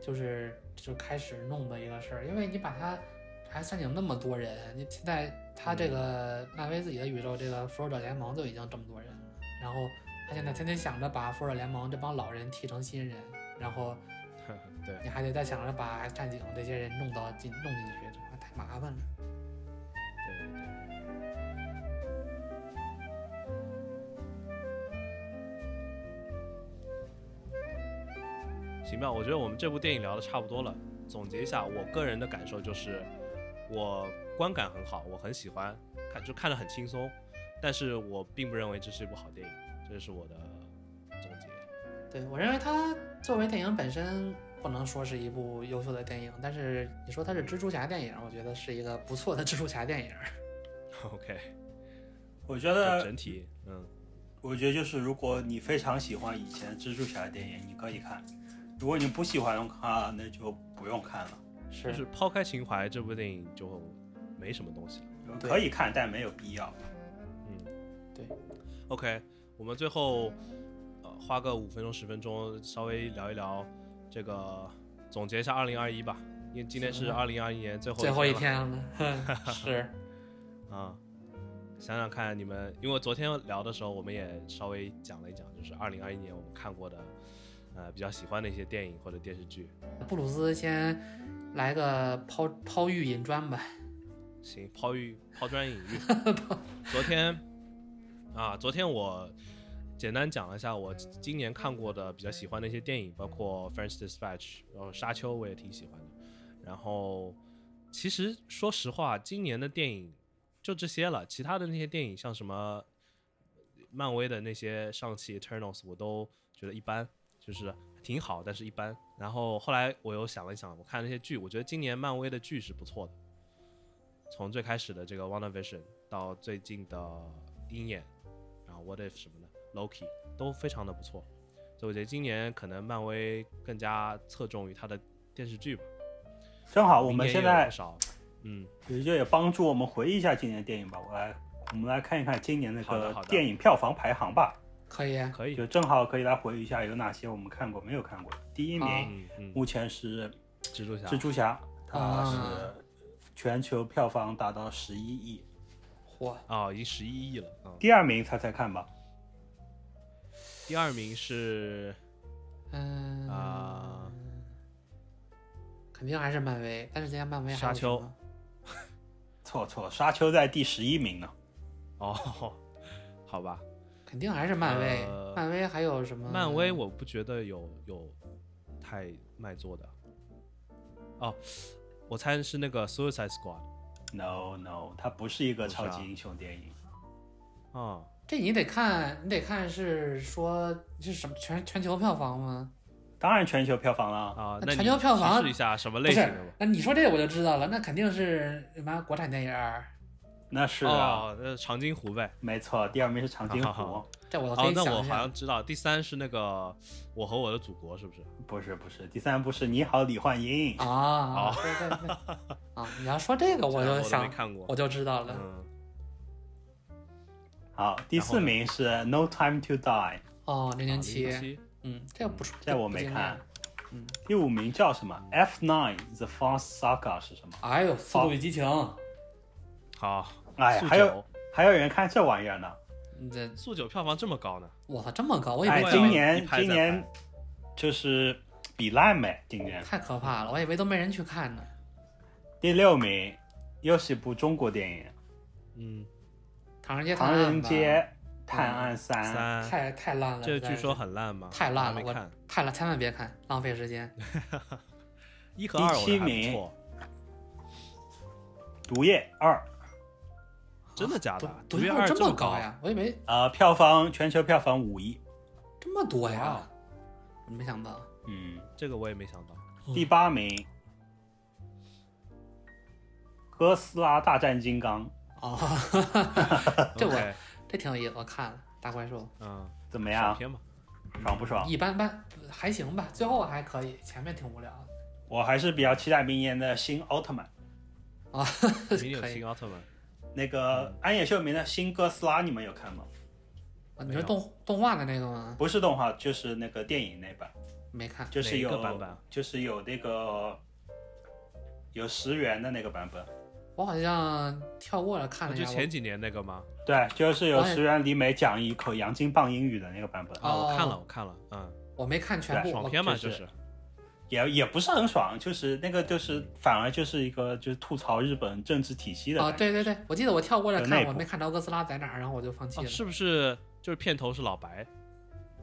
[SPEAKER 2] 就是就开始弄的一个事儿，因为你把它还三井那么多人，你现在他这个漫威自己的宇宙，这个复仇者联盟就已经这么多人了，然后他现在天天想着把复仇者联盟这帮老人踢成新人，然后
[SPEAKER 1] 对，
[SPEAKER 2] 你还得再想着把战警这些人弄到进弄进去，这妈太麻烦了。
[SPEAKER 1] 对对对。行吧，我觉得我们这部电影聊的差不多了。总结一下，我个人的感受就是，我观感很好，我很喜欢，看就看得很轻松，但是我并不认为这是一部好电影，这是我的总结。
[SPEAKER 2] 对我认为它作为电影本身不能说是一部优秀的电影，但是你说它是蜘蛛侠电影，我觉得是一个不错的蜘蛛侠电影。
[SPEAKER 1] OK，
[SPEAKER 3] 我觉
[SPEAKER 1] 就
[SPEAKER 3] 得
[SPEAKER 1] 整体，嗯，
[SPEAKER 3] 我觉得就是，如果你非常喜欢以前蜘蛛侠的电影，你可以看；如果你不喜欢的话，那就不用看了。
[SPEAKER 1] 就是是抛开情怀，这部电影就没什么东西了。
[SPEAKER 2] 对
[SPEAKER 3] 可以看，但没有必要。
[SPEAKER 2] 嗯
[SPEAKER 1] OK，我们最后呃花个五分钟十分钟，稍微聊一聊这个，总结一下二零二一吧，因为今天是
[SPEAKER 2] 行啊
[SPEAKER 1] 二零二一年最后
[SPEAKER 2] 最后一
[SPEAKER 1] 了
[SPEAKER 2] 天了，哼是
[SPEAKER 1] 啊、想想看你们，因为昨天聊的时候我们也稍微讲了一讲，就是二零二一年我们看过的呃比较喜欢的一些电影或者电视剧。
[SPEAKER 2] 布鲁斯先来个抛抛玉引砖吧。
[SPEAKER 1] 行，抛玉抛砖引玉。昨天啊，昨天我简单讲了一下我今年看过的比较喜欢的一些电影，包括《French Dispatch》，然后《沙丘》我也挺喜欢的。然后其实说实话，今年的电影就这些了，其他的那些电影像什么漫威的那些上汽 Eternals，我都觉得一般，就是挺好，但是一般。然后后来我又想了一想，我看那些剧，我觉得今年漫威的剧是不错的。从最开始的这个《WandaVision》到最近的《鹰眼》，然后《What If》什么的，《Loki》都非常的不错，所以我觉得今年可能漫威更加侧重于它的电视剧吧。
[SPEAKER 3] 正啊好我
[SPEAKER 1] 明
[SPEAKER 3] 们
[SPEAKER 1] 年也
[SPEAKER 3] 现
[SPEAKER 1] 有
[SPEAKER 3] 在
[SPEAKER 1] 不少，嗯，
[SPEAKER 3] 也就也帮助我们回忆一下今年的电影吧。我来，我们来看一看今年那
[SPEAKER 1] 好的
[SPEAKER 3] 个
[SPEAKER 1] 好的
[SPEAKER 3] 电影票房排行吧，
[SPEAKER 2] 可以，啊
[SPEAKER 1] 可以，
[SPEAKER 3] 就正好可以来回忆一下有哪些我们看过没有看过的。第一
[SPEAKER 2] 好
[SPEAKER 3] 名
[SPEAKER 1] 嗯嗯，
[SPEAKER 3] 目前是
[SPEAKER 1] 蜘蛛侠，
[SPEAKER 3] 蜘蛛侠，它
[SPEAKER 2] 啊
[SPEAKER 3] 是全球票房达到十一亿。
[SPEAKER 2] 嚯，
[SPEAKER 1] 啊、已经十一亿了啊、
[SPEAKER 3] 第二名猜猜看吧，
[SPEAKER 1] 第二名是
[SPEAKER 2] 嗯
[SPEAKER 1] 啊、
[SPEAKER 2] 肯定还是漫威，但是人家漫威还有
[SPEAKER 1] 沙丘
[SPEAKER 2] 什么
[SPEAKER 3] 错错，沙丘在第十一名呢。
[SPEAKER 1] 哦，好吧，
[SPEAKER 2] 肯定还是漫威，
[SPEAKER 1] 呃
[SPEAKER 2] 漫威还有什么？
[SPEAKER 1] 漫威我不觉得有有太卖座的，哦，我猜是那个 Suicide Squad。
[SPEAKER 3] No No，它不是一个
[SPEAKER 1] 不是啊
[SPEAKER 3] 超级英雄电影。
[SPEAKER 1] 啊、
[SPEAKER 2] 这你得看，你得看是说是什么全全球票房吗？
[SPEAKER 3] 当然全球票房了，
[SPEAKER 1] 啊，
[SPEAKER 2] 那
[SPEAKER 1] 那
[SPEAKER 2] 全
[SPEAKER 1] 你
[SPEAKER 2] 球票
[SPEAKER 1] 提
[SPEAKER 2] 房
[SPEAKER 1] 示一下什么
[SPEAKER 2] 不
[SPEAKER 1] 类
[SPEAKER 2] 是
[SPEAKER 1] 型的吧？，
[SPEAKER 2] 那你说这个我就知道了，那肯定是什么国产电影儿，
[SPEAKER 3] 那是啊，
[SPEAKER 1] 哦，那长津湖呗。
[SPEAKER 3] 没错，第二名是长津
[SPEAKER 1] 好好
[SPEAKER 3] 湖
[SPEAKER 1] 好，
[SPEAKER 2] 这我可
[SPEAKER 1] 哦
[SPEAKER 2] 以，
[SPEAKER 1] 那
[SPEAKER 2] 想
[SPEAKER 1] 我
[SPEAKER 2] 一
[SPEAKER 1] 好
[SPEAKER 2] 下。
[SPEAKER 1] 像知道。第三是那个《我和我的祖国》，是不
[SPEAKER 2] 嗯
[SPEAKER 1] 是？
[SPEAKER 3] 不是不是，第三部是你好李焕英，
[SPEAKER 2] 啊，对对对，啊，你要说这个我
[SPEAKER 1] 这
[SPEAKER 2] 就
[SPEAKER 1] 哦我都
[SPEAKER 2] 想
[SPEAKER 1] 没，看过
[SPEAKER 2] 我就知道了。
[SPEAKER 1] 嗯，
[SPEAKER 3] 好，第四名是 No Time to Die，
[SPEAKER 2] 哦，零零
[SPEAKER 1] 七
[SPEAKER 2] 七，嗯，这个不出，
[SPEAKER 3] 这我
[SPEAKER 2] 不
[SPEAKER 3] 没
[SPEAKER 2] 惊
[SPEAKER 3] 看
[SPEAKER 2] 讶。
[SPEAKER 3] 第五名叫什么？F9 The Fast Saga 是什么？
[SPEAKER 2] 哎呦，《速度与激情》
[SPEAKER 1] 好，
[SPEAKER 3] 哎
[SPEAKER 1] 速
[SPEAKER 3] 还有
[SPEAKER 1] 九，
[SPEAKER 3] 还有人看这玩意儿呢？
[SPEAKER 2] 你这
[SPEAKER 1] 速九票房这么高呢？
[SPEAKER 2] 我操这么高，我以
[SPEAKER 3] 哎
[SPEAKER 2] 为，都
[SPEAKER 3] 今
[SPEAKER 2] 没
[SPEAKER 1] 一
[SPEAKER 3] 年
[SPEAKER 1] 拍再
[SPEAKER 3] 今年就是比烂呗，今年
[SPEAKER 2] 太可怕了，我以为都没人去看呢。
[SPEAKER 3] 第六名又是一部中国电影
[SPEAKER 1] 嗯，
[SPEAKER 2] 《唐人街
[SPEAKER 3] 《
[SPEAKER 2] 探
[SPEAKER 3] 唐
[SPEAKER 2] 案》
[SPEAKER 3] 人
[SPEAKER 2] 吧
[SPEAKER 3] 街探案三》，
[SPEAKER 1] 三，
[SPEAKER 2] 哎太太烂了，
[SPEAKER 1] 嗯这
[SPEAKER 2] 实在
[SPEAKER 1] 据
[SPEAKER 2] 是
[SPEAKER 1] 说很烂嘛，
[SPEAKER 2] 太烂
[SPEAKER 1] 我
[SPEAKER 2] 了，
[SPEAKER 1] 还没
[SPEAKER 2] 我
[SPEAKER 1] 看。
[SPEAKER 2] 太烂，千万别看，浪费时间。
[SPEAKER 1] 一和二我觉得还
[SPEAKER 3] 第七
[SPEAKER 1] 不
[SPEAKER 3] 名
[SPEAKER 1] 错，
[SPEAKER 3] 《毒液二》
[SPEAKER 1] 真的假的
[SPEAKER 2] 啊？
[SPEAKER 1] 毒
[SPEAKER 2] 毒
[SPEAKER 1] 液
[SPEAKER 2] 液
[SPEAKER 1] 二
[SPEAKER 2] 二
[SPEAKER 1] 这
[SPEAKER 2] 这
[SPEAKER 1] 么
[SPEAKER 2] 么
[SPEAKER 1] 高
[SPEAKER 2] 高？呀？我以为
[SPEAKER 3] 呃，票房全球票房五亿。
[SPEAKER 2] 这么多
[SPEAKER 1] 哇
[SPEAKER 2] 呀
[SPEAKER 1] 哦，
[SPEAKER 2] 没想到。
[SPEAKER 3] 嗯，
[SPEAKER 1] 这个我也没想到。
[SPEAKER 3] 第八名，哥斯拉大战金刚》
[SPEAKER 2] 哦，哈哈 哈 这
[SPEAKER 1] OK，
[SPEAKER 2] 我这挺有意思，我看了大怪兽，
[SPEAKER 1] 嗯，
[SPEAKER 3] 怎么
[SPEAKER 1] 爽
[SPEAKER 3] 样？
[SPEAKER 1] 片嘛，
[SPEAKER 3] 爽不爽？
[SPEAKER 2] 一般般，还行吧，最后还可以，前面挺无聊的
[SPEAKER 3] 我还是比较期待明年的新奥特曼，
[SPEAKER 2] 啊，
[SPEAKER 1] 明年有
[SPEAKER 2] 可以
[SPEAKER 1] 新。奥特曼。
[SPEAKER 3] 那
[SPEAKER 1] 嗯
[SPEAKER 3] 个安野秀明的新哥斯拉，你们有看吗？
[SPEAKER 2] 啊你说动动画的那个吗？
[SPEAKER 3] 不是动画，就是那个电影那版，
[SPEAKER 2] 没看。
[SPEAKER 3] 就是有
[SPEAKER 1] 哪一个版本啊
[SPEAKER 3] 就是有那个有石原的那个版本，
[SPEAKER 2] 我好像跳过了看了一
[SPEAKER 1] 就
[SPEAKER 2] 下。
[SPEAKER 1] 前几年那个吗？
[SPEAKER 3] 对，就是有
[SPEAKER 2] 导演
[SPEAKER 3] 石原里美讲一口洋金棒英语的那个版本，
[SPEAKER 2] 哦
[SPEAKER 1] 啊，我看了，我看了，嗯，
[SPEAKER 2] 我我没看全部，
[SPEAKER 1] 爽
[SPEAKER 2] 我
[SPEAKER 1] 片嘛，
[SPEAKER 3] 就
[SPEAKER 1] 就是哦
[SPEAKER 3] 也也不是很爽，就是那个就是反而就是一个就是吐槽日本政治体系的
[SPEAKER 2] 啊，
[SPEAKER 3] 感觉
[SPEAKER 2] 对对对，我记得我跳过了
[SPEAKER 3] 有
[SPEAKER 2] 看
[SPEAKER 3] 内，
[SPEAKER 2] 我
[SPEAKER 3] 部
[SPEAKER 2] 没看着哥斯拉在哪儿，然后我就放弃
[SPEAKER 1] 啊
[SPEAKER 2] 了。
[SPEAKER 1] 是不是就是片头是老白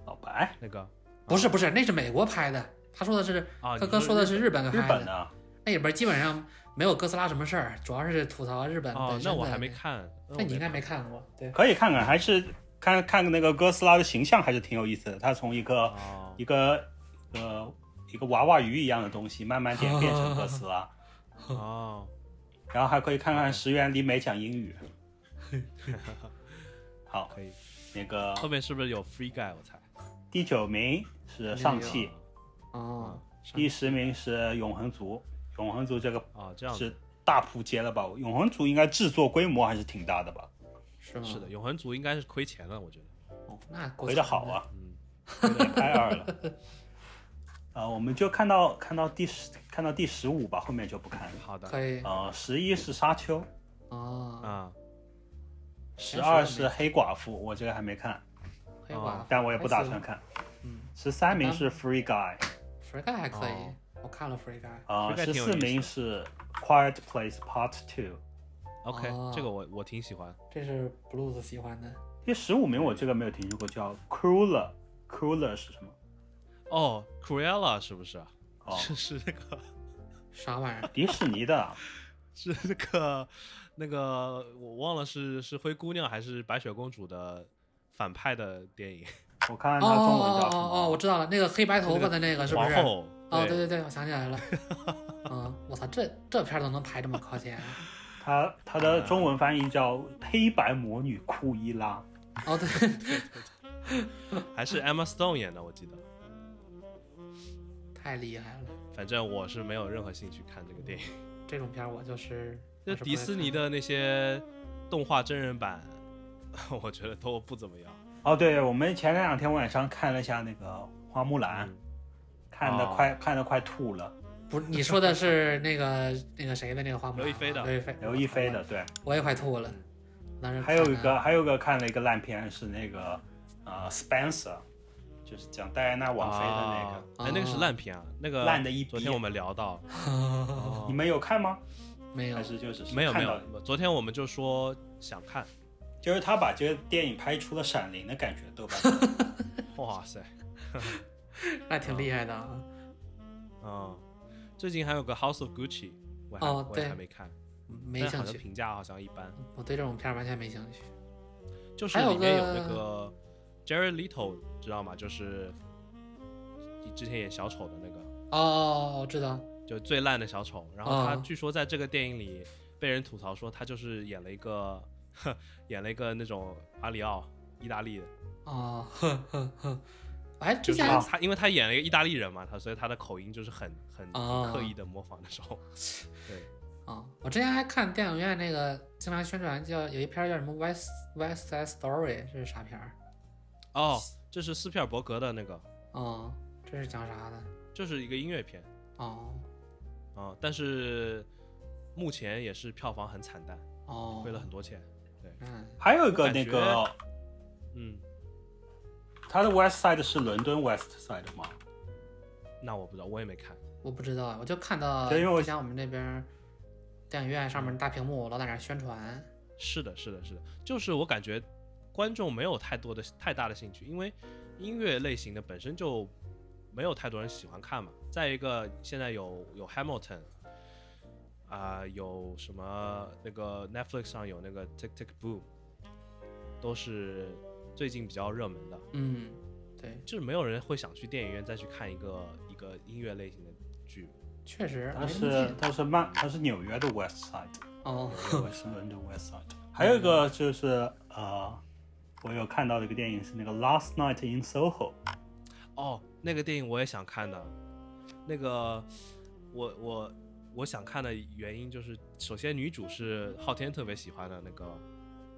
[SPEAKER 3] 老白
[SPEAKER 1] 那个
[SPEAKER 2] 不是不是，那是美国拍的，他说的是
[SPEAKER 1] 啊？
[SPEAKER 2] 他
[SPEAKER 1] 你
[SPEAKER 2] 哥说的是日本
[SPEAKER 3] 日
[SPEAKER 2] 拍
[SPEAKER 3] 本
[SPEAKER 2] 的，
[SPEAKER 3] 的，
[SPEAKER 2] 那里边基本上没有哥斯拉什么事儿，主要是吐槽日本
[SPEAKER 1] 哦
[SPEAKER 2] 本，身
[SPEAKER 1] 那我
[SPEAKER 2] 的
[SPEAKER 1] 还没，看，
[SPEAKER 2] 那你应该
[SPEAKER 1] 没
[SPEAKER 2] 没看过，对，
[SPEAKER 3] 可以看看，还是看看那个哥斯拉的形象还是挺有意思的，他从一个
[SPEAKER 1] 看哦
[SPEAKER 3] 一个呃一个娃娃鱼一样的东西慢慢演变成哥斯拉，
[SPEAKER 1] 哦，
[SPEAKER 3] 然后还可以看看石原里美讲英语。好，
[SPEAKER 1] 可以，
[SPEAKER 3] 那个
[SPEAKER 1] 后面是不是有 Free Guy？我猜啊
[SPEAKER 3] 第九名是上汽，
[SPEAKER 2] 哦，
[SPEAKER 1] 嗯
[SPEAKER 3] 第十名是永恒族。永恒族这个
[SPEAKER 1] 啊，这样子
[SPEAKER 3] 是大扑街了吧？永恒族应该制作规模还是挺大的吧？
[SPEAKER 2] 是吗？
[SPEAKER 1] 是的，，永恒族应该是亏钱了，我觉得，
[SPEAKER 2] 那够
[SPEAKER 3] 回的
[SPEAKER 2] 惨
[SPEAKER 3] 好啊，
[SPEAKER 1] 嗯，
[SPEAKER 3] 回的太二了。呃，我们就看到看到第十看到第十五吧，后面就不看了。
[SPEAKER 1] 好
[SPEAKER 2] 的，
[SPEAKER 1] 的，
[SPEAKER 2] 可以
[SPEAKER 3] 呃，十一是沙丘，
[SPEAKER 2] 哦，
[SPEAKER 1] 啊，
[SPEAKER 3] 十二是黑寡妇，我这个还没看，
[SPEAKER 2] 黑寡妇，
[SPEAKER 3] 啊但我也不打
[SPEAKER 2] 还
[SPEAKER 3] 算
[SPEAKER 2] 行
[SPEAKER 3] 看。
[SPEAKER 2] 嗯
[SPEAKER 3] 十三名是 Free Guy，
[SPEAKER 2] ，Free Guy 还可以
[SPEAKER 1] 哦，
[SPEAKER 2] 我看了 Free Guy，
[SPEAKER 3] 啊，
[SPEAKER 1] Free Guy 挺
[SPEAKER 3] 十
[SPEAKER 1] 有
[SPEAKER 3] 四
[SPEAKER 1] 意思
[SPEAKER 3] 名
[SPEAKER 1] 的
[SPEAKER 3] 是 Quiet Place Part Two，
[SPEAKER 1] OK，
[SPEAKER 2] 哦
[SPEAKER 1] 这个我我挺喜欢，
[SPEAKER 2] 这是 Blues 喜欢的，
[SPEAKER 3] 第十五名我这个没有听说过，叫 Crueler。Crueler 是什么？
[SPEAKER 1] 哦 c r u e l l a 是不是？，
[SPEAKER 3] 哦
[SPEAKER 1] 是是那个
[SPEAKER 2] 啥玩意儿？
[SPEAKER 3] 迪士尼的啊，
[SPEAKER 1] 是那个那个我忘了是是灰姑娘还是白雪公主的反派的电影，
[SPEAKER 3] 我看
[SPEAKER 2] 哦
[SPEAKER 3] 看它中
[SPEAKER 2] 哦
[SPEAKER 3] 文叫
[SPEAKER 2] 哦
[SPEAKER 3] 什
[SPEAKER 2] 哦哦，我
[SPEAKER 3] 么。
[SPEAKER 2] 知道了，那个黑白头发的 那个啊是不
[SPEAKER 1] 皇
[SPEAKER 2] 是？
[SPEAKER 1] 后。
[SPEAKER 2] 哦，对对对，我想起来 了。嗯，我操，这这片儿都能排这么靠前啊？
[SPEAKER 3] 它它的中文翻译叫《黑白魔女库伊拉》。
[SPEAKER 2] 哦， 对，
[SPEAKER 1] 还是 Emma Stone 演的，我记得。
[SPEAKER 2] 太厉害了！
[SPEAKER 1] 反正我是没有任何兴趣看这个电影。
[SPEAKER 2] 这种片儿我就是
[SPEAKER 1] 就
[SPEAKER 2] 我是不
[SPEAKER 1] 迪
[SPEAKER 2] 会
[SPEAKER 1] 士尼
[SPEAKER 2] 看
[SPEAKER 1] 的那些动画真人版， 我觉得都不怎么样。
[SPEAKER 3] 哦，对，我们前两天晚上看了一下那个花木兰，
[SPEAKER 1] 嗯
[SPEAKER 3] 看的
[SPEAKER 1] 哦
[SPEAKER 3] 快、看的快吐了。
[SPEAKER 2] 不是你说的是那个那个谁的那个花木兰
[SPEAKER 1] 刘亦菲的
[SPEAKER 2] 啊刘亦菲，
[SPEAKER 3] 刘亦菲的，
[SPEAKER 2] 我，
[SPEAKER 3] 对，
[SPEAKER 2] 我也快吐了。当时
[SPEAKER 3] 还有
[SPEAKER 2] 看
[SPEAKER 3] 一
[SPEAKER 2] 的
[SPEAKER 3] 个还有一个看了一个烂片是那个呃 Spencer，就是讲戴安娜王妃的
[SPEAKER 1] 啊哎，那个是
[SPEAKER 2] 哦
[SPEAKER 1] 烂片啊，那个
[SPEAKER 3] 烂得一逼
[SPEAKER 1] 昨天我们聊 到，
[SPEAKER 3] 那
[SPEAKER 1] 哦
[SPEAKER 3] 个，你们有看吗？
[SPEAKER 2] 没有
[SPEAKER 3] 还是就是
[SPEAKER 1] 没有没
[SPEAKER 3] 看到
[SPEAKER 1] 有，昨天我们就说想看，
[SPEAKER 3] 就是他把这个电影拍出了《闪灵》的感觉，豆 瓣。
[SPEAKER 1] 哇塞，
[SPEAKER 2] 那挺厉害的啊。
[SPEAKER 1] 嗯，最近还有个 House of Gucci，我还、
[SPEAKER 2] 哦
[SPEAKER 1] 我
[SPEAKER 2] 对
[SPEAKER 1] 也还没看，
[SPEAKER 2] 没
[SPEAKER 1] 但
[SPEAKER 2] 兴
[SPEAKER 1] 好像
[SPEAKER 2] 趣，
[SPEAKER 1] 评价好像一般，
[SPEAKER 2] 我对这种片儿完全没兴趣。
[SPEAKER 1] 就是
[SPEAKER 2] 还有
[SPEAKER 1] 里面有
[SPEAKER 2] 个
[SPEAKER 1] 那个 Jared Leto，知道吗？就是之前演小丑的那个。
[SPEAKER 2] 哦，我知道，
[SPEAKER 1] 就最烂的小丑。然后他
[SPEAKER 2] 嗯
[SPEAKER 1] 据说在这个电影里被人吐槽说他就是演了一个，呵演了一个那种阿里奥，意大利的，
[SPEAKER 2] 哦，哼哼哼，我还之
[SPEAKER 1] 就是
[SPEAKER 2] 前
[SPEAKER 3] 啊
[SPEAKER 1] 他因为他演了一个意大利人嘛，他所以他的口音就是很很
[SPEAKER 2] 哦
[SPEAKER 1] 很刻意的模仿那种。对，
[SPEAKER 2] 啊，我之前还看电影院那个经常宣传叫有一片儿叫什么 West West Side Story，这是啥片儿？
[SPEAKER 1] 哦，这是斯皮尔伯格的那个，
[SPEAKER 2] 哦，这是讲啥的？
[SPEAKER 1] 就是一个音乐片
[SPEAKER 2] 哦
[SPEAKER 1] 啊、但是目前也是票房很惨淡，
[SPEAKER 2] 哦，
[SPEAKER 1] 亏了很多钱。
[SPEAKER 2] 嗯，
[SPEAKER 3] 还有一个
[SPEAKER 1] 感觉
[SPEAKER 3] 那个，
[SPEAKER 1] 嗯，
[SPEAKER 3] 他的 West Side 是伦敦 West Side 吗？
[SPEAKER 1] 那我不知道，我也没看。
[SPEAKER 2] 我不知道，我就看到
[SPEAKER 3] 对因为我
[SPEAKER 2] 之前我们那边儿电影院上面大屏幕老在那儿宣传，
[SPEAKER 1] 是的，是的，是的，就是我感觉观众没有太多的太大的兴趣，因为音乐类型的本身就没有太多人喜欢看嘛。再一个，现在有有 Hamilton，啊、有什么那个 Netflix 上有那个 Tick Tick Boom，都是最近比较热门的，
[SPEAKER 2] 嗯，对，
[SPEAKER 1] 就是没有人会想去电影院再去看一个一个音乐类型的剧。
[SPEAKER 2] 确
[SPEAKER 1] 哎
[SPEAKER 2] 实
[SPEAKER 3] 他
[SPEAKER 2] 没什么
[SPEAKER 3] 是
[SPEAKER 2] 劲
[SPEAKER 3] 他是曼他是纽约的 West Side。
[SPEAKER 2] 哦，
[SPEAKER 3] 我是伦敦 West Side。还有一个就是呃，我有看到的一个电影是那个《Last Night in Soho》，
[SPEAKER 1] 哦，那个电影我也想看的，那个我我我想看的原因就是，首先女主是昊天特别喜欢的那个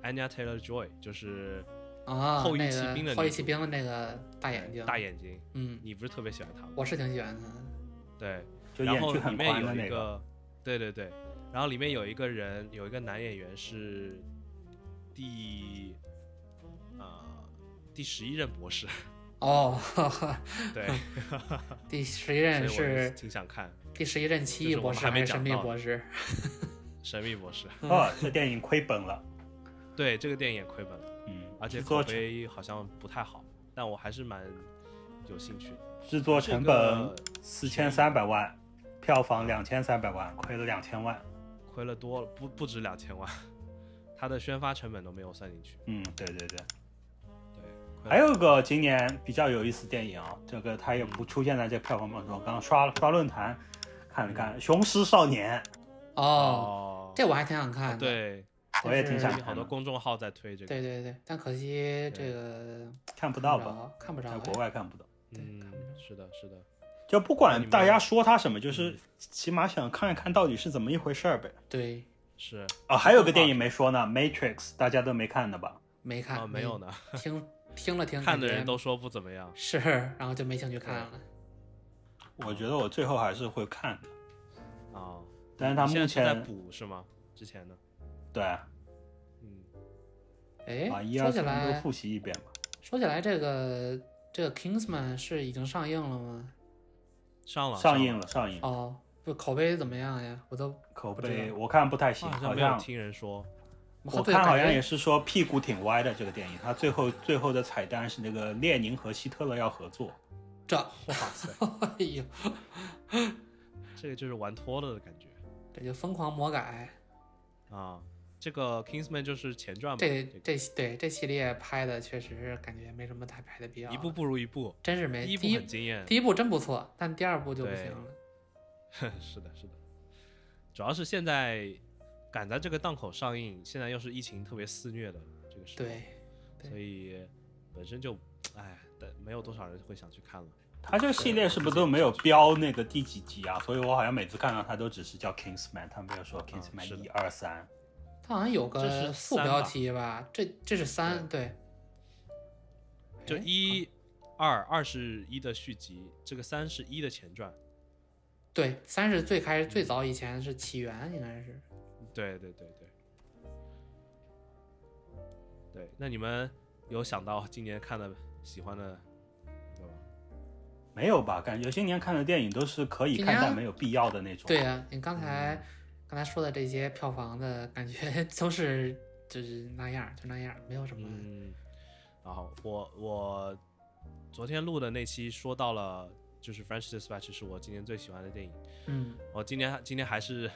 [SPEAKER 1] Anya Taylor Joy，就是
[SPEAKER 2] 啊，
[SPEAKER 1] 后翼
[SPEAKER 2] 那
[SPEAKER 1] 骑
[SPEAKER 2] 个
[SPEAKER 1] 兵的
[SPEAKER 2] 后
[SPEAKER 1] 女
[SPEAKER 2] 翼骑
[SPEAKER 1] 主
[SPEAKER 2] 兵的那个大眼睛，
[SPEAKER 1] 大，眼睛，
[SPEAKER 2] 嗯，
[SPEAKER 1] 你不是特别喜欢她吗？
[SPEAKER 2] 我是挺喜欢他的，
[SPEAKER 1] 对，
[SPEAKER 3] 就
[SPEAKER 1] 然
[SPEAKER 3] 演
[SPEAKER 1] 后
[SPEAKER 3] 技
[SPEAKER 1] 里
[SPEAKER 3] 很
[SPEAKER 1] 面
[SPEAKER 3] 宽
[SPEAKER 1] 有
[SPEAKER 3] 的
[SPEAKER 1] 一
[SPEAKER 3] 那个。
[SPEAKER 1] 个，对对对，然后里面有一个人，有一个男演员是第呃第十一任博士，
[SPEAKER 2] 哦，
[SPEAKER 1] 对，
[SPEAKER 2] 第十一任
[SPEAKER 1] 所以我
[SPEAKER 2] 是
[SPEAKER 1] 挺想看
[SPEAKER 2] 第十一任奇异博
[SPEAKER 1] 就是
[SPEAKER 2] 士
[SPEAKER 1] 我们还没
[SPEAKER 2] 还是神秘
[SPEAKER 1] 讲到
[SPEAKER 2] 博士？
[SPEAKER 1] 神秘博士。
[SPEAKER 3] 哦，这电影亏 本了。
[SPEAKER 1] 对，这个电影也亏本了，
[SPEAKER 3] 嗯，
[SPEAKER 1] 而且
[SPEAKER 3] 制作
[SPEAKER 1] 口
[SPEAKER 3] 成
[SPEAKER 1] 碑好像不太好，但我还是蛮有兴趣的。
[SPEAKER 3] 制作成
[SPEAKER 1] 这个
[SPEAKER 3] 本四千三百万，票房两千三百万，亏了两千万。
[SPEAKER 1] 亏了多了，不不止两千万，它的宣发成本都没有算进去。
[SPEAKER 3] 嗯，对对对。
[SPEAKER 1] 对，亏了
[SPEAKER 3] 还有个今年比较有意思的电影啊、这个它也不出现在这票房榜中。刚刚刷刷论坛看了看，《雄狮少年
[SPEAKER 2] 哦，
[SPEAKER 1] 哦，
[SPEAKER 2] 这我还挺想看的。
[SPEAKER 1] 对，
[SPEAKER 2] 但》，是，
[SPEAKER 3] 我也挺想看的，
[SPEAKER 1] 好多公众号在推这个。
[SPEAKER 2] 对对对，但可惜这
[SPEAKER 1] 对
[SPEAKER 2] 个
[SPEAKER 3] 看不
[SPEAKER 2] 看
[SPEAKER 3] 到
[SPEAKER 2] 不
[SPEAKER 3] 吧？
[SPEAKER 2] 着，看不着
[SPEAKER 3] 在
[SPEAKER 2] 哎。
[SPEAKER 3] 国外看不到。
[SPEAKER 2] 对看不
[SPEAKER 1] 嗯，
[SPEAKER 2] 着
[SPEAKER 1] 是的，是的，
[SPEAKER 3] 就不管大家说它什么，就是起码想看一看到底是怎么一回事儿呗。
[SPEAKER 2] 对，
[SPEAKER 1] 是
[SPEAKER 3] 啊、还有个电影没说呢，《Matrix》，大家都没看的吧？
[SPEAKER 2] 没看
[SPEAKER 1] 啊，没有，呢，
[SPEAKER 2] 听听了听，
[SPEAKER 1] 看的
[SPEAKER 2] 感
[SPEAKER 1] 人
[SPEAKER 2] 觉
[SPEAKER 1] 都说不怎么样。
[SPEAKER 2] 是，然后就没兴趣看了。
[SPEAKER 3] 我觉得我最后还是会看的，
[SPEAKER 1] 啊，
[SPEAKER 3] 但是它
[SPEAKER 1] 你现
[SPEAKER 3] 目
[SPEAKER 1] 在是在
[SPEAKER 3] 前
[SPEAKER 1] 补是吗？之前呢？
[SPEAKER 3] 对啊
[SPEAKER 1] 嗯，
[SPEAKER 2] 哎
[SPEAKER 3] 把，一
[SPEAKER 2] 说
[SPEAKER 3] 二
[SPEAKER 2] 起
[SPEAKER 3] 三都
[SPEAKER 2] 来，
[SPEAKER 3] 复习一遍吧。
[SPEAKER 2] 说起来，这个这个 Kingsman 是已经上映了吗？
[SPEAKER 1] 上了，
[SPEAKER 3] 上
[SPEAKER 1] 上
[SPEAKER 3] 映了，，上映了，
[SPEAKER 2] 哦，不，口碑怎么样呀？我都
[SPEAKER 3] 口
[SPEAKER 2] 不知
[SPEAKER 3] 碑
[SPEAKER 2] 道
[SPEAKER 3] 我看不太行，
[SPEAKER 1] 好
[SPEAKER 3] 好
[SPEAKER 1] 像没有
[SPEAKER 3] 像
[SPEAKER 1] 听人说。
[SPEAKER 3] 我
[SPEAKER 2] 对
[SPEAKER 3] 看好
[SPEAKER 2] 感
[SPEAKER 3] 像
[SPEAKER 2] 觉
[SPEAKER 3] 也是说屁股挺歪的这个电影，它最后最后的彩蛋是那个列宁和希特勒要合作，
[SPEAKER 2] 这，
[SPEAKER 1] 哇塞，
[SPEAKER 2] 哎呦，
[SPEAKER 1] 这个就是玩脱了的感觉
[SPEAKER 2] 这就疯狂魔改。
[SPEAKER 1] 啊。这个 Kingsman 就是前传嘛，
[SPEAKER 2] 这
[SPEAKER 1] 这个
[SPEAKER 2] 这对这系列拍的确实感觉没什么太拍的必要了，
[SPEAKER 1] 一步不如一步，
[SPEAKER 2] 真是没
[SPEAKER 1] 第一
[SPEAKER 2] 哎第
[SPEAKER 1] 部
[SPEAKER 2] 一
[SPEAKER 1] 很惊艳，
[SPEAKER 2] 第一部真不错，但第二部就不
[SPEAKER 1] 对
[SPEAKER 2] 行了。
[SPEAKER 1] 是的，是的，主要是现在赶在这个档口上映，现在又是疫情特别肆虐的这个时候，
[SPEAKER 2] 对，对
[SPEAKER 1] 所以本身就，哎，但没有多少人会想去看了。
[SPEAKER 3] 它这个系列是不是都没有标那个第几集啊？所以我好像每次看到它都只是叫 Kingsman，它没有说
[SPEAKER 1] 嗯是
[SPEAKER 3] Kingsman
[SPEAKER 1] 的
[SPEAKER 3] 一二三。
[SPEAKER 2] 它好像有
[SPEAKER 1] 这是
[SPEAKER 2] 个
[SPEAKER 1] 三
[SPEAKER 2] 副标
[SPEAKER 1] 吧
[SPEAKER 2] 题吧？这这是三对，
[SPEAKER 1] 就
[SPEAKER 2] 哎
[SPEAKER 1] 一、二、二是一的续集，这个三是一的前传。
[SPEAKER 2] 对三是最开始最早以前是起源，应该
[SPEAKER 1] 嗯
[SPEAKER 2] 是
[SPEAKER 1] 对对对对，对。那你们有想到今年看的喜欢的，对吧？
[SPEAKER 3] 没有吧？感觉今年看的电影都是可以
[SPEAKER 2] 今
[SPEAKER 3] 看
[SPEAKER 2] 年
[SPEAKER 3] 但没有必要的那种。
[SPEAKER 1] 啊
[SPEAKER 2] 对呀、你
[SPEAKER 1] 嗯
[SPEAKER 2] 刚才、刚才说的这些票房的感觉 都是就是那样儿，就那样儿，没有什么。
[SPEAKER 1] 嗯，然后我我昨天录的那期说到了，就是《French Dispatch》是我今年最喜欢的电影。
[SPEAKER 2] 嗯，
[SPEAKER 1] 我今年今天还是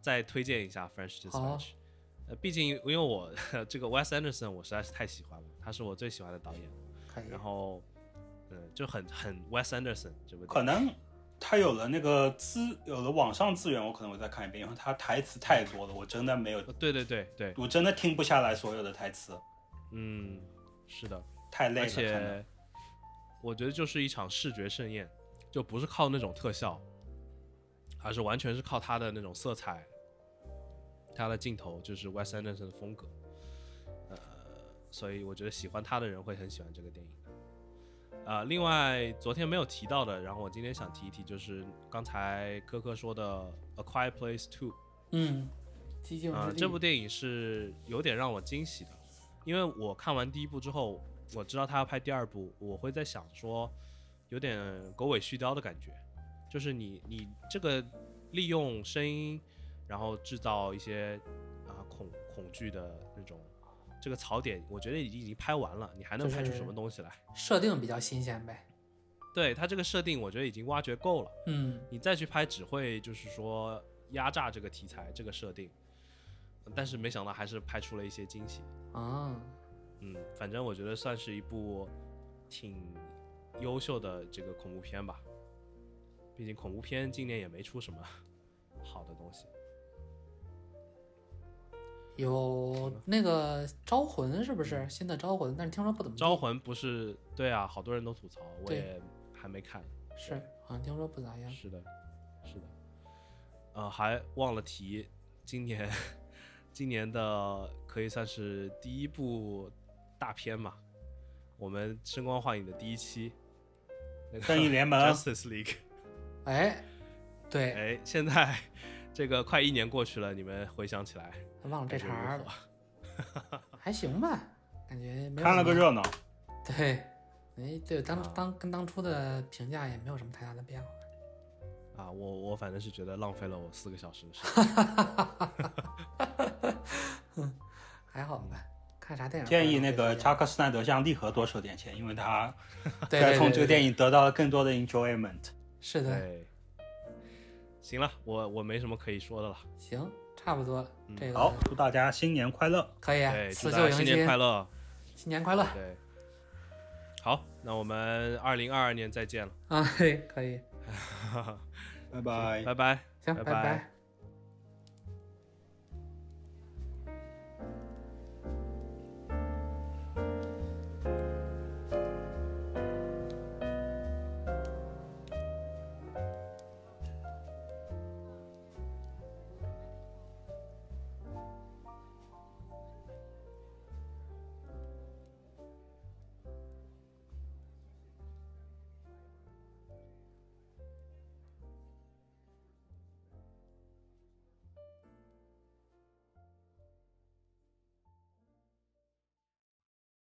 [SPEAKER 1] 再推荐一下《French
[SPEAKER 2] 好啊
[SPEAKER 1] Dispatch》。呃，毕竟因为我 这个 Wes Anderson 我实在是太喜欢了，他是我最喜欢的导演。
[SPEAKER 2] 可以
[SPEAKER 1] 然。后，嗯，就很很 Wes Anderson 这部电影
[SPEAKER 3] 可能它有了那个资，有了网上资源，我可能会再看一遍，因为它台词太多了，我真的没有，
[SPEAKER 1] 呃对对对对，
[SPEAKER 3] 我真的听不下来所有的台词，
[SPEAKER 1] 嗯，是的，
[SPEAKER 3] 太累
[SPEAKER 1] 而
[SPEAKER 3] 了。看得
[SPEAKER 1] 且我觉得就是一场视觉盛宴，就不是靠那种特效，而是完全是靠它的那种色彩，它的镜头就是 Wes Anderson 的风格。呃，所以我觉得喜欢他的人会很喜欢这个电影。呃，另外昨天没有提到的，然后我今天想提一提，就是刚才科科说的《A Quiet Place Two》。
[SPEAKER 2] 嗯，寂静
[SPEAKER 1] 啊、
[SPEAKER 2] 之地。
[SPEAKER 1] 这部电影是有点让我惊喜的，因为我看完第一部之后，我知道他要拍第二部，我会在想说，有点狗尾续貂的感觉，就是你你这个利用声音，然后制造一些啊、恐恐惧的那种这个槽点，我觉得已经已经拍完了，你还能
[SPEAKER 2] 就
[SPEAKER 1] 拍出
[SPEAKER 2] 是
[SPEAKER 1] 什么东西来？
[SPEAKER 2] 设定比较新鲜呗。
[SPEAKER 1] 对他这个设定，我觉得已经挖掘够了。
[SPEAKER 2] 嗯，
[SPEAKER 1] 你再去拍只会就是说压榨这个题材这个设定，但是没想到还是拍出了一些惊喜。
[SPEAKER 2] 啊，
[SPEAKER 1] 嗯，反正我觉得算是一部挺优秀的这个恐怖片吧。毕竟恐怖片今年也没出什么好的东西。
[SPEAKER 2] 有那个招魂是不是新的招魂？但是听说不怎么地
[SPEAKER 1] 招魂不是对啊，好多人都吐槽，我
[SPEAKER 2] 嗯对
[SPEAKER 1] 也还没看。
[SPEAKER 2] 是，好像听说不咋样。
[SPEAKER 1] 是的，是的。呃，还忘了提，今年今年的可以算是第一部大片嘛，我们声光幻影的第一期，那个
[SPEAKER 3] 正义联 盟
[SPEAKER 1] 啊 Justice League。
[SPEAKER 2] 哎，对，
[SPEAKER 1] 哎，现在这个快一年过去了，你们回想起来
[SPEAKER 2] 忘了这
[SPEAKER 1] 感觉
[SPEAKER 2] 茬
[SPEAKER 1] 如
[SPEAKER 2] 儿
[SPEAKER 1] 何
[SPEAKER 2] 了， 还行吧，感觉没有
[SPEAKER 3] 看了
[SPEAKER 2] 什
[SPEAKER 3] 个
[SPEAKER 2] 么
[SPEAKER 3] 热闹，
[SPEAKER 2] 对，哎，对，当
[SPEAKER 1] 啊
[SPEAKER 2] 当跟当初的评价也没有什么太大的变化。
[SPEAKER 1] 啊？我我反正是觉得浪费了我四个小时的时间。
[SPEAKER 2] 还好吧，看啥电影？
[SPEAKER 3] 建议那
[SPEAKER 2] 不
[SPEAKER 3] 个
[SPEAKER 2] 然都
[SPEAKER 3] 扎克斯奈德向利和多收点钱，因为他
[SPEAKER 2] 对
[SPEAKER 3] 在呃从这个电
[SPEAKER 2] 影
[SPEAKER 3] 影得到了更多的 enjoyment。
[SPEAKER 2] 是的，
[SPEAKER 1] 对，行了，我我没什么可以说的了。
[SPEAKER 2] 行，差不多了，这个
[SPEAKER 3] 好，祝大家新年快乐！
[SPEAKER 2] 可以啊，
[SPEAKER 1] 对，哎祝
[SPEAKER 2] 辞
[SPEAKER 1] 大
[SPEAKER 2] 旧
[SPEAKER 1] 家
[SPEAKER 2] 迎
[SPEAKER 1] 新
[SPEAKER 2] 新，
[SPEAKER 1] 年快乐！
[SPEAKER 2] 新年快乐
[SPEAKER 1] 对，好，那我们二零二二年再见了，
[SPEAKER 2] 啊，嘿，可以，
[SPEAKER 3] 拜拜
[SPEAKER 1] 拜拜，
[SPEAKER 2] 行，
[SPEAKER 1] 拜
[SPEAKER 2] 拜
[SPEAKER 1] 拜
[SPEAKER 2] 拜